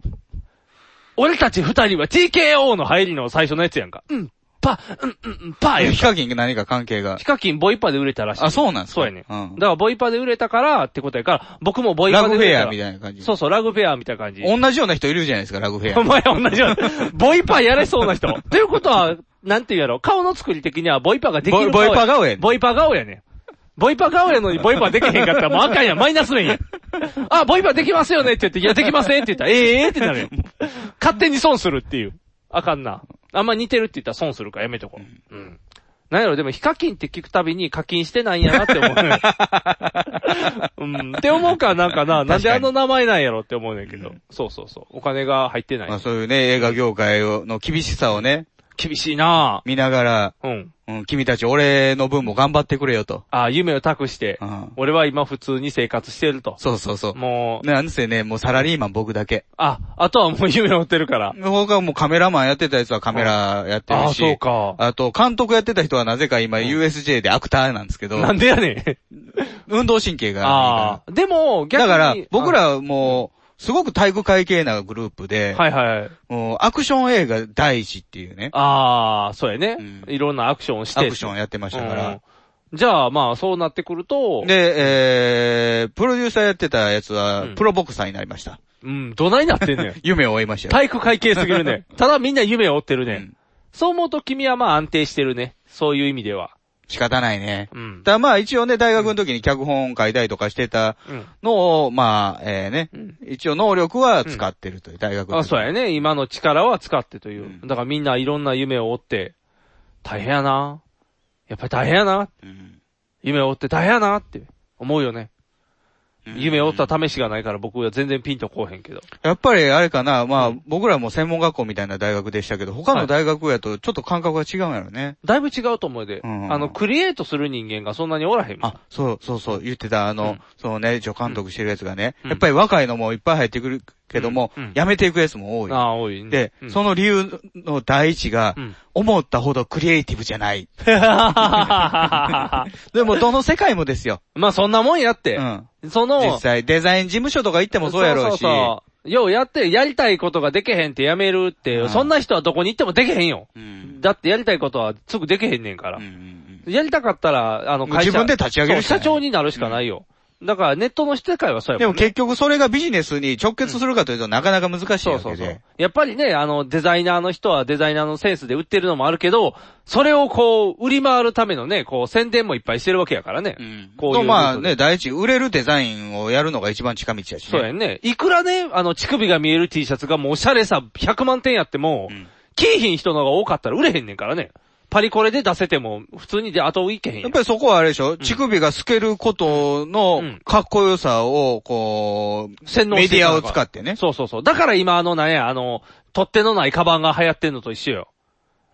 Speaker 3: 俺たち二人は TKO の入りの最初のやつやんか。うん、パ、うん、うん、パーやん
Speaker 2: ヒ
Speaker 3: か。
Speaker 2: カキンが何か関係が
Speaker 3: ヒ。カキンボイパで売れたらしい。
Speaker 2: あ、そうなんですか
Speaker 3: そうやね。
Speaker 2: う
Speaker 3: だ
Speaker 2: ん。
Speaker 3: からボイパで売れたからってことやから、僕もボイパで売れたら。
Speaker 2: ラグフェアみたいな感じ
Speaker 3: そうそう、ラグフェアみたいな感じ。
Speaker 2: 同じような人いるじゃないですか、ラグフェ
Speaker 3: お
Speaker 2: ア。
Speaker 3: 前同じよう
Speaker 2: *laughs*
Speaker 3: な。ボイパーやれそうな人。ということは、なんて言うやろ。顔の作り的にはボイパーができる
Speaker 2: ボイボイパー顔やね
Speaker 3: ボイパー顔やね。ボイパー顔やのにボイパーできへんかったらもうあかんやん。マイナス面やん。あ、ボイパーできますよねって言って、いやできませんって言ったら、ええー、ってなるよ。勝手に損するっていう。あかんな。あんま似てるって言ったら損するからやめとこう。うん。なんやろ、でも、ヒカキンって聞くたびに課金してないんやなっ
Speaker 2: *laughs*
Speaker 3: て思うね。うん。って思うからなんかな、なんであの名前なんやろって思うねんけど。そうそうそう。お金が入ってない
Speaker 2: まあ。そういうね、映画業界をの厳しさをね、
Speaker 3: 厳しいな
Speaker 2: 見ながら、
Speaker 3: ぁ。うん。
Speaker 2: うん、君たち俺の分も頑張ってくれよと。
Speaker 3: ああ、夢を託して
Speaker 2: うん、
Speaker 3: 俺は今普通に生活してると。
Speaker 2: そうそうそう。
Speaker 3: もう、
Speaker 2: なんせね、もうサラリーマン僕だけ。
Speaker 3: あ、あとはもう夢を追ってるから。
Speaker 2: 僕はもうカメラマンやってたやつはカメラやって
Speaker 3: あ
Speaker 2: る
Speaker 3: あ、
Speaker 2: し。
Speaker 3: そうか。
Speaker 2: あと、監督やってた人はなぜか今 USJ でアクターなんですけど、
Speaker 3: なんでやねん。
Speaker 2: 運動神経がいい
Speaker 3: あ
Speaker 2: か
Speaker 3: あ。でも、逆
Speaker 2: ら。
Speaker 3: に。
Speaker 2: だから、僕
Speaker 3: あ、
Speaker 2: らもう、すごく体育会系なグループで、
Speaker 3: はいはい。
Speaker 2: もうアクション映画第一っていうね、
Speaker 3: ああ、そうやね
Speaker 2: うん。
Speaker 3: いろんなアクションをして。
Speaker 2: アクションやってましたか
Speaker 3: うん
Speaker 2: ら。。
Speaker 3: じゃあ、まあ、そうなってくると、
Speaker 2: で、えー、プロデューサーやってたやつ
Speaker 3: う
Speaker 2: は
Speaker 3: ん、
Speaker 2: プロボクサーになりました。
Speaker 3: うん、ど *laughs* ないなってんねん。
Speaker 2: 夢を追いましたよ。
Speaker 3: 体育会系すぎるね。ただみんな夢を追ってるね。
Speaker 2: うん
Speaker 3: そう思うと君はまあ安定してるね。そういう意味では。
Speaker 2: 仕方ないね。
Speaker 3: うん。
Speaker 2: ただまあ一応ね、大学の時に脚本書いたりとかしてた
Speaker 3: うん。
Speaker 2: のを、まあ、えーね
Speaker 3: ん、
Speaker 2: 一応能力は使ってるという、大学の時
Speaker 3: あ、そうやね。今の力は使ってという。だからみんないろんな夢を追って、大変やな。やっぱり大変やな。
Speaker 2: うん
Speaker 3: 夢を追って大変やなって思うよね。夢を追った試しがないから僕は全然ピンとこうへんけど。
Speaker 2: やっぱりあれかな、まあ、僕らも専門学校みたいな大学でしたけど、他の大学やとちょっと感覚が違うんやろね。
Speaker 3: だいぶ違うと思うで。
Speaker 2: うん
Speaker 3: あの、クリエイトする人間がそんなにおらへんもん。
Speaker 2: あ、そうそうそう、言ってた、あの、
Speaker 3: うん
Speaker 2: そのね、助監督してるやつがね、
Speaker 3: うん
Speaker 2: やっぱり若いのもいっぱい入ってくるけども、
Speaker 3: うんうん
Speaker 2: やめていくやつも多い。
Speaker 3: ああ、多いね。
Speaker 2: で、
Speaker 3: うん
Speaker 2: そ
Speaker 3: *laughs*
Speaker 2: の理 *laughs* 由の第一が、
Speaker 3: うん
Speaker 2: 思ったほどクリエイティブじゃ
Speaker 3: *laughs*
Speaker 2: ない。 *laughs*
Speaker 3: ま
Speaker 2: でも、どの世界もですよ。
Speaker 3: あそんなもんやって
Speaker 2: う。ん。
Speaker 3: その、
Speaker 2: 実際、デザイン事務所とか行ってもそうやろうし、
Speaker 3: そうそうようやって、やりたいことができへんってやめるって、
Speaker 2: うん
Speaker 3: そんな人はどこに行ってもできへんよ。
Speaker 2: うん
Speaker 3: だってやりたいことはすぐできへんねんから。
Speaker 2: うんうんうん
Speaker 3: やりたかったら、あの、
Speaker 2: もう自分で立ち上げる
Speaker 3: そう
Speaker 2: しかな
Speaker 3: 社
Speaker 2: い
Speaker 3: 長になるしかないよ。だからネットの世界はそうや
Speaker 2: でも結局それがビジネスに直結するかというとなかなか難しいわけで。。
Speaker 3: そうそうそう。やっぱりね、あの、デザイナーの人はデザイナーのセンスで売ってるのもあるけど、それをこう、売り回るためのね、こう、宣伝もいっぱいしてるわけやからね。うんこういう
Speaker 2: と
Speaker 3: ルートで。
Speaker 2: まあね、第一、売れるデザインをやるのが一番近道やしね。
Speaker 3: そうやんね。いくらね、あの、乳首が見える T シャツがもうおしゃれさ100万点やっても、キーヒン人の方が多かったら売れへんねんからね。パリコレで出せても、普通にで後いけへんや
Speaker 2: やっ
Speaker 3: ん。
Speaker 2: ぱりそこはあれでしょ乳首が透けることのかっこよさを、こう、
Speaker 3: 洗脳
Speaker 2: メ
Speaker 3: して
Speaker 2: デ
Speaker 3: いく
Speaker 2: ィ
Speaker 3: の
Speaker 2: ア
Speaker 3: が
Speaker 2: を使ってね。
Speaker 3: そうそうそう。だから今あの、なんや、あの、取っ手のないカバンが流行ってんのと一緒よ。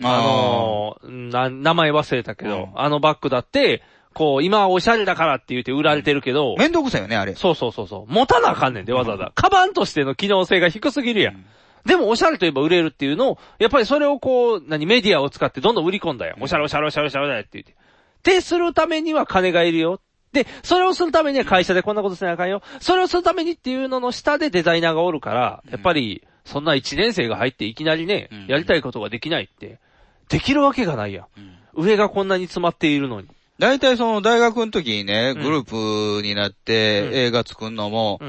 Speaker 3: あのな、名前忘れたけど、あのバッグだって、こう、今はおしゃれだからって言って売られてるけど、
Speaker 2: めんどくさいよね、あれ。
Speaker 3: そうそうそうそう。持たなあかんねんで、わざわざ。カバンとしての機能性が低すぎるやん。でも、おしゃれといえば売れるっていうのを、やっぱりそれをこう、何、メディアを使ってどんどん売り込んだよ。おしゃれおしゃれおしゃれおしゃれおしゃれって言って。ってするためには金がいるよ。で、それをするためには会社でこんなことせなあかんよ。それをするためにっていうのの下でデザイナーがおるから、やっぱり、そんな一年生が入っていきなりね、やりたいことができないって、できるわけがないやん。上がこんなに詰まっているのに。
Speaker 2: 大体その大学の時にね、グループになって映画作るのも、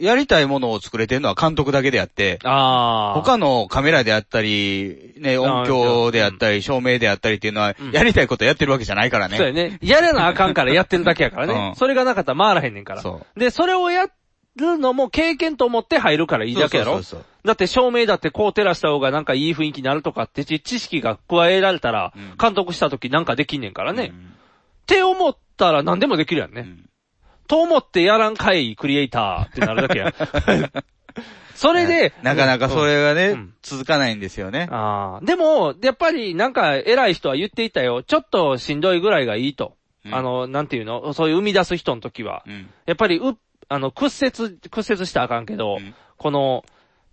Speaker 2: やりたいものを作れてるのは監督だけであって、
Speaker 3: あ
Speaker 2: 他のカメラであったり、ね、音響であったり、照明であったりっていうのは、やりたいことやってるわけじゃないからね。
Speaker 3: そうやね。やらなあかんからやってるだけやからね。
Speaker 2: うん
Speaker 3: それがなかったら回らへんねんから。で、それをやるのも経験と思って入るからいいだけやろ。
Speaker 2: そうそうそう
Speaker 3: だって照明だってこう照らした方がなんかいい雰囲気になるとかって知知識が加えられたら、監督した時なんかできんねんからね。って思ったら何でもできるやんね。と思ってやらんかい、クリエイターってなるだ
Speaker 2: *laughs*
Speaker 3: けや。それで、
Speaker 2: なかなかそれがね、続かないんですよね。
Speaker 3: ああ。でも、やっぱりなんか偉い人は言っていたよ。ちょっとしんどいぐらいがいいと。あの、なんていうのそういう生み出す人の時は。やっぱり、う、あの、屈折、屈折したらあかんけど、この、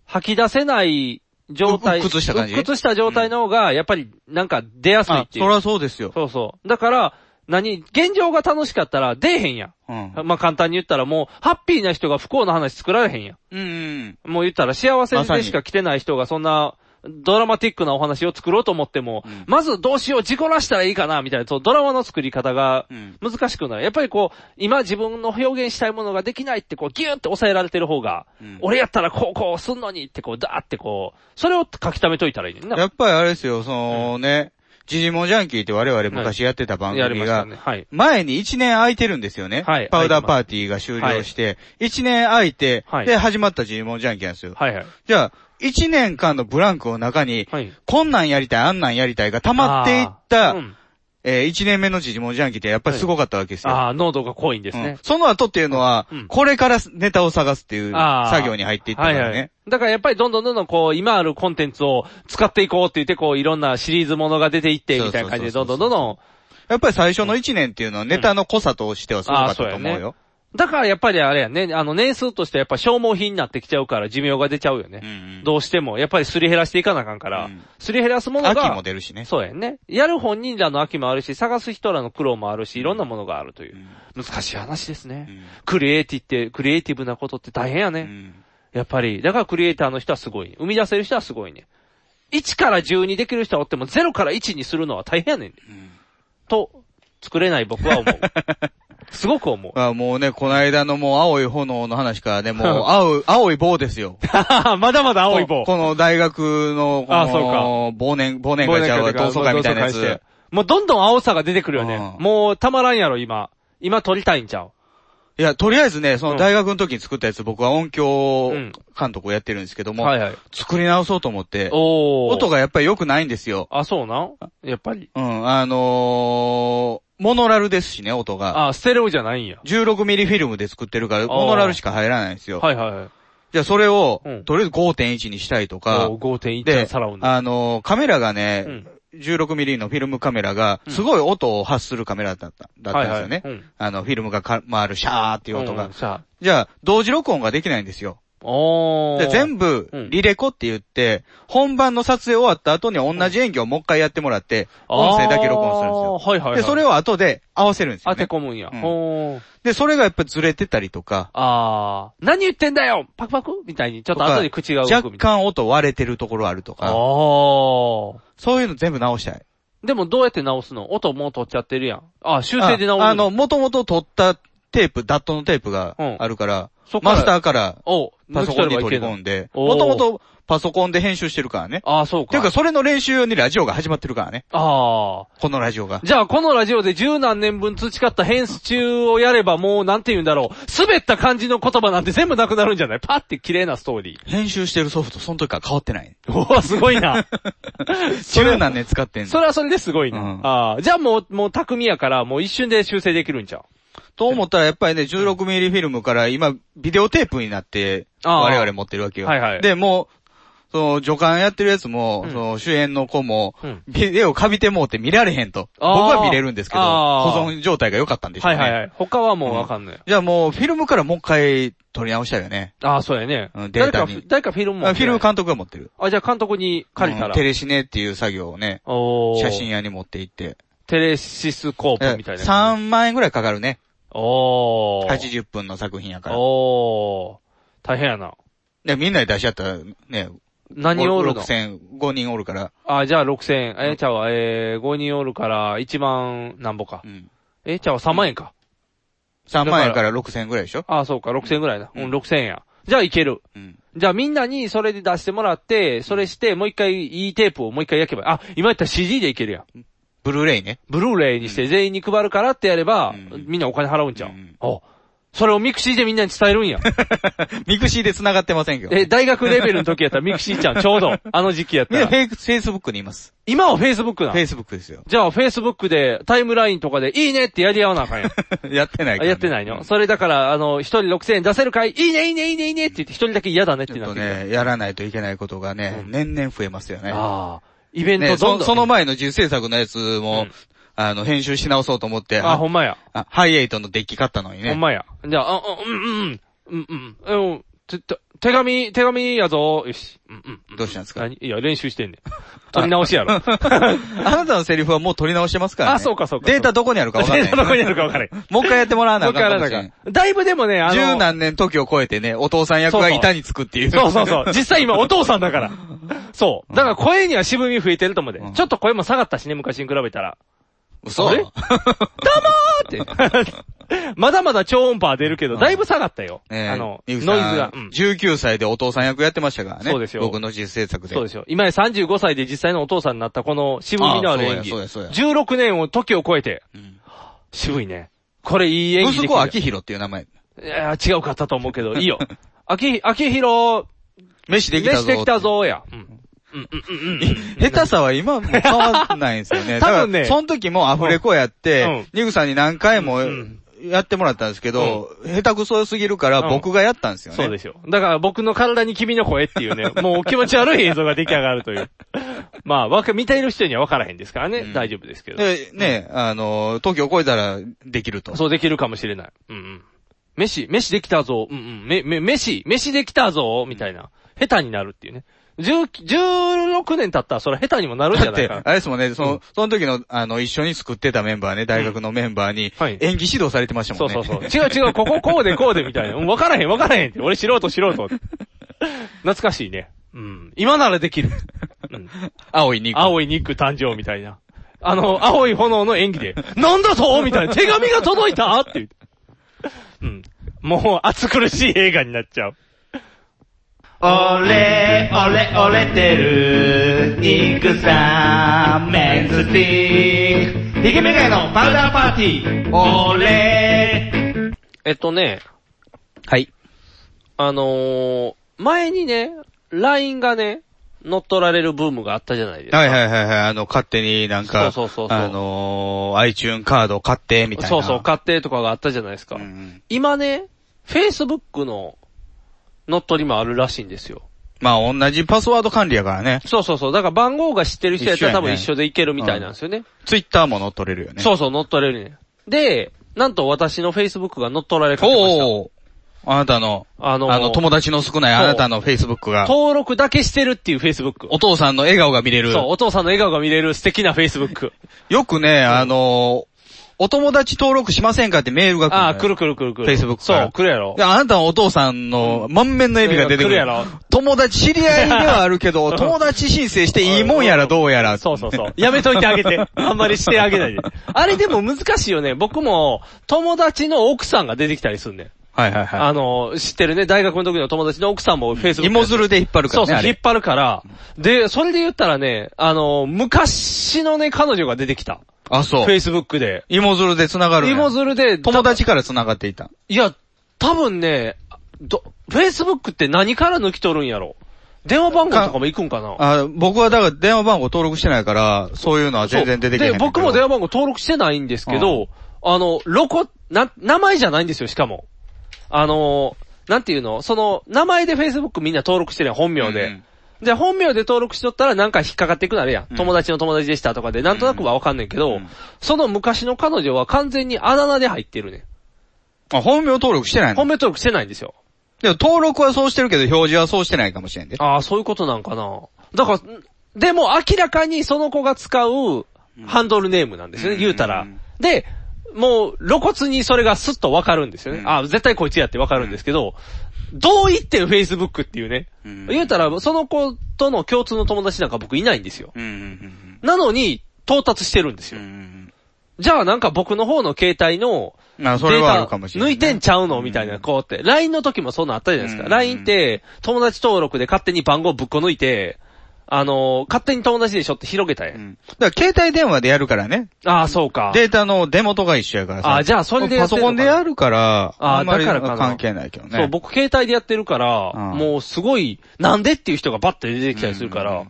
Speaker 3: 吐き出せない状態。
Speaker 2: う鬱屈した感じ
Speaker 3: う鬱した状態の方が、やっぱりなんか出やすいっていう。
Speaker 2: あそりゃそうですよ。
Speaker 3: そうそう。だから、何現状が楽しかったら出えへんやん。まあ簡単に言ったらもう、ハッピーな人が不幸な話作られへんやん。
Speaker 2: うん。
Speaker 3: もう言ったら幸せ
Speaker 2: まさ
Speaker 3: で
Speaker 2: に
Speaker 3: しか来てない人がそんなドラマティックなお話を作ろうと思っても、まずどうしよう、事故らしたらいいかな、みたいな、そうドラマの作り方が難しくなる。やっぱりこう、今自分の表現したいものができないってこう、ギューって抑えられてる方が、俺やったらこうこうすんのにってこう、だーってこう、それを書き溜めといたらいいねんな。
Speaker 2: やっぱりあれですよ、そのね、ジジモジャンキーって我々昔やってた番
Speaker 3: やり
Speaker 2: 組
Speaker 3: ました
Speaker 2: が
Speaker 3: ね。、はい。
Speaker 2: 前に1年空いてるんですよね。
Speaker 3: はい
Speaker 2: パウダーパーティーが終了して、1年空いて、
Speaker 3: はい
Speaker 2: で、始まったジーモンジャンキーなんですよ。
Speaker 3: はいはい。
Speaker 2: じゃあ、1年間のブランクの中に、こんなんやりたい、あんなんやりたいが溜まっていった、え1年目のジジモンジャンキーってやっぱりすごかったわけですよ。
Speaker 3: ああ、濃度が濃いんですね。
Speaker 2: うんその後っていうのは、これからネタを探すっていう
Speaker 3: あー
Speaker 2: 作業に入っていったからね。
Speaker 3: だからやっぱりどんどんどんどんこう、今あるコンテンツを使っていこうって言って、こう、いろんなシリーズものが出ていって、みたいな感じで、どんどんどんどん。
Speaker 2: やっぱり最初の1年っていうのはネタの濃さとしてはすごかったと思う
Speaker 3: あーそうや
Speaker 2: よ
Speaker 3: ね。だからやっぱりあれやね、あの年数としてやっぱ消耗品になってきちゃうから寿命が出ちゃうよね。どうしても。やっぱりすり減らしていかなあかんから、すり減らすものが。
Speaker 2: 秋も出るしね。
Speaker 3: そうやんね。やる本人らの秋もあるし、探す人らの苦労もあるし、いろんなものがあるという。難しい話ですね。クリエイティって、クリエイティブなことって大変やね。やっぱり、だからクリエイターの人はすごい、ね。生み出せる人はすごいね。1から10にできる人はおっても0から1にするのは大変やねん。と、作れない僕は
Speaker 2: *laughs*
Speaker 3: 思う。すごく思う。
Speaker 2: あもうね、この間のもう青い炎の話からね、もう青い、青い棒ですよ。
Speaker 3: まだまだ *laughs* 青い棒。
Speaker 2: この大学の、こ
Speaker 3: あそうか
Speaker 2: の、忘年、忘年会ちゃうわ、同窓会みたいなや
Speaker 3: 同窓会
Speaker 2: つ
Speaker 3: して。もうどんどん青さが出てくるよね。もうたまらんやろ、今。今撮りたいんちゃう
Speaker 2: いや、とりあえずね、その大学の時に作ったやつ、僕は音響監督をやってるんですけども、
Speaker 3: はいはい
Speaker 2: 作り直そうと思って、
Speaker 3: おー
Speaker 2: 音がやっぱり良くないんですよ。
Speaker 3: あ、そうなんやっぱり。
Speaker 2: うん、あのー、モノラルですしね、音が。
Speaker 3: あ、ステレオじゃないんや。
Speaker 2: 16ミリフィルムで作ってるから、モノラルしか入らないんですよ。
Speaker 3: はいはいはい。
Speaker 2: じゃあそれを、とりあえず5.1にしたいとか、
Speaker 3: お5.1
Speaker 2: で
Speaker 3: サラウン、ド
Speaker 2: あのーカメラがね、16ミリのフィルムカメラが、すごい音を発するカメラだった、だったんですよね。
Speaker 3: はいはいうん
Speaker 2: あの、フィルムがか回るシャーっていう音が。
Speaker 3: うんさ
Speaker 2: じゃあ、同時録音ができないんですよ。
Speaker 3: お
Speaker 2: で
Speaker 3: ー。
Speaker 2: 全部、リレコって言って、本番の撮影終わった後に同じ演技をもう一回やってもらって、音声だけ録音するんですよ。
Speaker 3: はいはいはい。
Speaker 2: で、それを後で合わせるんですよ、ね。
Speaker 3: 当て込むんや。
Speaker 2: うん
Speaker 3: ほー
Speaker 2: で、それがやっぱずれてたりとか、
Speaker 3: あー。何言ってんだよパクパクみたいに、ちょっと後で口が動く
Speaker 2: 若
Speaker 3: みたい
Speaker 2: 干音割れてるところあると
Speaker 3: な。あ
Speaker 2: か、
Speaker 3: ー。
Speaker 2: そういうの全部直したい。
Speaker 3: でもどうやって直すの音もう取っちゃってるやん。あ、修正で直す
Speaker 2: ああの、もともと撮ったテープ、ダットのテープがあるから、マスターからパソコンに取り込んで、もともとパソコンで編集してるからね。
Speaker 3: ああ、そうか。
Speaker 2: ていうか、それの練習用にラジオが始まってるからね。
Speaker 3: あ
Speaker 2: あ。このラジオが。
Speaker 3: じゃあ、このラジオで十何年分培った編集をやれば、もう、なんて言うんだろう。滑った感じの言葉なんて全部なくなるんじゃないパって綺麗なストーリー。
Speaker 2: 編集してるソフト、その時から変わってない。 *laughs*
Speaker 3: おお、すごいな。
Speaker 2: 十何年使ってんの。
Speaker 3: それはそれですごいな。うん、ああ。じゃあ、もう、もう、匠やから、もう一瞬で修正できるんちゃう
Speaker 2: と思ったら、やっぱりね、16ミリフィルムから今、ビデオテープになって、我々持ってるわけよ。
Speaker 3: はいはい。
Speaker 2: で、もう、その、助監やってるやつも、うん、その、主演の子も、うん、ビデオかびてもうて見られへんと。僕は見れるんですけど、保存状態が良かったんでしょうね。
Speaker 3: はいはいはい。他はもうわかんない、うん、
Speaker 2: じゃあもう、フィルムからもう一回撮り直したよね。
Speaker 3: ああ、そうやね。
Speaker 2: うん、データ
Speaker 3: に。誰か、誰かフィルム
Speaker 2: も。フィルム監督が持ってる。
Speaker 3: あ、じゃあ監督に借りたら。
Speaker 2: テレシネっていう作業をね、写真屋に持って行って。
Speaker 3: テレシスコープみたいな。
Speaker 2: 3万円ぐらいかかるね。
Speaker 3: おー。
Speaker 2: 80分の作品やから。
Speaker 3: おー。大変やな。
Speaker 2: で、みんなで出し合ったら、ね。
Speaker 3: 何おるの
Speaker 2: ?6000、5人おるから。
Speaker 3: あ、じゃあ6000、えー、ちゃうわ、えー、5人おるから1万何ぼか。うん。えー、ちゃうわ、3万円か。
Speaker 2: 3万円から6000ぐらいでしょ
Speaker 3: あ、そうか、6000ぐらいな。うん、うん、6000円や。じゃあいける。うん。じゃあみんなにそれで出してもらって、それして、もう一回いいテープをもう一回焼けば、あ、今言ったら CD でいけるやん。
Speaker 2: ブルーレイね。 *laughs*
Speaker 3: ブルーレイにして全員に配るからってやれば、うん、みんなお金払うんちゃう、うん、おそれをミクシーでみんなに伝えるん
Speaker 2: *laughs*
Speaker 3: や。
Speaker 2: ミクシーで繋がってませんけど。
Speaker 3: え、大学レベルの時やったらミクシーちゃん、ちょうど。あの時期やったら。
Speaker 2: みんなフェイスブックにいます。
Speaker 3: 今はフェイスブックな
Speaker 2: フェイスブックですよ。 *laughs*
Speaker 3: じゃあフェイスブックでタイムラインとかでいいねってやり合わなあかんや。
Speaker 2: やってない
Speaker 3: から、ね、やってないの。それだから、あの、一人6000円出せるかいいいねいいねいいねいいねって言って一人だけ嫌だねってなって。
Speaker 2: ね、やらないといけないことがね、うん、年々増えますよね。
Speaker 3: ああ。イベントどんどん、
Speaker 2: ね、その前の自由制作のやつも、うん、あの、編集し直そうと思って。
Speaker 3: あ、ほんまや。
Speaker 2: あ、ハイエイトのデッキ買ったのにね。
Speaker 3: ほんまや。じゃあ、あ、うん、うん、うん、うん、うん、て、て、手紙、手紙やぞ。よし。うん、うん。
Speaker 2: どうしたんですか
Speaker 3: 何いや、練習してんねん。取り直しやろ。あ
Speaker 2: なたのセリフはもう取り直してますから、ね。
Speaker 3: あ、そうか、そうか。
Speaker 2: データどこにあるか分からない。
Speaker 3: データどこにあるか分からない。
Speaker 2: もう一回やってもらわなあかん
Speaker 3: もう一回やらなあかん。だいぶでもね、あの。
Speaker 2: 十何年時を超えてね、お父さん役が板につくっていう。
Speaker 3: そうそうそう。実際今お父さんだから。そう。だから声には渋み増えてると思うで。うん、ちょっと声も下がったしね、昔に比べたら。
Speaker 2: 嘘えど
Speaker 3: *laughs* うもーって。まだまだ超音波出るけど、だいぶ下がったよ。
Speaker 2: えー、
Speaker 3: あの、ノイズが、
Speaker 2: うん。19歳でお父さん役やってましたからね。
Speaker 3: そうですよ。
Speaker 2: 僕の実制作で。
Speaker 3: そうですよ。今や35歳で実際のお父さんになったこの渋みのある演技。
Speaker 2: そうや、そうや。
Speaker 3: 16年を時を超えて。うん、渋いね。これいい演技
Speaker 2: 息子は秋広っていう名前。い
Speaker 3: や、違うかったと思うけど、いい
Speaker 2: *laughs*
Speaker 3: よ。秋、秋広、
Speaker 2: 飯できたぞ。
Speaker 3: 飯できたぞ、や。うん
Speaker 2: 下手さは今も変わんないんですよ
Speaker 3: *laughs*
Speaker 2: ね。
Speaker 3: 多分ね。
Speaker 2: その時もアフレコやって、ニグさんに何回もやってもらったんですけど、下手くそすぎるから僕がやったんですよね。
Speaker 3: そうですよ。だから僕の体に君の声ってい
Speaker 2: *laughs*
Speaker 3: うね、もう気持ち悪い映像が出来上がるという。まあ、わか、見ている人には分からへんですからね。大丈夫ですけど。
Speaker 2: で、ね、あの、時を超えたらできると。
Speaker 3: そうできるかもしれない。うんうん。飯、飯できたぞ。うんうん。め、め、飯、飯できたぞ。みたいな。下手になるっていうね。16年経ったらそれ下手にもなるんじゃないか
Speaker 2: だって、あれですもんね、その、うん、その時の、あの、一緒に作ってたメンバーね、大学のメンバーに、演技指導されてましたもんね。
Speaker 3: はい、そうそうそう。違う違う、こここうでこうでみたいな。わからへんわからへんって。俺素人素
Speaker 2: *laughs*
Speaker 3: 人。懐かしいね。うん。今ならできる。
Speaker 2: うん、 *laughs* 青いニック。
Speaker 3: 青いニック誕生みたいな。あの、青い炎の演技で、 *laughs* なんだとみたいな。手紙が届いたって言って。うん。もう、熱苦しい映画になっちゃう。
Speaker 12: 俺、俺、俺てる、肉さん、メンズティー。ヒゲメガネのパウダーパーティー、俺。
Speaker 3: えっとね。
Speaker 2: はい。
Speaker 3: あのー、前にね、LINE がね、乗っ取られるブームがあったじゃないですか。
Speaker 2: はいはいはいはい。あの、勝手になんか、
Speaker 3: そうそうそう
Speaker 2: あのー、iTune カード買ってみたいな。
Speaker 3: そうそう、買ってとかがあったじゃないですか。うん、今ね、Facebook の乗っ取りもあるらしいんですよ。
Speaker 2: まあ、同じパスワード管理やからね。
Speaker 3: そうそうそう。だから番号が知ってる人やったら多分一緒でいけるみたいなんですよね。
Speaker 2: ツイッターも乗っ取れるよね。
Speaker 3: そうそう、乗っ取れるね。で、なんと私の Facebook が乗っ取られかけました。お
Speaker 2: あなたの、あのー、あの、友達の少ないあなたの Facebook が。
Speaker 3: 登録だけしてるっていう Facebook。
Speaker 2: お父さんの笑顔が見れる。 *laughs*
Speaker 3: そう、お父さんの笑顔が見れる素敵な Facebook。
Speaker 2: よくね、あのーお友達登録しませんかってメールが来るのよ。
Speaker 3: あー来る来る来る来る。
Speaker 2: Facebook から
Speaker 3: そう、来るやろ
Speaker 2: で。あなたのお父さんの満面の笑みが出てくる。
Speaker 3: 来るやろ
Speaker 2: 友達、知り合いではあるけど、友達申請していいもんやらどうやら。そう
Speaker 3: そうそう。やめといてあ
Speaker 2: *laughs*
Speaker 3: げて。あんまりしてあげないで。あれでも難しいよね。僕も、友達の奥さんが出てきたりすんねん。
Speaker 2: はいはいはい。
Speaker 3: あの、知ってるね、大学の時の友達の奥さんもフェイスブック。
Speaker 2: 芋づるで引っ張るからね
Speaker 3: そう
Speaker 2: あ
Speaker 3: そう、
Speaker 2: れ
Speaker 3: 引っ張るから。で、それで言ったらね、あの、昔のね、彼女が出てきた。
Speaker 2: あ、そう。
Speaker 3: フェイスブックで。
Speaker 2: 芋づるで繋がるんや。
Speaker 3: 芋づるで、
Speaker 2: 友達から繋がっていた。
Speaker 3: いや、多分ね、ど、フェイスブックって何から抜き取るんやろ電話番号とかも行くんかな
Speaker 2: あ僕はだから電話番号登録してないから、そういうのは全然出てきて
Speaker 3: そうで、僕も電話番号登録してないんですけど、あの、ロコ、な、名前じゃないんですよ、しかも。あの、なんていうのその、名前で Facebook みんな登録してるやん、本名で。で、本名で登録しとったらなんか引っかかっていくなるやん。友達の友達でしたとかで、なんとなくはわかんないけど、その昔の彼女は完全にあだ名で入ってるね。
Speaker 2: あ、本名登録してないの
Speaker 3: 本名登録してないんですよ。
Speaker 2: でも登録はそうしてるけど、表示はそうしてないかもしれんで。
Speaker 3: ああ、そういうことなんかな。だから、でも明らかにその子が使うハンドルネームなんですよね、言うたら。で、もう露骨にそれがスッとわかるんですよね。ああ、絶対こいつやってわかるんですけど、どう言ってん Facebook っていうね。言うたら、その子との共通の友達なんか僕いないんですよ。なのに、到達してるんですよ。じゃあなんか僕の方の携帯の、
Speaker 2: あそれはあるかもしれない
Speaker 3: データ抜いてんちゃうのみたいな、こうって。LINE の時もそんなんあったじゃないですか。LINE って、友達登録で勝手に番号ぶっこ抜いて、あのー、勝手に友達でしょって広げたやん。
Speaker 2: だから携帯電話でやるからね。
Speaker 3: ああ、そうか。
Speaker 2: データのデモとか一緒やからさ。
Speaker 3: あじゃあそれでや
Speaker 2: パ
Speaker 3: って
Speaker 2: ソ
Speaker 3: んの
Speaker 2: コンでやるから、
Speaker 3: あ
Speaker 2: あんまり
Speaker 3: だからかな
Speaker 2: 関係ないけどね。
Speaker 3: そう、僕携帯でやってるから、もうすごい、なんでっていう人がバッて出てきたりするから、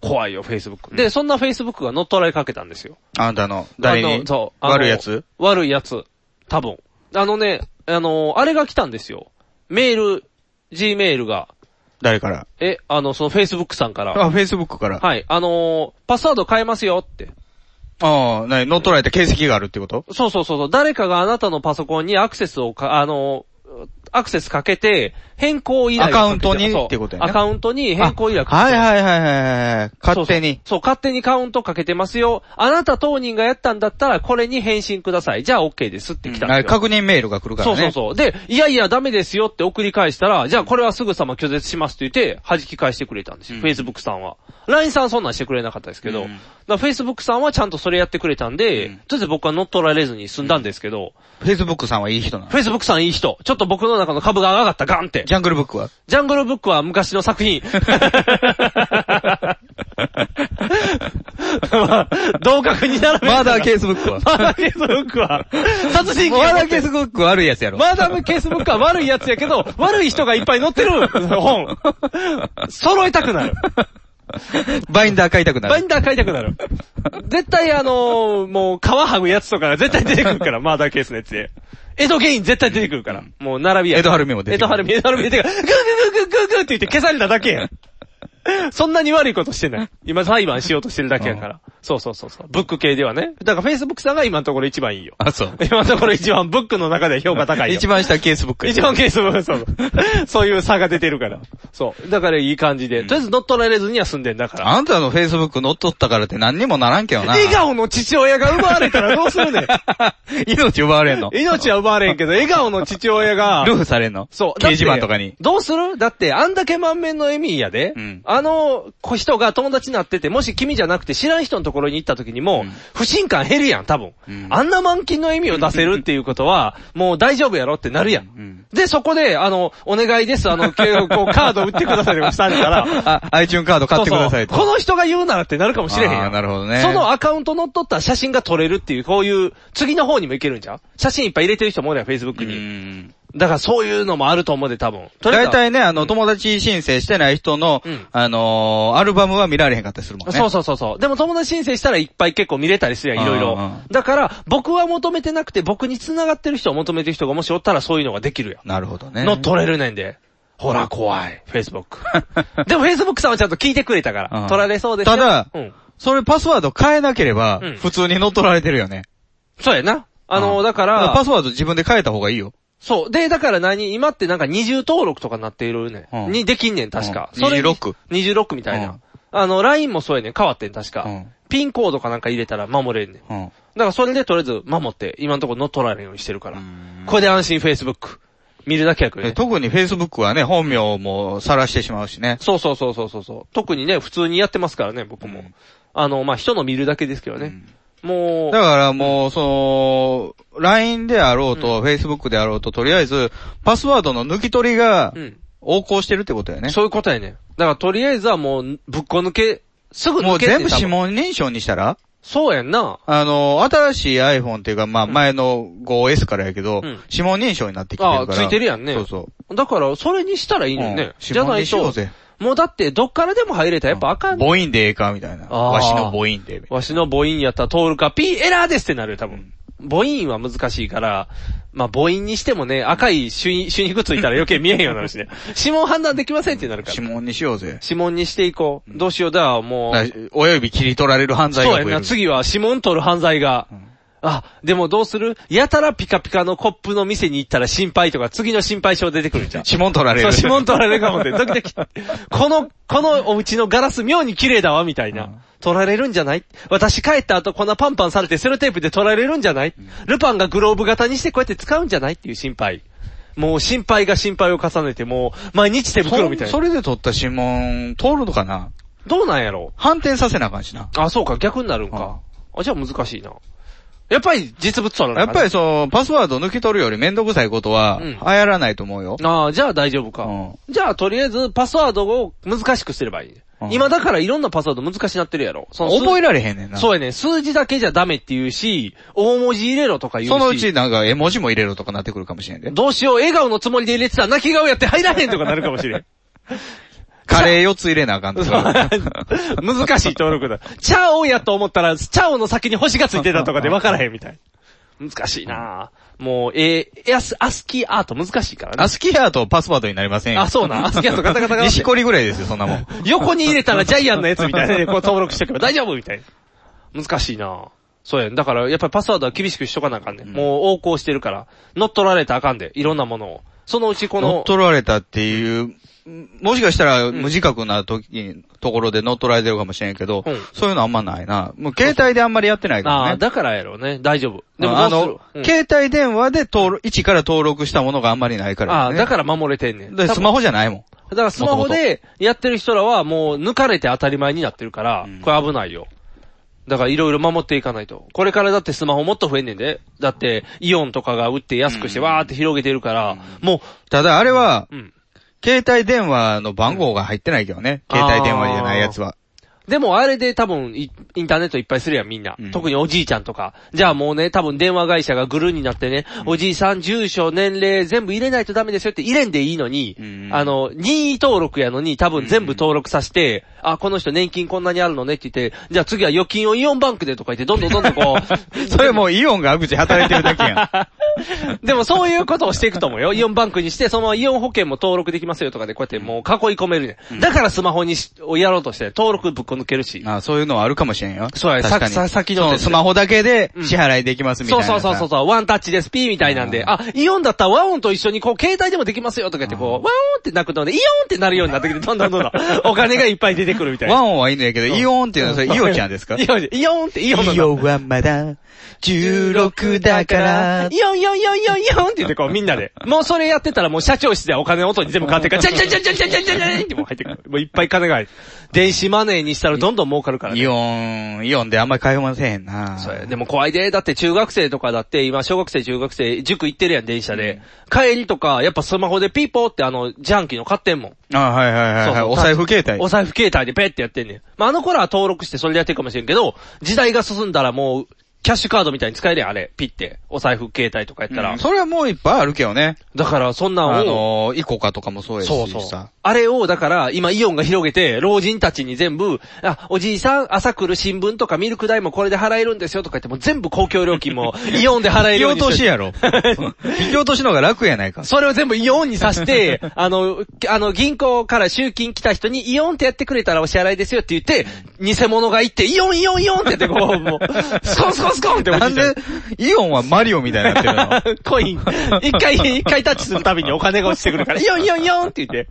Speaker 3: 怖いよ、Facebook。で、そんな Facebook が乗っ取られかけたんですよ。
Speaker 2: あんたの、誰
Speaker 3: あ
Speaker 2: に
Speaker 3: のそう。あの
Speaker 2: 悪いやつ
Speaker 3: 悪いやつ。多分。あのね、あの、あれが来たんですよ。メール、G メールが。
Speaker 2: 誰から
Speaker 3: え、あの、その Facebook さんから。
Speaker 2: あ、Facebook から。
Speaker 3: はい。あのパスワード変えますよって。
Speaker 2: ああ、なに、乗っ取られた形跡があるってこと
Speaker 3: そうそうそうそう。誰かがあなたのパソコンにアクセスをか、あの、アクセスかけて、変更依頼をかけ
Speaker 2: アカウントに
Speaker 3: そう
Speaker 2: ってことやね
Speaker 3: アカウントに変更依頼かけて
Speaker 2: はいはいはいはいはい。勝手に。
Speaker 3: そう、勝手にカウントかけてますよ。あなた当人がやったんだったら、これに返信ください。じゃあ OK ですって来たんですよ。
Speaker 2: あ確認メールが来るからね。
Speaker 3: そうそうそう。で、いやいやダメですよって送り返したら、じゃあこれはすぐさま拒絶しますって言って、弾き返してくれたんですよ。Facebook さんは。LINE さんはそんなんしてくれなかったですけど、だから Facebook さんはちゃんとそれやってくれたんで、とりあえず僕は乗っ取られずに済んだんですけど、
Speaker 2: Facebook さんはいい人なの
Speaker 3: Facebook さんいい人。ちょっと僕の中の株が上がった、ガンって。
Speaker 2: ジャングルブックは
Speaker 3: ジャングルブックは昔の作 *laughs* 品。まあ、同格にならない。
Speaker 2: マーダーケースブックは
Speaker 3: マーダーケースブックは。殺人鬼
Speaker 2: マー
Speaker 3: が
Speaker 2: ダー
Speaker 3: 載って
Speaker 2: ケ
Speaker 3: る
Speaker 2: ースブック悪いやつやろ。
Speaker 3: マダムケースブックは悪いやつやけど、悪い人がいっぱい載ってる本。揃えたくなる。
Speaker 2: バインダー買いたくなる。
Speaker 3: バインダー買いたくなる。絶対あのーもう皮剥ぐやつとかが絶対出てくるから、マーダーケースのやつで。エドゲイン絶対出てくるから。もう並びや。
Speaker 2: 江戸春美も出てくる
Speaker 3: エドハルミ、エドハルミ出てくる。グーグーグーグーグーグーって言って消されただけやん。そんなに悪いことしてない。今裁判しようとしてるだけやから。そうそうそうそう。ブック系ではね。だから Facebook さんが今のところ一番いいよ。
Speaker 2: あ、そう。
Speaker 3: 今のところ一番ブックの中では評価高いよ。
Speaker 2: 一番下ケースブックや
Speaker 3: 一番ケースもそう。そういう差が出てるから。そう。だからいい感じで。とりあえず乗っ取られずには済んでんだから。
Speaker 2: あんたの Facebook 乗っ取ったからって何にもならんけどな。
Speaker 3: 笑顔の父親が奪われたらどうするねん。
Speaker 2: 命奪われんの。
Speaker 3: 命は奪われんけど、笑顔の父親が。
Speaker 2: ルフされんの。
Speaker 3: そう。
Speaker 2: 掲示板とかに。
Speaker 3: どうするだって、あんだけ満面の笑みやで、あの子人が友達になってて、もし君じゃなくて知らん人のところに行った時にも、不信感減るやん、多分。あんな満金の笑みを出せるっていうことは、もう大丈夫やろってなるやん。で、そこで、あの、お願いです、
Speaker 2: *laughs*
Speaker 3: あの、けこうカード売ってくださいとかしたんだから、
Speaker 2: あ、iTune カード買ってくださいと。
Speaker 3: そうそうこの人が言うならってなるかもしれへんや
Speaker 2: あー
Speaker 3: ん。
Speaker 2: なるほどね
Speaker 3: そのアカウント乗っ取ったら写真が撮れるっていう、こういう、次の方にもいけるんじゃん写真いっぱい入れてる人もおるやん、Facebook に。だからそういうのもあると思うで、多分。とりあえ
Speaker 2: 大
Speaker 3: ず
Speaker 2: 体ね、あの、友達申請してない人の、あのー、アルバムは見られへんかったりするもんね。
Speaker 3: そうそうそうそう。でも友達申請したらいっぱい結構見れたりするやん、いろい
Speaker 2: うんうん
Speaker 3: ろ。だから、僕は求めてなくて、僕に繋がってる人を求めてる人がもしおったらそういうのができるやん。
Speaker 2: なるほどね。
Speaker 3: 乗っ取れるねんで。ほら、怖い。Facebook。
Speaker 2: *laughs*
Speaker 3: でも Facebook さんはちゃんと聞いてくれたか
Speaker 2: うん
Speaker 3: ら。取られそうですよ
Speaker 2: ただ
Speaker 3: うん、
Speaker 2: それパスワード変えなければ
Speaker 3: うん、
Speaker 2: 普通に乗っ取られてるよね。
Speaker 3: そうやな。あの、だか
Speaker 2: だからパ
Speaker 3: ら
Speaker 2: ス、ワード自分で変えた方がいいよ。
Speaker 3: そう。で、だから何今ってなんか二重登録とかなっているね。
Speaker 2: うん
Speaker 3: にできんねん、確か。
Speaker 2: うん
Speaker 3: それに
Speaker 2: 26。
Speaker 3: 26みたいな。
Speaker 2: うん
Speaker 3: あの、LINE もそうやねん。変わってん、確か。
Speaker 2: うん
Speaker 3: ピンコードかなんか入れたら守れんねん。
Speaker 2: うん。
Speaker 3: だからそれでとりあえず守って、今のところ乗っ取られるようにしてるから。これで安心 Facebook。見るだけやくれ、
Speaker 2: え特に Facebook はね、本名も晒してしまうしね。
Speaker 3: そうそうそうそうそうそう。特にね、普通にやってますからね、僕も。あの、まあ、人の見るだけですけどね。もう、
Speaker 2: だからもう、その、LINE であろうと、Facebook であろうと、とりあえず、パスワードの抜き取りが、横行してるってことやね。
Speaker 3: そういうことやね。だからとりあえずはもう、ぶっこ抜け、すぐ
Speaker 2: も
Speaker 3: 抜
Speaker 2: う
Speaker 3: けって
Speaker 2: 全部指紋認証にしたら
Speaker 3: そうやんな。
Speaker 2: あの、新しい iPhone っていうか、まあ前の 5S からやけど、指紋認証になってきてる
Speaker 3: あ
Speaker 2: か
Speaker 3: あ、
Speaker 2: ら。
Speaker 3: ついてるやんね。
Speaker 2: そうそう。
Speaker 3: だから、それにしたらいいのよね。
Speaker 2: うん
Speaker 3: じゃな
Speaker 2: 指紋
Speaker 3: い
Speaker 2: にしよ
Speaker 3: と
Speaker 2: うぜ、
Speaker 3: もうだって、どっからでも入れたらやっぱあかんね、
Speaker 2: 母音でええかみたいな。
Speaker 3: あー
Speaker 2: わしの母音で。
Speaker 3: わしの母音やったら通るか、ピーエラーですってなるよ、多分。母音は難しいから、まあ母音にしてもね、赤い主因主肉ついたら余計見えへんようにな
Speaker 2: *laughs*
Speaker 3: るしね。指紋判断できませんってなるから。
Speaker 2: 指紋にしようぜ。
Speaker 3: 指紋にしていこう。どうしよう、だからもう。
Speaker 2: だから親指切り取られる犯罪
Speaker 3: そ
Speaker 2: が
Speaker 3: う
Speaker 2: 増え
Speaker 3: や
Speaker 2: る
Speaker 3: な、次は指紋取る犯罪が。あ、でもどうするやたらピカピカのコップの店に行ったら心配とか、次の心配症出てくるじゃん。
Speaker 2: 指紋取られる
Speaker 3: そう、指紋取られるかもって、ドキドキ。この、このお家のガラス妙に綺麗だわ、みたいな。取られるんじゃない私帰った後こんなパンパンされてセロテープで取られるんじゃない、ルパンがグローブ型にしてこうやって使うんじゃないっていう心配。もう心配が心配を重ねて、もう毎日手袋みたいな。
Speaker 2: それで取った指紋、通るのかな
Speaker 3: どうなんやろ
Speaker 2: 反転させなあかんしな。
Speaker 3: あ、そうか、逆になるんか。あ、じゃあ難しいな。やっぱり実物取らな
Speaker 2: や
Speaker 3: あ
Speaker 2: っ
Speaker 3: かん
Speaker 2: ぱりそう、パスワード抜き取るよりめんどくさいことは、流行らないと思うよ。
Speaker 3: ああ、じゃあ大丈夫か。じゃあとりあえずパスワードを難しくすればいいね。今だからいろんなパスワード難しくなってるやろ。その数
Speaker 2: 覚えられへんねんな。
Speaker 3: そうやね。数字だけじゃダメって言うし、大文字入れろとか言うし。
Speaker 2: そのうちなんか絵文字も入れろとかなってくるかもしれんで。
Speaker 3: どうしよう、笑顔のつもりで入れてたら泣き顔やって入らへんとかなるかもしれん。
Speaker 2: カレー4つ入れなあかんとか。
Speaker 3: *laughs* 難しい登録だ。チャオやと思ったら、チャオの先に星がついてたとかで分からへんみたい。難しいなぁ。もう、えー、アス、アスキーアート難しいからね。
Speaker 2: アスキーアートパスワードになりませんよ
Speaker 3: あそうなんアスキーアートガタ
Speaker 2: *laughs*
Speaker 3: ガタガタって
Speaker 2: 西こりぐらいですよ、そんな
Speaker 3: *laughs*
Speaker 2: もん。
Speaker 3: 横に入れたらジャイアンのやつみたい
Speaker 2: *laughs*
Speaker 3: なね、こう登録しておけば大丈夫みたいな。難しいなぁそうやん。だから、やっぱりパスワードは厳しくしとかなあかんね。もう横行してるから。乗っ取られたらあかんで。いろんなものを。そのうちこ
Speaker 2: 乗っ
Speaker 3: の、
Speaker 2: 取られたっていう、もしかしたら無自覚な時に、ところで乗っ取られてるかもしれんけど、そういうのあんまないな。もう携帯であんまりやってないから
Speaker 3: あ
Speaker 2: ね
Speaker 3: あ、。だからやろうね。大丈夫。
Speaker 2: で
Speaker 3: でも
Speaker 2: も
Speaker 3: ど
Speaker 2: あ
Speaker 3: うする
Speaker 2: の、携帯電話で登録、一から登録したものがあんまりないから、ね。
Speaker 3: ああ、だから守れてんねん。。
Speaker 2: でスマホじゃないいもん。
Speaker 3: だからスマホでやってる人らはもう抜かれて当たり前になってるから、これ危ないよ。だからいろいろ守っていかないと。これからだってスマホもっと増えんねんで。だって、イオンとかが売って安くしてわーって広げてるから、もう、
Speaker 2: ただあれは、携帯電話の番号が入ってないけどね。
Speaker 3: うん
Speaker 2: 携帯電話じゃないやつは。
Speaker 3: でもあれで多分い、インターネットいっぱいするやん、みんな。特におじいちゃんとか。じゃあもうね、多分電話会社がグルーになってね、おじいさん、住所、年齢、全部入れないとダメですよって入れんでいいのに、あの、任意登録やのに多分全部登録させて、あ、この人年金こんなにあるのねって言って、じゃあ次は預金をイオンバンクでとか言って、どんどんどんどんこう。 *laughs*
Speaker 2: それもうイオンが悪口働いてるだけやん。
Speaker 3: でもそういうことをしていくと思うよ。イオンバンクにして、そのままイオン保険も登録できますよとかで、こうやってもう囲い込めるね。だからスマホにし、をやろうとして、登録ぶっこ抜けるし。
Speaker 2: あそういうのはあるかもしれんよ。
Speaker 3: そうや
Speaker 2: 確かに
Speaker 3: ささ先の
Speaker 2: そ
Speaker 3: 手
Speaker 2: う
Speaker 3: で
Speaker 2: スマホだけで支払いできますみたい
Speaker 3: そ
Speaker 2: な
Speaker 3: う
Speaker 2: さ。
Speaker 3: そうそうそうそう、ワンタッチです、ピーみたいなんで、あ、イオンだったらワオンと一緒にこう、携帯でもできますよとか言ってこう、ワオンってなくので、イオンってなるようになってきて、どんどんどんどん、お金がいっぱい出てくるみたいな。
Speaker 2: ワンオンはいいのやけど、イオンっていうのはそれイオちゃんですか
Speaker 3: イオン、イオンって *laughs* イオンなんだ
Speaker 2: はまだ16だから。
Speaker 3: イオンイオンイオンイオンイオンって言ってこうみんなで。もうそれやってたらもう社長室ではお金の音に全部変わってるから、チャンチャンチャンチャンチャンチャンチャンチャンってもう入ってくる。もういっぱい金が入る。電子マネーにしたらどんどん儲かるからね。
Speaker 2: イオン、イオンであんまり買いませんな。
Speaker 3: そうやでも怖いで。だって中学生とかだって、今小学生中学生、塾行ってるやん、電車で。帰りとか、やっぱスマホでピーポーってあの、ジャンキーの買ってんもん。
Speaker 2: あはいはいはい
Speaker 3: そう
Speaker 2: はい。
Speaker 3: そう
Speaker 2: お財布携帯
Speaker 3: お。財布携帯でペッてやってんねん。まあ、あの頃は登録してそれでやってるかもしれんけど、時代が進んだらもう、キャッシュカードみたいに使えるやん、あれ。ピッて。お財布携帯とかやったら。
Speaker 2: うんそれはもういっぱいあるけどね。
Speaker 3: だから、そんなんを
Speaker 2: あのー、イコカとかもそうやし
Speaker 3: そうそう
Speaker 2: さ。
Speaker 3: あれを、だから、今イオンが広げて、老人たちに全部、あ、おじいさん、朝来る新聞とかミルク代もこれで払えるんですよとか言って、もう全部公共料
Speaker 2: *laughs*
Speaker 3: 金もイオンで払えるよう
Speaker 2: 引
Speaker 3: に
Speaker 2: き落としや
Speaker 3: *laughs*
Speaker 2: ろ。
Speaker 3: ろ。
Speaker 2: 引き落としの方が楽やないか。
Speaker 3: *laughs* それを全部イオンにさして、 *laughs* あの、きあの、銀行から集金来た人にイオンってやってくれたらお支払いですよって言って、偽物が行って、イオンイオンイオンってやってこう、もう、スコンスコンスコンって落
Speaker 2: な
Speaker 3: ち
Speaker 2: ん
Speaker 3: て
Speaker 2: で、イオンはマリオみたいになってるの *laughs*
Speaker 3: *laughs* コイン、一回、一回タッチするたびにお金が落ちてくるから、イオンイオンイオンって言って、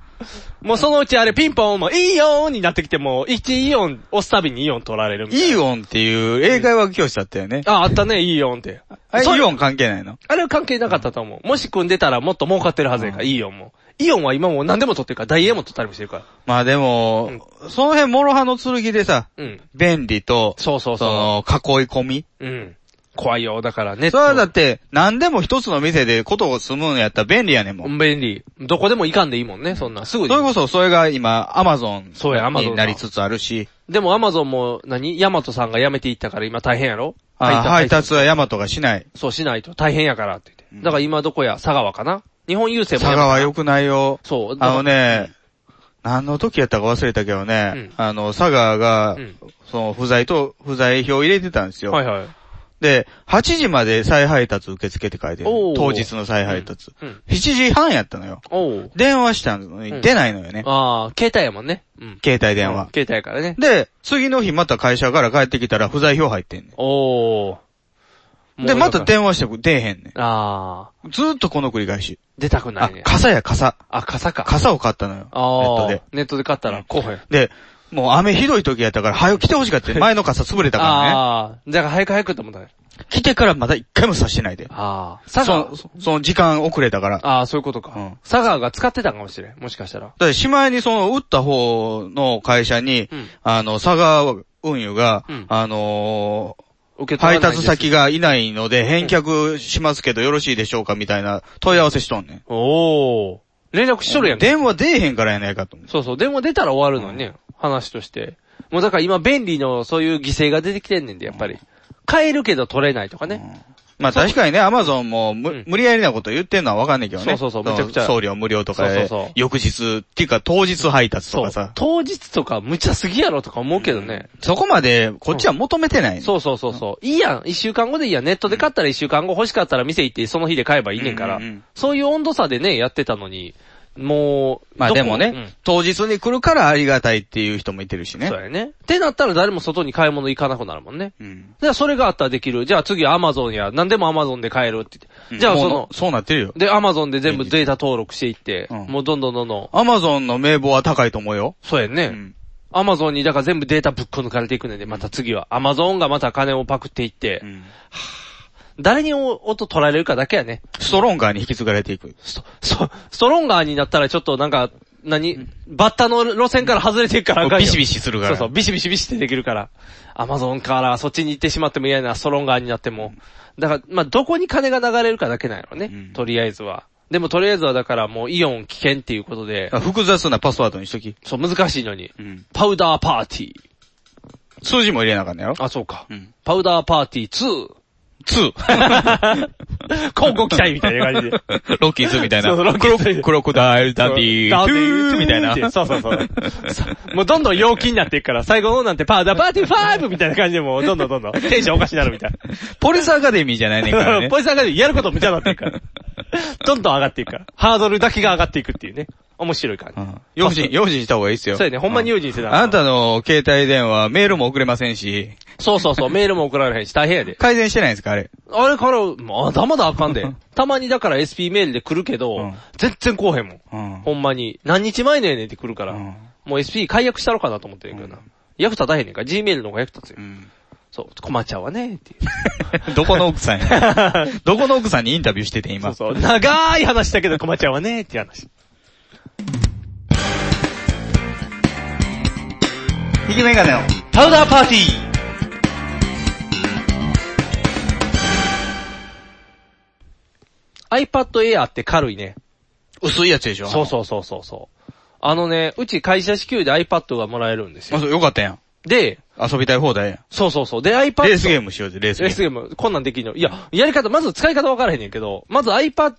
Speaker 3: もうそのうちあれピンポンもイオンになってきても、1イオン押すたびにイオン取られるみたいな。
Speaker 2: イオンっていう英会話教師だったよね。
Speaker 3: あ、あったね、イオンって。
Speaker 2: あれ
Speaker 3: そう
Speaker 2: イオン関係ないの
Speaker 3: あれは関係なかったと思う。もし組んでたらもっと儲かってるはずやから、イオンも。イオンは今もう何でも取ってるから、ダイエーも取ったりもしてるから。
Speaker 2: まあでも、その辺、諸刃の剣でさ、
Speaker 3: うん。
Speaker 2: 便利と、
Speaker 3: そうそう
Speaker 2: その、囲い込み。
Speaker 3: うん。怖いよ、だからね。
Speaker 2: それはだって、何でも一つの店でことを済むのやったら便利やねんもん。
Speaker 3: 便利。どこでも行かんでいいもんね、そんな。すぐ
Speaker 2: それこそ、それが今、アマゾン
Speaker 3: そうや Amazon
Speaker 2: になりつつあるし、
Speaker 3: でもアマゾンも何、ヤマトさんが辞めていったから今大変やろ
Speaker 2: あ配達はヤマトがしない。
Speaker 3: そうしないと大変やからって言って。だから今どこや佐川かな日本郵政も
Speaker 2: 佐
Speaker 3: やめた
Speaker 2: 川良くないよ。
Speaker 3: そう。
Speaker 2: あのね、何の時やったか忘れたけどね、あの、佐川が、その、不在と、不在表を入れてたんですよ。
Speaker 3: はいはい。
Speaker 2: で、8時まで再配達受付って書いてる
Speaker 3: おー。
Speaker 2: 当日の再配達。
Speaker 3: うんうん
Speaker 2: 7時半やったのよ。
Speaker 3: おう。
Speaker 2: 電話したの
Speaker 3: うん
Speaker 2: に出ないのよね。
Speaker 3: ああ、携帯やもんね。うん。
Speaker 2: 携帯電話。
Speaker 3: 携帯やからね。
Speaker 2: で、次の日また会社から帰ってきたら不在表入ってんね
Speaker 3: おー。
Speaker 2: ん。で、また電話してく、出えへんね
Speaker 3: ああ、
Speaker 2: ん。ずーっとこの繰り返し。
Speaker 3: 出たくな
Speaker 2: あ
Speaker 3: いね、。
Speaker 2: 傘や傘。
Speaker 3: あ、傘か。
Speaker 2: 傘を買ったのよ。
Speaker 3: ああ、
Speaker 2: ネット
Speaker 3: で。ネットで買ったら、こうや。
Speaker 2: で、もう雨ひどい時やったから、早く来てほしか
Speaker 3: *laughs*
Speaker 2: ったよ。前の傘潰れたからね。
Speaker 3: ああ、だから早く早くと思ったね。
Speaker 2: 来てからまだ一回もさしてないで。
Speaker 3: ああ、
Speaker 2: そ
Speaker 3: 佐賀
Speaker 2: の、、そその時間遅れたから。だ
Speaker 3: ああ、そういうことか。佐川が使ってたかもしれん。もしかしたら。
Speaker 2: ってしまいにその、打った方の会社に、
Speaker 3: ん
Speaker 2: あの、佐川運輸が、
Speaker 3: うん
Speaker 2: あのー
Speaker 3: 受け取
Speaker 2: 配
Speaker 3: らないんで
Speaker 2: 達
Speaker 3: す
Speaker 2: 先がいないので返却しますけどよろしいでしょうかみたいな問い合わせしとんねん。
Speaker 3: おー。連絡しとるやん。
Speaker 2: 電話出えへんからやないかと思う。
Speaker 3: そうそう、電話出たら終わるのにね、話として。もうだから今便利のそういう犠牲が出てきてんねんで、やっぱり。買えるけど取れないとかね。
Speaker 2: まあ確かにね、アマゾンもむ、無理やりなこと言ってんのはわかんないけどね。
Speaker 3: そうそうそうめちゃくちゃ
Speaker 2: の送料無料とかで
Speaker 3: そうそうそう
Speaker 2: 翌日、っていうか当日配達とかさ。
Speaker 3: 当日とか無茶すぎやろとか思うけどね。
Speaker 2: そこまで、こっちは求めてない、
Speaker 3: そうそうそうそう。いいやん。一週間後でいいやん。ネットで買ったら一週間後欲しかったら店行ってその日で買えばいいねんから。そういう温度差でね、やってたのに、もう、
Speaker 2: まあ
Speaker 3: ど
Speaker 2: で
Speaker 3: こ
Speaker 2: もね、
Speaker 3: うん
Speaker 2: 当日に来るからありがたいっていう人もいてるしね。
Speaker 3: そうやね。ってなったら誰も外に買い物行かなくなるもんね。
Speaker 2: うん。
Speaker 3: じゃあそれがあったらできる。じゃあ次アマゾンや、何でもアマゾンで買えるって言って。
Speaker 2: うん
Speaker 3: じゃあそ
Speaker 2: も
Speaker 3: の
Speaker 2: う、そうなってるよ。
Speaker 3: で、アマゾンで全部データ登録していって、もうどんどんどんどん。
Speaker 2: アマゾンの名簿は高いと思うよ。
Speaker 3: そうやね。アマゾンに、だから全部データぶっこ抜かれていくねんで、また次は。アマゾンがまた金をパクっていって、はあ誰にお音取られるかだけやね。 *laughs*
Speaker 2: ストロンガーに引き継がれていく。
Speaker 3: そ、ストロンガーになったらちょっとなんか、何バッタの路線から外れていくからあかんよ
Speaker 2: ビシビシするから
Speaker 3: そうそう、ビシビシビシってできるから。アマゾンからそっちに行ってしまっても嫌やな、ストロンガーになっても。だから、まあ、どこに金が流れるかだけなんやろね。とりあえずは。でもとりあえずはだからもうイオン危険っていうことで。
Speaker 2: 複雑なパスワードにしとき。
Speaker 3: そう、難しいのに。パウダーパーティー。
Speaker 2: 数字も入れなあかんねやろ
Speaker 3: あ、そうか。
Speaker 2: うん。
Speaker 3: パウダーパーティー
Speaker 2: 2!
Speaker 3: 2! 広告期待みたいな感じで。
Speaker 2: *laughs* ロッキーズみたいな。
Speaker 3: そうロッキーズ
Speaker 2: クロクロコダイルダディ
Speaker 3: ダ
Speaker 2: ー、
Speaker 3: ーテ
Speaker 2: ト
Speaker 3: ィ
Speaker 2: ゥ
Speaker 3: ー
Speaker 2: ーみたいな。
Speaker 3: そうそうそう。もうどんどん陽気になっていくから、最後のなんてパウダーパーティー5みたいな感じでもうどんどんどんどんテンションおかしになるみたい
Speaker 2: *laughs* ポリスアカデミーじゃないねんから
Speaker 3: な。
Speaker 2: ね
Speaker 3: ポ。ジさんがやること無茶になっていくから。どんどん上がっていくから。ハードルだけが上がっていくっていうね。面白い感じ。
Speaker 2: 用心、用心した方がいいっすよ。
Speaker 3: そうやね、ほんまに用心して
Speaker 2: あ
Speaker 3: た。
Speaker 2: なたの携帯電話、メールも送れませんし、
Speaker 3: そうそうそう、メールも送られへんし、大変やで。
Speaker 2: 改善してないんですかあれ。
Speaker 3: あれから、まだまだあかんで。たまにだから SP メールで来るけど、全然来おへんもん。ほんまに。何日前のやねんって来るから。もう SP 解約したろかなと思ってるけどな。役立たへんねんから、G メールの方が役立つよ。そう、困っちゃうわね、ってい
Speaker 2: *laughs*
Speaker 3: う。
Speaker 2: どこの奥さん
Speaker 3: *laughs*
Speaker 2: や。どこの奥さんにインタビューしてて今。
Speaker 3: そう長い話だけど困っちゃうわね、っていう話。
Speaker 2: 引きメガネを。
Speaker 12: パウダーパーティー
Speaker 3: iPad Air って軽いね。
Speaker 2: 薄いやつでしょ
Speaker 3: そうそうそうそうそう。あのね、うち会社支給で iPad がもらえるんです
Speaker 2: あ
Speaker 3: よ。
Speaker 2: そうよかったやん。
Speaker 3: で、
Speaker 2: 遊びたい放題やん。
Speaker 3: そうそうそう。で iPad。
Speaker 2: レースゲームしようぜ、レースゲ
Speaker 3: レー
Speaker 2: ー
Speaker 3: スゲーム、こんなんできんの。いや、やり方、まず使い方分からへんねんけど、まず iPad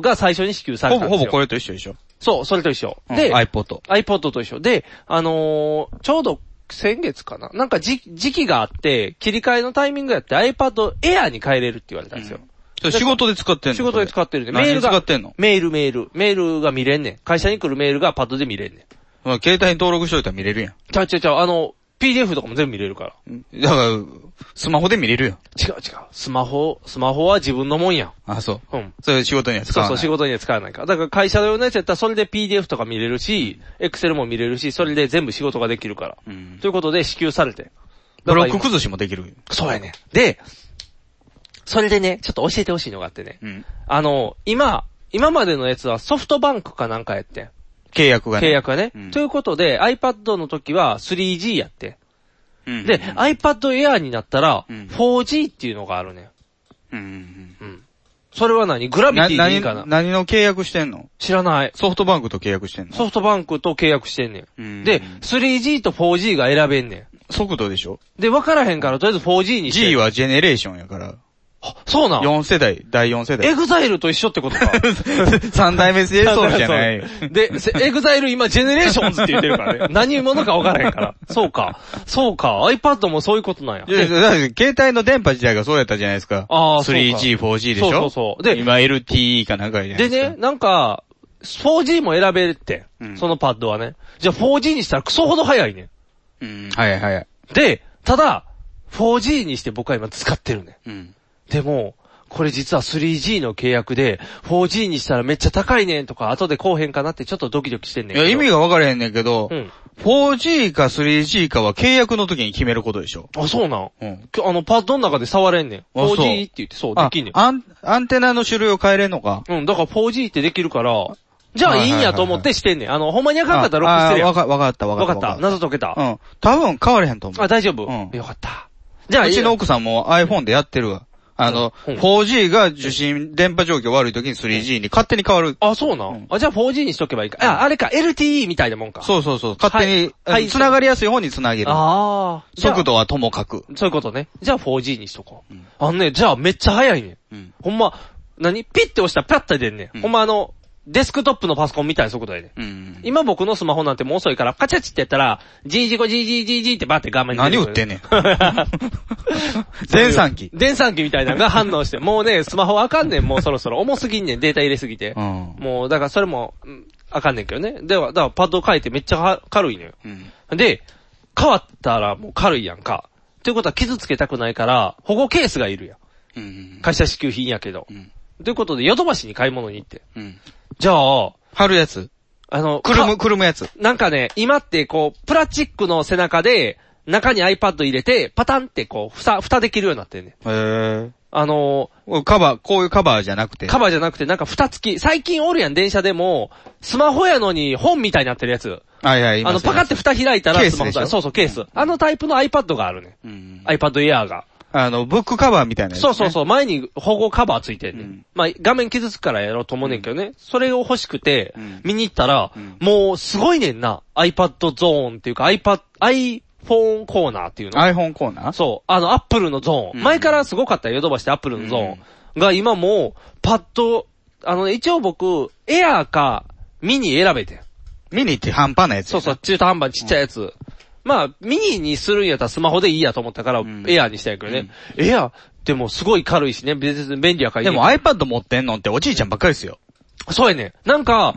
Speaker 3: が最初に支給さ
Speaker 2: ム。
Speaker 3: れ
Speaker 2: ほ
Speaker 3: たん
Speaker 2: ぼ、
Speaker 3: で
Speaker 2: ほ
Speaker 3: すよ。
Speaker 2: ぼこれと一緒でしょ。
Speaker 3: そう、それと一緒。
Speaker 2: うん
Speaker 3: で、
Speaker 2: iPod。
Speaker 3: iPod と一緒。で、あのーちょうど先月かななんか時時期があって、切り替えのタイミングやって iPad Air に変えれるって言われたんですよ。
Speaker 2: それ仕事で使ってんの
Speaker 3: 仕事で使ってるんで、
Speaker 2: メ
Speaker 3: メー
Speaker 2: ー
Speaker 3: ル
Speaker 2: ル
Speaker 3: が、
Speaker 2: 使ってんの
Speaker 3: メールメール。メールが見れんねん。会社に来るメールがパッドで見れんねん。
Speaker 2: まあ携帯に登録しといたら見れるやん。
Speaker 3: ちゃうちゃうちゃう、あの、 PDF とかも全部見れるから。
Speaker 2: だから、スマホで見れるよ。
Speaker 3: 違う違う。スマホ、スマホは自分のもんやん。。
Speaker 2: あ、そう
Speaker 3: うん。
Speaker 2: それ仕事には使
Speaker 3: そう
Speaker 2: わ
Speaker 3: そ
Speaker 2: な
Speaker 3: う、
Speaker 2: い。
Speaker 3: 仕事には使わないから。だから会社用のやつやったらそれで PDF とか見れるし、Excel も見れるし、それで全部仕事ができるから。ということで支給されて。
Speaker 2: ブロック崩しもできる。
Speaker 3: そうやね。で、それでね、ちょっと教えてほしいのがあってね。あの、今、今までのやつはソフトバンクかなんかやってん。
Speaker 2: 契約がね。
Speaker 3: 契約がね。ということで、iPad の時は 3G やって。
Speaker 2: ん
Speaker 3: で、iPad Air になったら、4G っていうのがあるね。うんそれは何グラビティでいいかな
Speaker 2: 何何の契約してんの
Speaker 3: 知らない。
Speaker 2: ソフトバンクと契約してんの
Speaker 3: ソフトバンクと契約してんねん。で、3G と 4G が選べんね
Speaker 2: ん。速度でしょ
Speaker 3: で、分からへんから、とりあえず 4G にして。
Speaker 2: G はジェネレーションやから。
Speaker 3: そうなん
Speaker 2: ?4 世代、第4世代。
Speaker 3: エグザイルと一緒ってことか。
Speaker 2: *laughs* 三代目清掃じゃないよ。
Speaker 3: で、せエグザイル今ジェネレーションズって言ってるからね。
Speaker 2: *laughs*
Speaker 3: 何者か分からへんから。そうか。そうか。iPad もそういうことなんや。
Speaker 2: いやだって携帯の電波自体がそうやったじゃないですか。
Speaker 3: あーそうか
Speaker 2: 3G、4G でしょ
Speaker 3: そうそうそう
Speaker 2: で、今 LTE かなんかじゃない
Speaker 3: でね、なんか、4G も選べるって、そのパッドはね。じゃあ 4G にしたらクソほど早いね。
Speaker 2: うん。はいはい。
Speaker 3: で、ただ、4G にして僕は今使ってるね。でも、これ実は 3G の契約で、4G にしたらめっちゃ高いねんとか、後でこうへんかなってちょっとドキドキしてんねん
Speaker 2: いや、意味が分からへんねんけど、
Speaker 3: ん
Speaker 2: 4G か 3G かは契約の時に決めることでしょ。
Speaker 3: あ、そうなん
Speaker 2: うん。
Speaker 3: きょあの、パッドの中で触れんねん。
Speaker 2: あそう
Speaker 3: 4G って言って、そう、できんねん。
Speaker 2: あアン、アンテナの種類を変えれんのか
Speaker 3: うん、だから 4G ってできるから、じゃあ
Speaker 2: はいはい
Speaker 3: い
Speaker 2: はい
Speaker 3: い
Speaker 2: はい
Speaker 3: んやと思ってしてんねん。あの、ほんまにあかんかったら
Speaker 2: あ
Speaker 3: 録してるや
Speaker 2: あ
Speaker 3: ん。
Speaker 2: わかわかったわかった。
Speaker 3: わかった。謎解けた。
Speaker 2: うん。多分変われへんと思う。
Speaker 3: あ、大丈夫。
Speaker 2: うん。
Speaker 3: よかった。じゃあ
Speaker 2: うちの奥さんも iPhone でやってるわ。あの、4G が受信、電波状況悪い時に 3G に勝手に変わる。
Speaker 3: あ、そうなん、あ、じゃあ 4G にしとけばいいか。あ、あれか、LTE みたいなもんか。
Speaker 2: そうそうそう。勝手に、
Speaker 3: はいはい
Speaker 2: 繋がりやすい方に繋げる。
Speaker 3: ああ。
Speaker 2: 速度はともかく。
Speaker 3: そういうことね。じゃあ 4G にしとこう。あのね、じゃあめっちゃ早いね。ん、ほんま、何ピッて押したらパッて出んね、ん。ほんまあの、デスクトップのパソコンみたいな速度やね、
Speaker 2: ん。
Speaker 3: 今僕のスマホなんてもう遅いから、カチャチってやったら、GG5GGGG ってバーって画面に
Speaker 2: 何
Speaker 3: 出て
Speaker 2: 売
Speaker 3: く
Speaker 2: っ
Speaker 3: る
Speaker 2: てんねん。
Speaker 3: *laughs*
Speaker 2: 全産機。
Speaker 3: 電算機みたいなのが反応して、もうね、スマホあかんねん、もうそろそろ。重すぎんねん、データ入れすぎて。もう、だからそれも、うんあかんねんけどね。では、だからパッド変えてめっちゃは軽いのよ。で、変わったらもう軽いやんか。ということは傷つけたくないから、保護ケースがいるやん。会社支給品やけど。ということで、ヨドバシに買い物に行って。じゃあ、
Speaker 2: 貼るやつ
Speaker 3: あの、
Speaker 2: くるむ、
Speaker 3: か
Speaker 2: くるむやつ。
Speaker 3: なんかね、今ってこう、プラスチックの背中で、中に iPad 入れて、パタンってこう、蓋、蓋できるようになってんねん。
Speaker 2: へ
Speaker 3: あの
Speaker 2: ー、カバー、こういうカバーじゃなくて。
Speaker 3: カバーじゃなくて、なんか蓋付き。最近おるやん、電車でも、スマホやのに本みたいになってるやつ。
Speaker 2: はいはい、い
Speaker 3: あ
Speaker 2: ま
Speaker 3: の、
Speaker 2: すね
Speaker 3: パカって蓋開いたら
Speaker 2: ケー
Speaker 3: ス
Speaker 2: ス
Speaker 3: マホ
Speaker 2: でしょ
Speaker 3: だ。そうそう、ケース。あのタイプの iPad があるね。iPad Air が。
Speaker 2: あの、ブックカバーみたいなやつね、
Speaker 3: そうそうそう、前に保護カバーついてんね、まあ、画面傷つくからやろうと思うねんけどね。それを欲しくて、見に行ったら、もうすごいねんな。iPad ゾーンっていうか iPad、iPhone コーナーっていうの。
Speaker 2: iPhone コーナー
Speaker 3: そう。あの、Apple のゾーン。前からすごかったよ、ヨドバシで Apple のゾーン。が今もう、パッと、あの、一応僕、エアーか、ミニ選べてん。
Speaker 2: ミニって半端なやつ。
Speaker 3: そうそう、中途半端ちっちゃいやつ。まあ、ミニにするんやったらスマホでいいやと思ったから、エアーにしたんやけどね。エアー、でもすごい軽いしね、別に便利やからいい
Speaker 2: でも iPad 持ってんのっておじいちゃんばっかりですよ。
Speaker 3: そうやね。なんか、ん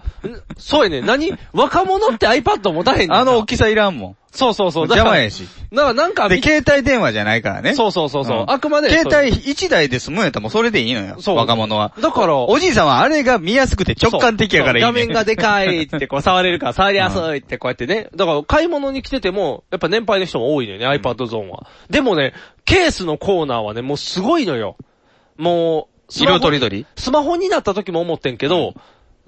Speaker 3: そうやね。何若者って iPad 持たへんねんな
Speaker 2: あの大きさいらんもん。
Speaker 3: そうそうそう。だ
Speaker 2: 邪
Speaker 3: から
Speaker 2: 魔やし。。
Speaker 3: だからなんか、
Speaker 2: で、携帯電話じゃないからね。
Speaker 3: そうそうそうそうあくまで
Speaker 2: 携帯1台で済むんやったらもうそれでいいのよ。
Speaker 3: そう
Speaker 2: 若者は。
Speaker 3: だから
Speaker 2: おじいさんはあれが見やすくて直感的やからいい、ね。
Speaker 3: そう画面がでかいってこう触れるから触りやすいってこうやってね。だから買い物に来てても、やっぱ年配の人も多いのよね、iPad ゾーンは。でもね、ケースのコーナーはね、もうすごいのよ。もう、スマホ
Speaker 2: 色とりどり
Speaker 3: スマホになった時も思ってんけど、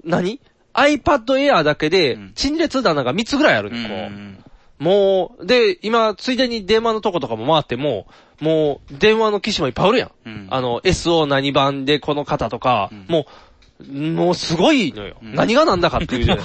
Speaker 3: 何 ?iPad Air だけで、陳列棚が3つぐらいあるね、こう。もう、で、今、ついでに電話のとことかも回っても、もう、電話の機種もいっぱいあるやん。あの、SO 何番でこの方とか、もう、もうすごいのよ。何がなんだかっていうじゃない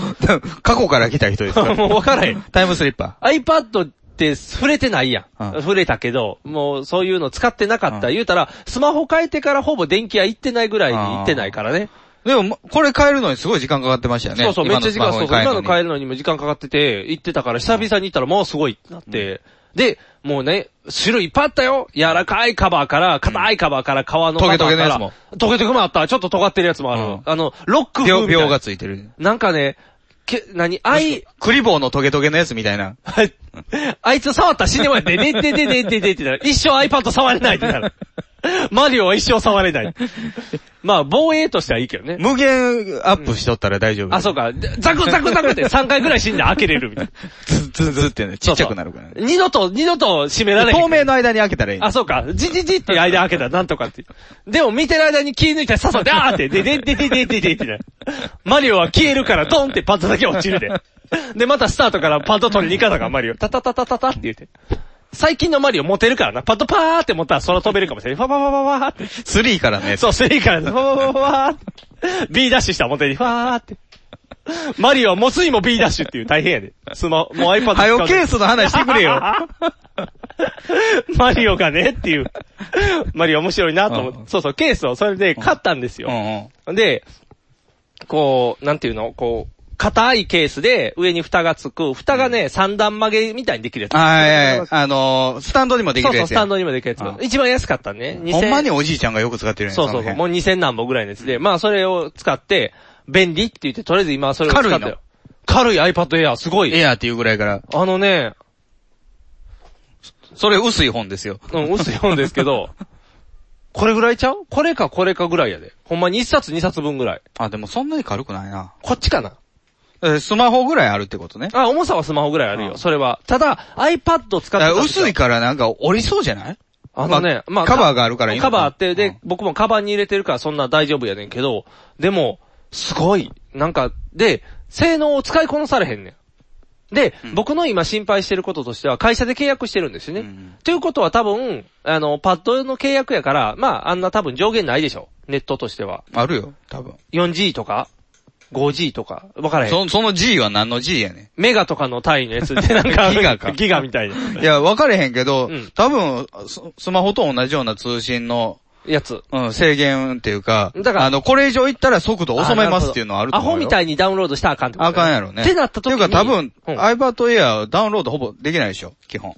Speaker 2: 過去から来た人です
Speaker 3: *laughs*
Speaker 2: から。
Speaker 3: もう分からへん。
Speaker 2: タイムスリッパ
Speaker 3: iPad って触れてないやん。触れたけど、もうそういうの使ってなかった。言うたら、スマホ変えてからほぼ電気屋行ってないぐらいに行ってないからね。
Speaker 2: ー。でももう、これ変えるのにすごい時間かかってましたよね。
Speaker 3: そうそう、めっちゃ時間、そうそう、今
Speaker 2: 変
Speaker 3: の
Speaker 2: え
Speaker 3: 変えるのにも時間かかってて、行ってたから、久々に行ったらもうすごいってなって、で、もうね、種類いっぱいあったよ柔らかいカバーから、硬いカバーから、革の
Speaker 2: トゲトゲ
Speaker 3: カバーから
Speaker 2: のやつ
Speaker 3: *laughs* トゲトゲもあった。ちょっと尖ってるやつもある。あの、ロック風みたいな
Speaker 2: 秒がついてる。
Speaker 3: なんかね、け、何あい、
Speaker 2: クリボーのトゲトゲのやつみたいな。
Speaker 3: あいつ触ったら死ねまで、ででででででってなる。一生 iPad 触れないってなる。マリオは一生触れない。まあ、防衛としてはいいけどね。
Speaker 2: 無限アップしとったら大丈夫。
Speaker 3: あ、そうか。でザクザクザクって3回ぐらい死んで開けれるみたいな。
Speaker 2: ズズズってね、ちっちゃくなるからね。
Speaker 3: 二度と、二度と閉められへん
Speaker 2: 透明の間に開けたらいい。
Speaker 3: あ、そうか。じじじって間開けたらなんとかって。でも見てる間に気抜いたら刺さって、あーって、でででででででってなる。マリオは消えるからドンってパッドだけ落ちるで。で、またスタートからパッド取りに行かなあかんマリオ。タタタタタタって言って。最近のマリオ持てるからな。パッドパーって持ったら空飛べるかもしれない。ファファファファファって。
Speaker 2: 3からね。
Speaker 3: そう、スリーからファファファファーって。B ダッシュしたら持てにファーって。マリオは持つにも B ダッシュっていう大変やで。スマ、もう iPad 使う。
Speaker 2: はよケースの話してくれよ。
Speaker 3: *laughs*
Speaker 2: *laughs*
Speaker 3: マリオがねっていう。マリオ面白いなと思って。そうそう、ケースをそれで買ったんですよ。で、こう、なんていうのこう、硬いケースで上に蓋がつく。蓋がね、三段曲げみたいにできるやつ。
Speaker 2: はいはい。あのー、スタンドにもできる
Speaker 3: そうそ
Speaker 2: や
Speaker 3: う、
Speaker 2: つ
Speaker 3: ス
Speaker 2: や。
Speaker 3: タンドにもできるやつ。一番安かったね。2000
Speaker 2: ほんまにおじいちゃんがよく使ってるやん
Speaker 3: そう
Speaker 2: の
Speaker 3: そうそう、
Speaker 2: 辺
Speaker 3: もう2000何本ぐらいのやつで。まあそれを使って、便利って言って、とりあえず今はそれを使ったよ。
Speaker 2: 軽いの
Speaker 3: 軽い iPad Air、すごい。
Speaker 2: エアーっていうぐらいから。
Speaker 3: あのね、
Speaker 2: それ薄い本ですよ。
Speaker 3: うん、薄い本ですけ
Speaker 2: *laughs*
Speaker 3: ど、これぐらいちゃうこれかこれかぐらいやで。ほんまに1冊2冊分ぐらい。
Speaker 2: あ、でもそんなに軽くないな。
Speaker 3: こっちかな
Speaker 2: えスマホぐらいあるってことね。
Speaker 3: あ、重さはスマホぐらいあるよ、それは。ただ、iPad を使
Speaker 2: だ
Speaker 3: っ
Speaker 2: から
Speaker 3: てたんですよ
Speaker 2: 薄いからなんか折りそうじゃない
Speaker 3: あのね、まあ、
Speaker 2: カバーがあるからいいの
Speaker 3: カ
Speaker 2: か
Speaker 3: バーあって、で、僕もカバンに入れてるからそんな大丈夫やねんけど、でも、すごい、なんか、で、性能を使いこなされへんねん。で、僕の今心配してることとしては、会社で契約してるんですよね。ということは多分、あの、パッドの契約やから、まあ、あんな多分上限ないでしょ。ネットとしては。
Speaker 2: あるよ、多分。
Speaker 3: 4G とか ?5G とかわからへん。
Speaker 2: そ、その G は何の G やね
Speaker 3: メガとかの単位のやつでなんか、
Speaker 2: ギガか
Speaker 3: *laughs* ギガみたいな。
Speaker 2: ん。いや、分かれへんけど、多分ス、スマホと同じような通信の、
Speaker 3: やつ。
Speaker 2: うん、制限っていうか、
Speaker 3: だから
Speaker 2: あの、これ以上行ったら速度収めますっていうのはあると思うよ。
Speaker 3: アホみたいにダウンロードしたらあかんってこと
Speaker 2: あかんやろね。
Speaker 3: ってなった時に
Speaker 2: っていうか多分、iPad Air ダウンロードほぼできないでしょ、基本。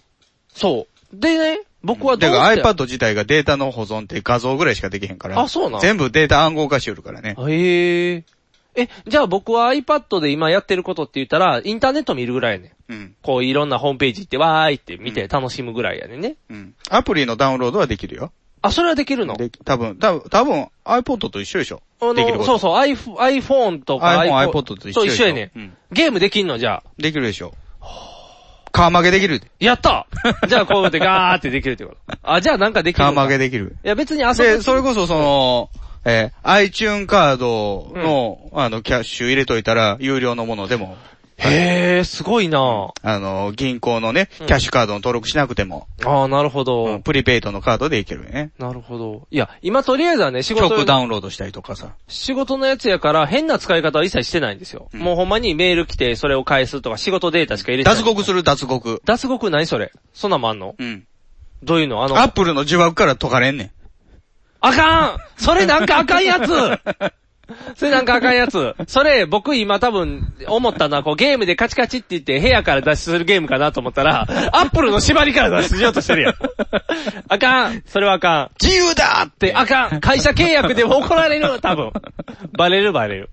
Speaker 3: そう。でね、僕はど
Speaker 2: だ
Speaker 3: う
Speaker 2: か
Speaker 3: して
Speaker 2: ら iPad 自体がデータの保存って画像ぐらいしかできへんから。
Speaker 3: あそうなん
Speaker 2: 全部データ暗号化しよるからね。
Speaker 3: へえ。え、じゃあ僕は iPad で今やってることって言ったら、インターネット見るぐらいやねん。
Speaker 2: うん
Speaker 3: こういろんなホームページ行ってわーいって見て楽しむぐらいやねんね。
Speaker 2: アプリのダウンロードはできるよ。
Speaker 3: あ、それはできるの
Speaker 2: でき多分、多分、多分 iPod と一緒でしょ。
Speaker 3: あ
Speaker 2: できること。
Speaker 3: の、そうそう、iPhone- iPhone とか
Speaker 2: iPhone iPod と一緒
Speaker 3: そう
Speaker 2: でしょ
Speaker 3: 一緒やね
Speaker 2: うん
Speaker 3: ん。ゲームできんのじゃあ。
Speaker 2: できるでしょ。カー曲げできる。
Speaker 3: やったじゃあこうやってガーってできるってこと。 *laughs* あ、じゃあなんかできる
Speaker 2: カー
Speaker 3: のか。
Speaker 2: 曲げできる。
Speaker 3: いや別に遊
Speaker 2: で、
Speaker 3: ぶ。
Speaker 2: それこそその、えー iTune カードの、あの、キャッシュ入れといたら、有料のものでも、
Speaker 3: へえ、すごいな
Speaker 2: あの、銀行のね、キャッシュカードの登録しなくても、
Speaker 3: ああ、なるほど。
Speaker 2: プリペイトのカードでいけるよね。
Speaker 3: なるほど。いや、今とりあえずはね、仕事。
Speaker 2: 曲ダウンロードしたりとかさ。
Speaker 3: 仕事のやつやから変な使い方は一切してないんですよ。もうほんまにメール来てそれを返すとか仕事データしか入れてない。
Speaker 2: 脱獄する、脱獄。
Speaker 3: 脱獄何それそんなんもあんの
Speaker 2: うん。
Speaker 3: どういうのあの、
Speaker 2: アップルの呪縛から解かれんねん。
Speaker 3: あかんそれなんかあかんやつ *laughs* それなんかあかんやつ。それ、僕今多分、思ったのは、こうゲームでカチカチって言って部屋から脱出するゲームかなと思ったら、アップルの縛りから脱出しようとしてるやん。 *laughs* あかんそれはあかん。
Speaker 2: 自由だって
Speaker 3: あかん会社契約でも怒られる多分。バレるバレる。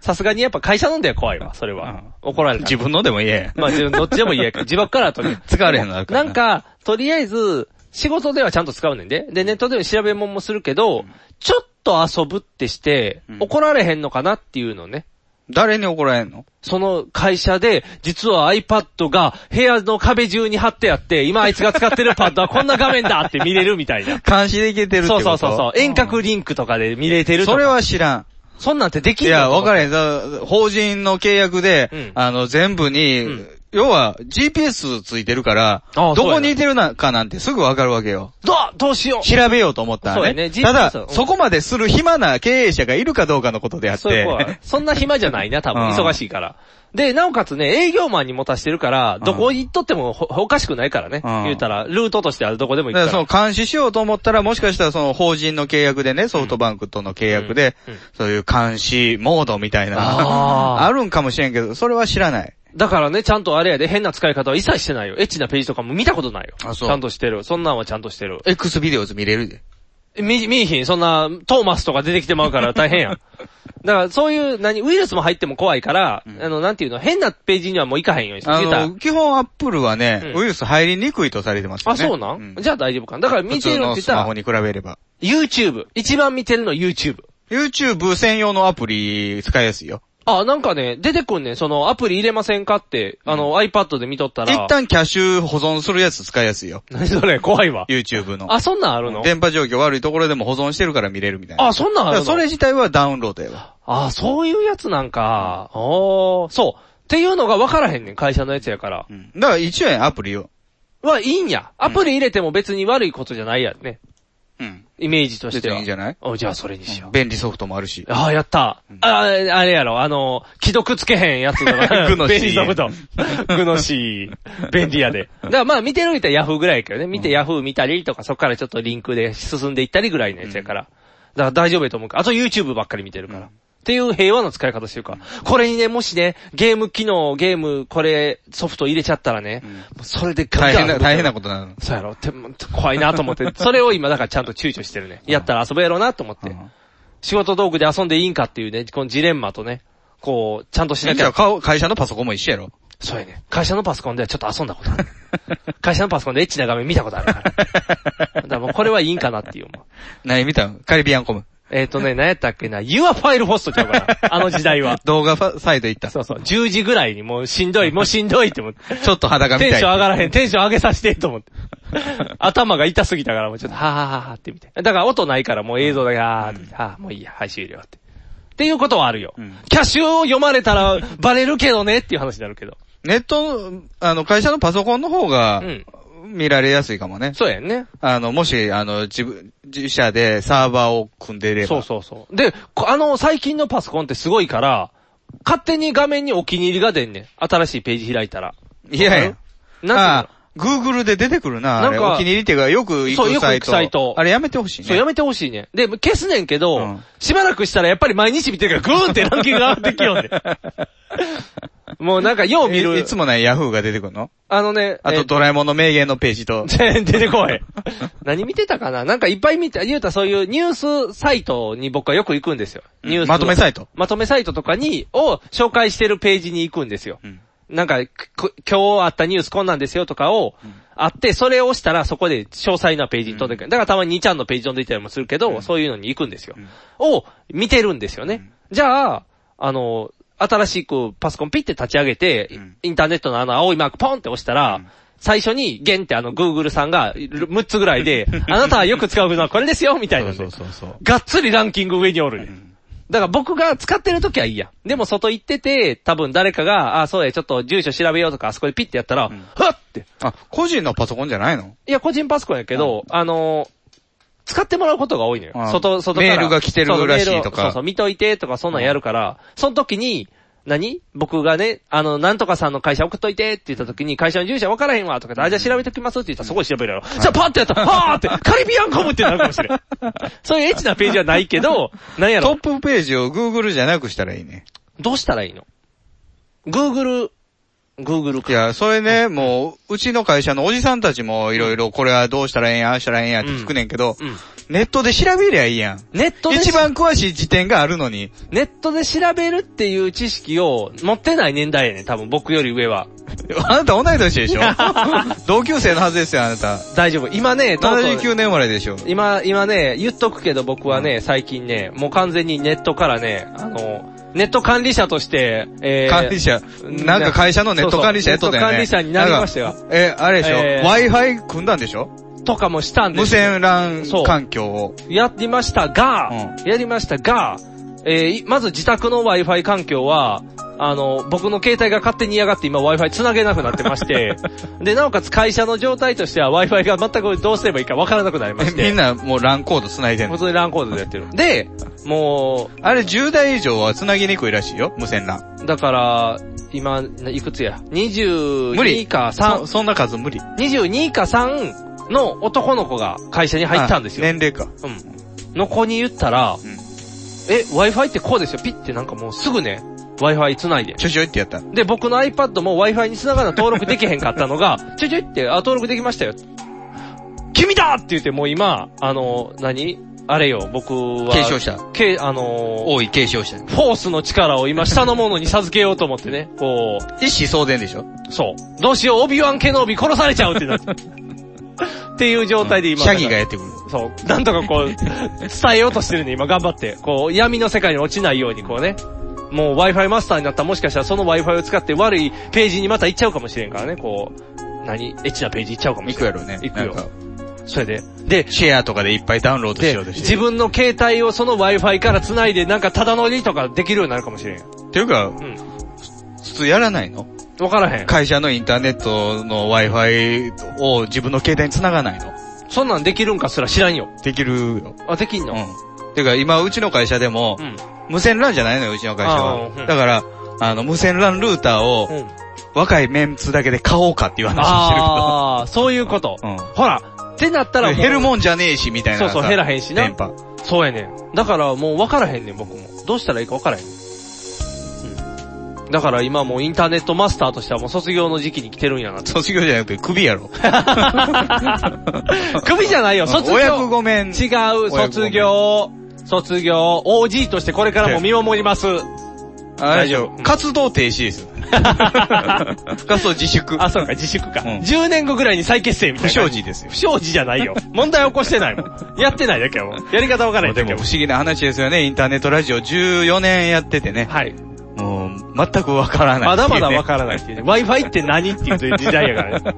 Speaker 3: さすがにやっぱ会社のでは怖いわ、それは。怒られる。
Speaker 2: 自分のでも言え。
Speaker 3: まあ自分どっちで
Speaker 2: *laughs*
Speaker 3: もいいやから、自爆からとりあえず。
Speaker 2: 使われへんのあるから
Speaker 3: なんか、とりあえず、仕事ではちゃんと使うねんで。で、ネットでも調べ物もするけど、ちょっと遊ぶってして、怒られへんのかなっていうのね。
Speaker 2: 誰に怒られんの
Speaker 3: その会社で、実は iPad が部屋の壁中に貼ってあって、今あいつが使ってるパッドはこんな画面だって見れるみ
Speaker 2: *laughs*
Speaker 3: たいな。
Speaker 2: 監視できてるってこ
Speaker 3: そ
Speaker 2: と
Speaker 3: うそうそうそう。遠隔リンクとかで見れてると
Speaker 2: そ
Speaker 3: か
Speaker 2: れは知らん。
Speaker 3: そんなんてでき
Speaker 2: い
Speaker 3: んの
Speaker 2: や、わからへん。だ法人の契約で、あの、全部に、要は GPS ついてるから、
Speaker 3: あ
Speaker 2: ど
Speaker 3: あそうやな
Speaker 2: こにいてるなかなんてすぐわかるわけよ。
Speaker 3: どうどうしよう
Speaker 2: 調べようと思った
Speaker 3: そう
Speaker 2: ら
Speaker 3: やね
Speaker 2: ね。
Speaker 3: GPS
Speaker 2: ただ
Speaker 3: うん、
Speaker 2: そこまでする暇な経営者がいるかどうかのことであっ
Speaker 3: そういう子は
Speaker 2: て。
Speaker 3: そんな暇じゃないな、多
Speaker 2: *laughs*
Speaker 3: 分。
Speaker 2: うん
Speaker 3: 忙しいから。で、なおかつね、営業マンに持たしてるから、どこ行っとってもほおかしくないからね。言うたら、ルートとしてはどこでも行
Speaker 2: だから
Speaker 3: った
Speaker 2: そ
Speaker 3: ら
Speaker 2: の。監視しようと思ったら、もしかしたらその法人の契約でね、ソフトバンクとの契約で、そういう監視モードみたい
Speaker 3: あ
Speaker 2: な、あるんかもしれんけど、それは知らない。
Speaker 3: だからね、ちゃんとあれやで、変な使い方は一切してないよ。エッチなページとかも見たことないよ。ち
Speaker 2: そう
Speaker 3: ゃんとしてる。そんなんはちゃんとしてる。
Speaker 2: X ビデオズ見れるで。 *laughs*
Speaker 3: え、見、見えひん。そんな、トーマスとか出てきてまうから大変やん。だから、そういう、何、ウイルスも入っても怖いから、あの、なんていうの、変なページにはもう行かへんようにして
Speaker 2: あ
Speaker 3: た。
Speaker 2: の、基本アップルはね、
Speaker 3: うん
Speaker 2: ウイルス入りにくいとされてますよ
Speaker 3: あ、
Speaker 2: ね。
Speaker 3: そうなん、じゃあ大丈夫かな。だから見てるって言
Speaker 2: 普
Speaker 3: っ
Speaker 2: 通のスマ
Speaker 3: たら
Speaker 2: ホ、に比べれば。
Speaker 3: YouTube。一番見てるの YouTube。
Speaker 2: YouTube 専用のアプリ使いやすいよ。
Speaker 3: あ、なんかね、出てくんねんその、アプリ入れませんかって、あの、iPad で見とったら。
Speaker 2: 一旦キャッシュ保存するやつ使いやすいよ。
Speaker 3: 何そ *laughs* れ怖いわ。
Speaker 2: YouTube の。
Speaker 3: あ、そんなんあるの
Speaker 2: 電波状況悪いところでも保存してるから見れるみたいな。
Speaker 3: あそんなんあるの
Speaker 2: だからそれ自体はダウンロードやわ。
Speaker 3: あ、そういうやつなんか。おー、そう。っていうのが分からへんねん、会社のやつやから。
Speaker 2: だから一応やんアプリを。
Speaker 3: はいいんや。アプリ入れても別に悪いことじゃないやんね。
Speaker 2: うん。
Speaker 3: イメージとして
Speaker 2: 別
Speaker 3: は。
Speaker 2: にいいんじゃない
Speaker 3: おじゃあそれにしよ
Speaker 2: 便利ソフトもあるし。
Speaker 3: う。ああ、やった。あーあれやろ、あの、既読つけへんやつの
Speaker 2: 具の C
Speaker 3: 便利ソフト。グノシー。便利やで。だからまあ見てる人はヤフーぐらいやけどね。見てヤフー見たりとか、そっからちょっとリンクで進んでいったりぐらいのやつやから。だから大丈夫やと思うから。あと YouTube ばっかり見てるから。っていう平和の使い方してるから。これにね、もしね、ゲーム機能、ゲーム、これ、ソフト入れちゃったらね、もうそれでガ
Speaker 2: 大
Speaker 3: ンガン
Speaker 2: 変な、大変なことになる。
Speaker 3: そうやろって、怖いなと思って、それを今だからちゃんと躊躇してるね。やったら遊べやろうなと思って。仕事道具で遊んでいいんかっていうね、このジレンマとね、こう、ちゃんとしなき
Speaker 2: じゃ
Speaker 3: ゃ
Speaker 2: あ。顔会社のパソコンも一緒やろ。
Speaker 3: そうやね。会社のパソコンではちょっと遊んだことある。会社のパソコンでエッチな画面見たことあるから。 *laughs* だからもうこれはいいんかなっていう思う。
Speaker 2: 何見たんカリビアンコム。
Speaker 3: えっ、とね、何やったっけな、ユアファイルホストちゃうから、あの時代は。
Speaker 2: 動画ファサイト行った。
Speaker 3: *laughs* そうそう、10時ぐらいにもうしんどい、もうしんどいって思って。
Speaker 2: ちょっと裸みたい。
Speaker 3: テンション上がらへん、テンション上げさせて、と思 *laughs* って。頭が痛すぎたからもうちょっと、はぁはぁはぁってみて。だから音ないからもう映像だけ、はぁーって、はぁ、もういいや、はい、終了って。っていうことはあるよ。キャッシュを読まれたらバレるけどねっていう話になるけど。
Speaker 2: ネットの、あの、会社のパソコンの方が、見られやすいかもね。
Speaker 3: そうやんね。
Speaker 2: あの、もし、あの、自分、自社でサーバーを組んでれば。
Speaker 3: そうそうそう。で、こあの、最近のパソコンってすごいから、勝手に画面にお気に入りが出んねん。新しいページ開いたら。
Speaker 2: いやいや。
Speaker 3: なんて
Speaker 2: Google で出てくるな、あれ。
Speaker 3: なんか
Speaker 2: お気に入りっていうか、よく
Speaker 3: いうの
Speaker 2: 行
Speaker 3: そう、
Speaker 2: く
Speaker 3: よく
Speaker 2: サ
Speaker 3: 行
Speaker 2: イ
Speaker 3: く
Speaker 2: ト。
Speaker 3: サイト。
Speaker 2: あれやめてほしいね。
Speaker 3: そう、やめてほしいね。で、消すねんけど、しばらくしたらやっぱり毎日見てるからグーンってランキングが上がってきよんで。
Speaker 2: *laughs*
Speaker 3: もうなんかよう見る
Speaker 2: いいつもないヤフーが出てくるの
Speaker 3: あのね、
Speaker 2: あ
Speaker 3: え
Speaker 2: と
Speaker 3: ー
Speaker 2: ドラえもんの名言のページ *laughs*
Speaker 3: *laughs*
Speaker 2: と。
Speaker 3: 全然出てこい。何見てたかななんかいっぱい見て、言うたらそういうニュースサイトに僕はよく行くんですよ。ニュース。
Speaker 2: まとめサイト
Speaker 3: まとめサイトとかに、を紹介してるページに行くんですよ。なんか、く今日あったニュースこんなんですよとかを、あって、それを押したらそこで詳細なページに飛んでくる。だからたまに2ちゃんのページ飛んでいたりもするけど、そういうのに行くんですよ。を見てるんですよね。じゃあ、あの、新しくパソコンピッて立ち上げて、インターネットのあの青いマークポンって押したら、最初に、ゲンってあの、Google さんが、6つぐらい *laughs* で、あなたはよく使うのはこれですよみたいな。そうそうそう。がっつりランキング上におるね。だから僕が使ってる時はいいや。でも外行ってて、多分誰かが、あ、そうや、ちょっと住所調べようとか、あそこでピッてやったら、はっって。
Speaker 2: あ、個人のパソコンじゃないの
Speaker 3: いや、個人パソコンやけど、あのー、使ってもらうことが多いのよ
Speaker 2: あ。ー
Speaker 3: 外、外から。
Speaker 2: メールが来てる
Speaker 3: そうそう
Speaker 2: らしいとか
Speaker 3: メールをそうそう、見といてとか、そんなんやるから、その時に、何僕がね、あの、なんとかさんの会社送っといてって言った時に、会社の住所分からへんわとかで、あ、じゃあ調べときますって言ったらそこで調べるやろ。じゃあパッてやったら、はーって、カリビアンコムってなるかもしれん。
Speaker 2: *laughs*
Speaker 3: そういうエッチなページはないけど、なんやろ。
Speaker 2: トップページを Google じゃなくしたらいいね。
Speaker 3: どうしたらいいの ?Google、Google
Speaker 2: いや、それね、もう、うちの会社のおじさんたちもいろいろこれはどうしたらええんや、ああしたらええんやって聞くねんけど、ネットで調べりゃいいやん。
Speaker 3: ネットで
Speaker 2: 一番詳しい辞典があるのに。 *laughs*
Speaker 3: ネットで調べるっていう知識を持ってない年代やねん、多分僕より上は。
Speaker 2: あなた同い年でしょ同級生のはずですよ、あなた。
Speaker 3: 大丈夫。今ね、とうとう
Speaker 2: 79年生まれでしょ。
Speaker 3: 今、今ね、言っとくけど僕はね、最近ね、もう完全にネットからね、あの、ネット管理者として、えー、
Speaker 2: 管理者。なんか会社のネット管理者やっとったよね。
Speaker 3: ネット管理者になりましたよ
Speaker 2: なん。かえ、あれでしょ、
Speaker 3: えー
Speaker 2: ?Wi-Fi 組んだんでしょ
Speaker 3: とかもしたんで
Speaker 2: 無
Speaker 3: すよ
Speaker 2: 線 LAN 環境を。
Speaker 3: やりましたが、やりましたが、えーいまず自宅の Wi-Fi 環境は、あの、僕の携帯が勝手に嫌がって今 Wi-Fi 繋げなくなってま
Speaker 2: *laughs*
Speaker 3: して、で、なおかつ会社の状態としては Wi-Fi が全くどうすればいいかわからなくなりまして。
Speaker 2: みんなもう LAN コード繋いでん
Speaker 3: 普
Speaker 2: の。
Speaker 3: 通に LAN コードでやってる。で、も
Speaker 2: う、あれ10台以上は繋ぎにくいらしいよ、無線 LAN。
Speaker 3: だから、今、いくつや ?22
Speaker 2: 無理
Speaker 3: か
Speaker 2: そ
Speaker 3: 3。
Speaker 2: そんな数無理。
Speaker 3: 22か3の男の子が会社に入ったんですよ。
Speaker 2: あ年齢か。
Speaker 3: うん。の子に言ったら、え、Wi-Fi ってこうですよ。ピッてなんかもうすぐね、Wi-Fi 繋いで。
Speaker 2: ちょちょいってやった。
Speaker 3: で、僕の iPad も Wi-Fi に繋がら登録できへんかったのが、 *laughs* ちょいちょいって、あ、登録できましたよ。君だって言ってもう今、あの、何あれよ、僕は。
Speaker 2: 継承者。
Speaker 3: け、あの
Speaker 2: 多い継承者。フ
Speaker 3: ォースの力を
Speaker 2: *laughs*
Speaker 3: 今下のものに授けようと思ってね、こう。
Speaker 2: 一子相伝でしょ
Speaker 3: そう。どうしよう、オビワン・ケノービ殺されちゃうってなっ
Speaker 2: *laughs*
Speaker 3: っていう状態で今。
Speaker 2: シャギーがやってくる。
Speaker 3: そう。なんとかこう、伝えようとしてるね、今頑張って。こう、闇の世界に落ちないようにこうね。もう Wi-Fi マスターになったらもしかしたらその Wi-Fi を使って悪いページにまた行っちゃうかもしれんからね、こう。何エッチなページ行っちゃうかもしれん。
Speaker 2: 行くやろね
Speaker 3: 行くよ
Speaker 2: なんか。
Speaker 3: それで。で、
Speaker 2: シェアとかでいっぱいダウンロードし
Speaker 3: で
Speaker 2: ようと、して。
Speaker 3: 自分の携帯をその Wi-Fi から繋いで、なんかただ乗りとかできるようになるかもしれんよ。
Speaker 2: っていうか、普通やらないの
Speaker 3: わからへん。
Speaker 2: 会社のインターネットの Wi-Fi を自分の携帯に繋がないの
Speaker 3: そんなんできるんかすら知らんよ。
Speaker 2: できるよ。
Speaker 3: あ、できんの
Speaker 2: うん。てか今、うちの会社でも、無線 LAN じゃないのよ、うちの会社
Speaker 3: あー
Speaker 2: は
Speaker 3: う。ん
Speaker 2: だから、あの、無線 LAN ルーターを、若いメンツだけで買おうかっていう話をしてるけど。
Speaker 3: ああ、そういうこと。
Speaker 2: *laughs*
Speaker 3: ほら、ってなったらもう
Speaker 2: 減るもんじゃねえし、みたいなさ。
Speaker 3: そうそう減らへんしな
Speaker 2: 電波。
Speaker 3: そうやねん。だからもう分からへんねん、僕も。どうしたらいいか分からへん。うん。だから今もうインターネットマスターとしてはもう卒業の時期に来てるんや
Speaker 2: *laughs*
Speaker 3: なと。
Speaker 2: 卒業じゃなくて首やろ。
Speaker 3: 首じゃないよ、
Speaker 2: うん
Speaker 3: 卒業。
Speaker 2: 親子ごめん。
Speaker 3: 違う、卒業、卒業、OG としてこれからも見守
Speaker 2: *laughs*
Speaker 3: ります。
Speaker 2: 大丈夫。活動停止
Speaker 3: *laughs*
Speaker 2: ですよ。活動自粛。
Speaker 3: あ、そうか、自粛か。10年後ぐらいに再結成みたいな。不
Speaker 2: 祥事ですよ
Speaker 3: 不祥事じゃないよ。問題起こしてないもん。やってないだけやもん。やり方わからへん
Speaker 2: で
Speaker 3: だけ
Speaker 2: も
Speaker 3: や
Speaker 2: 不
Speaker 3: もん。
Speaker 2: 思議な話ですよね。インターネットラジオ14年やっててね。
Speaker 3: はい。
Speaker 2: もう、全くわからない
Speaker 3: ま
Speaker 2: っていうね、
Speaker 3: だまだわからないっていうね。Wi-Fi って何っていう時代やからね。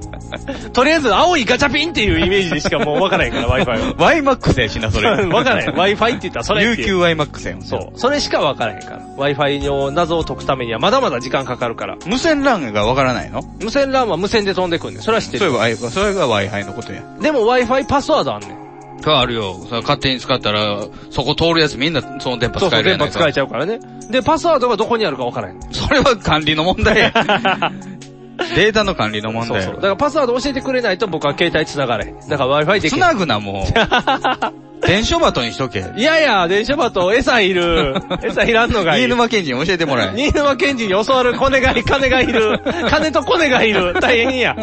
Speaker 3: とりあえず、青いガチャピンっていうイメージでしかもうわからへんから、Wi-Fi は。
Speaker 2: *laughs* ワイマックスやしな、それ。*laughs*
Speaker 3: *laughs* わからへん。Wi-Fi って言ったらそれっていう。
Speaker 2: UQ ワイマックスやん。
Speaker 3: そう。それしかわからへんから。Wi-Fi の謎を解くためにはまだまだ時間かかるから。
Speaker 2: 無線 LAN がわからないの
Speaker 3: 無線 LAN は無線で飛んでくんねんそれは知って
Speaker 2: そうい
Speaker 3: る
Speaker 2: え。ば、あいそれが Wi-Fi のことや。
Speaker 3: でも Wi-Fi パスワードあんねん。
Speaker 2: があるよ。それ勝手に使ったら、そこ通るやつみんなその電波
Speaker 3: そう
Speaker 2: 使
Speaker 3: そ
Speaker 2: え
Speaker 3: う、
Speaker 2: るや
Speaker 3: 電
Speaker 2: ない
Speaker 3: 波使
Speaker 2: か
Speaker 3: えちゃうからね。で、パスワードがどこにあるかわ
Speaker 2: *laughs*
Speaker 3: からへん。
Speaker 2: それは管理の問題や。
Speaker 3: *laughs*
Speaker 2: データの管理の問
Speaker 3: そう
Speaker 2: 題
Speaker 3: そ
Speaker 2: や
Speaker 3: う。だからパスワード教えてくれないと僕は携帯繋がれへん。だから Wi-Fi でき
Speaker 2: つ
Speaker 3: る。
Speaker 2: なぐな、も
Speaker 3: *laughs*
Speaker 2: う。電書バトにしとけ。
Speaker 3: いやいや、電車バト、餌
Speaker 2: *laughs*
Speaker 3: いる。餌いらんのがいい。
Speaker 2: 新沼賢治に教えてもらえ。
Speaker 3: *laughs* 新沼賢治に教わるコネがい、金がい
Speaker 2: *laughs*
Speaker 3: る。金とコネがいる。大変や。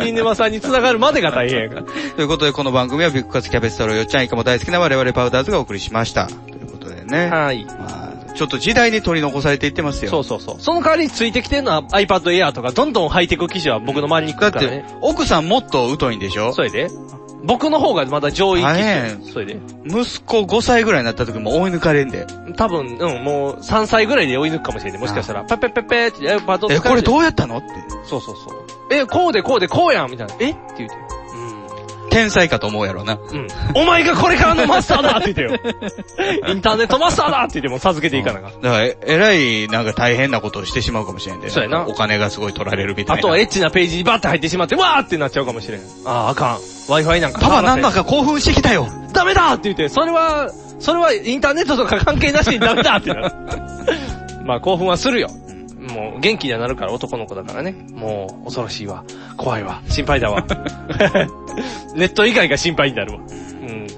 Speaker 3: 新沼さんに繋がるまでが大変やから。
Speaker 2: ということで、この番組はビッグカツキャベツ太郎よっちゃんいかも大好きな我々パウダーズがお送りしました。ということでね。
Speaker 3: はい。
Speaker 2: ちょっと時代に取り残されていってますよ。
Speaker 3: そうそうそう。その代わりについてきてるのは iPad Air とか、どんどんハイテク機種は僕の周りに来るからね。
Speaker 2: 奥さんもっと疎いんでしょ
Speaker 3: それで僕の方がまだ上位機
Speaker 2: 大
Speaker 3: 種。
Speaker 2: 変
Speaker 3: それで。
Speaker 2: 息子5歳ぐらいになった時も追い抜かれんで。
Speaker 3: 多分、うん、もう3歳ぐらいで追い抜くかもしれない。もしかしたら、ペッペッペッペーって iPad 使
Speaker 2: え、これど
Speaker 3: う
Speaker 2: うやったのって。
Speaker 3: そうそうそう。え、こうでこうでこうやんみたいな。えって言うて。
Speaker 2: 天才かと思うやろな。
Speaker 3: うん。お前がこれからのマスターだって言って *laughs* よ。インターネットマスターだって言ってもう授けていかなあかん
Speaker 2: だから、ええらい、なんか大変なことをしてしまうかもしれんで。
Speaker 3: そうやな
Speaker 2: お金がすごい取られるみたいな。
Speaker 3: あとはエッチなページにバッて入ってしまって、わーってなっちゃうかもしれん。あーあかん。Wi-Fi なんか。
Speaker 2: パパなんだか興奮してきたよ。
Speaker 3: ダメだって言って、それは、それはインターネットとか関係なしにダメだ *laughs* ってなる。まあ興奮はするよ。もう元気にはなるから男の子だからね。もう恐ろしいわ。怖いわ。心配だわ。 *laughs* ネット以外が心配になるわ。うん。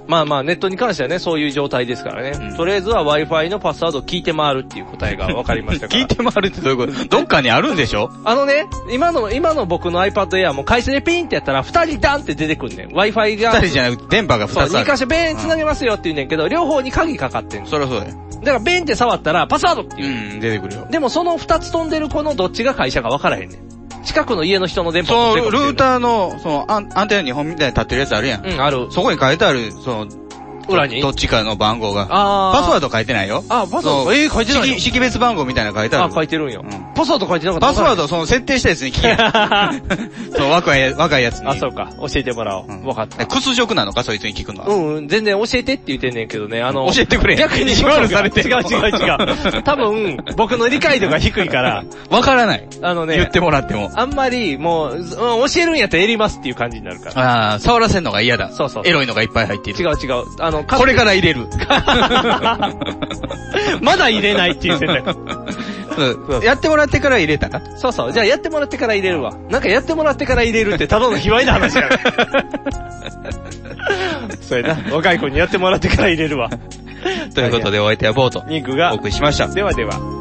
Speaker 3: まあまあネットに関してはね、そういう状態ですからね。とりあえずは Wi-Fi のパスワードを聞いて回るっていう答えが分かりましたか
Speaker 2: *laughs*
Speaker 3: ら。
Speaker 2: 聞いて回るってどういうこと *laughs* どっかにあるんでしょ *laughs*
Speaker 3: あのね、今の、今の僕の iPad Air も回数でピンってやったら二人ダンって出てくんねん。Wi-Fi が。
Speaker 2: 二人じゃなくて電波が
Speaker 3: そう、
Speaker 2: 二つあ
Speaker 3: 2
Speaker 2: る
Speaker 3: 箇。所ベーン繋げますよって言うねんけど、両方に鍵かかってんの
Speaker 2: そりゃそうだよ。
Speaker 3: だからベンって触ったらパスワードっていう。
Speaker 2: うん、出てくるよ。
Speaker 3: でもその2つ飛んでる子のどっちが会社か分からへんねん。近くの家の人の電波
Speaker 2: そ
Speaker 3: を
Speaker 2: の
Speaker 3: 全部
Speaker 2: ル
Speaker 3: 持っ
Speaker 2: ー
Speaker 3: てる
Speaker 2: ターの、そのアンアンテナ日本みたいに立ってるやつあるやん。
Speaker 3: うん、ある。
Speaker 2: そこに書いてある、その、
Speaker 3: 裏に
Speaker 2: どっちかの番号が。
Speaker 3: あー
Speaker 2: パスワード書いてないよ。
Speaker 3: あパスワード
Speaker 2: そう
Speaker 3: えー書いてないの
Speaker 2: 識識別番号みたいなの書いてあ
Speaker 3: あ、
Speaker 2: る。
Speaker 3: 書いてるんよ。パスワード書いてなかった
Speaker 2: パスワードその設定したやつに聞け。 *laughs* そう、若いや、若いやつに。 *laughs*
Speaker 3: あ、そうか。教えてもらおう。分かった。
Speaker 2: 屈辱なのか、そいつに聞くのは。
Speaker 3: うんうん、全然教えてって言ってんねんけどね、あの、
Speaker 2: 教えてくれ
Speaker 3: 逆に
Speaker 2: 意地悪されて
Speaker 3: 違う違う違う。多分、僕の理解度が低いから、
Speaker 2: *laughs* わからない。
Speaker 3: あのね、
Speaker 2: 言ってもらっても。
Speaker 3: あんまり、もう、ずうん教えるんやったらやりますっていう感じになるから。
Speaker 2: ああ、触らせんのが嫌だ。
Speaker 3: そうそう
Speaker 2: エロいのがいっぱい入ってい
Speaker 3: 違
Speaker 2: る。
Speaker 3: う違う。あの、
Speaker 2: これから入れる。
Speaker 3: *laughs* まだ入れないっていう選択。
Speaker 2: うんやってもらってから入れたら
Speaker 3: そうそう。じゃあやってもらってから入れるわ。なんかやってもらってから入れるってただの卑猥な話や。 *laughs* そうやな。 *laughs* 若い子にやってもらってから入れるわ。
Speaker 2: ということで、お相手はボート。
Speaker 3: ニンクが
Speaker 2: お送りしました。
Speaker 3: ではでは。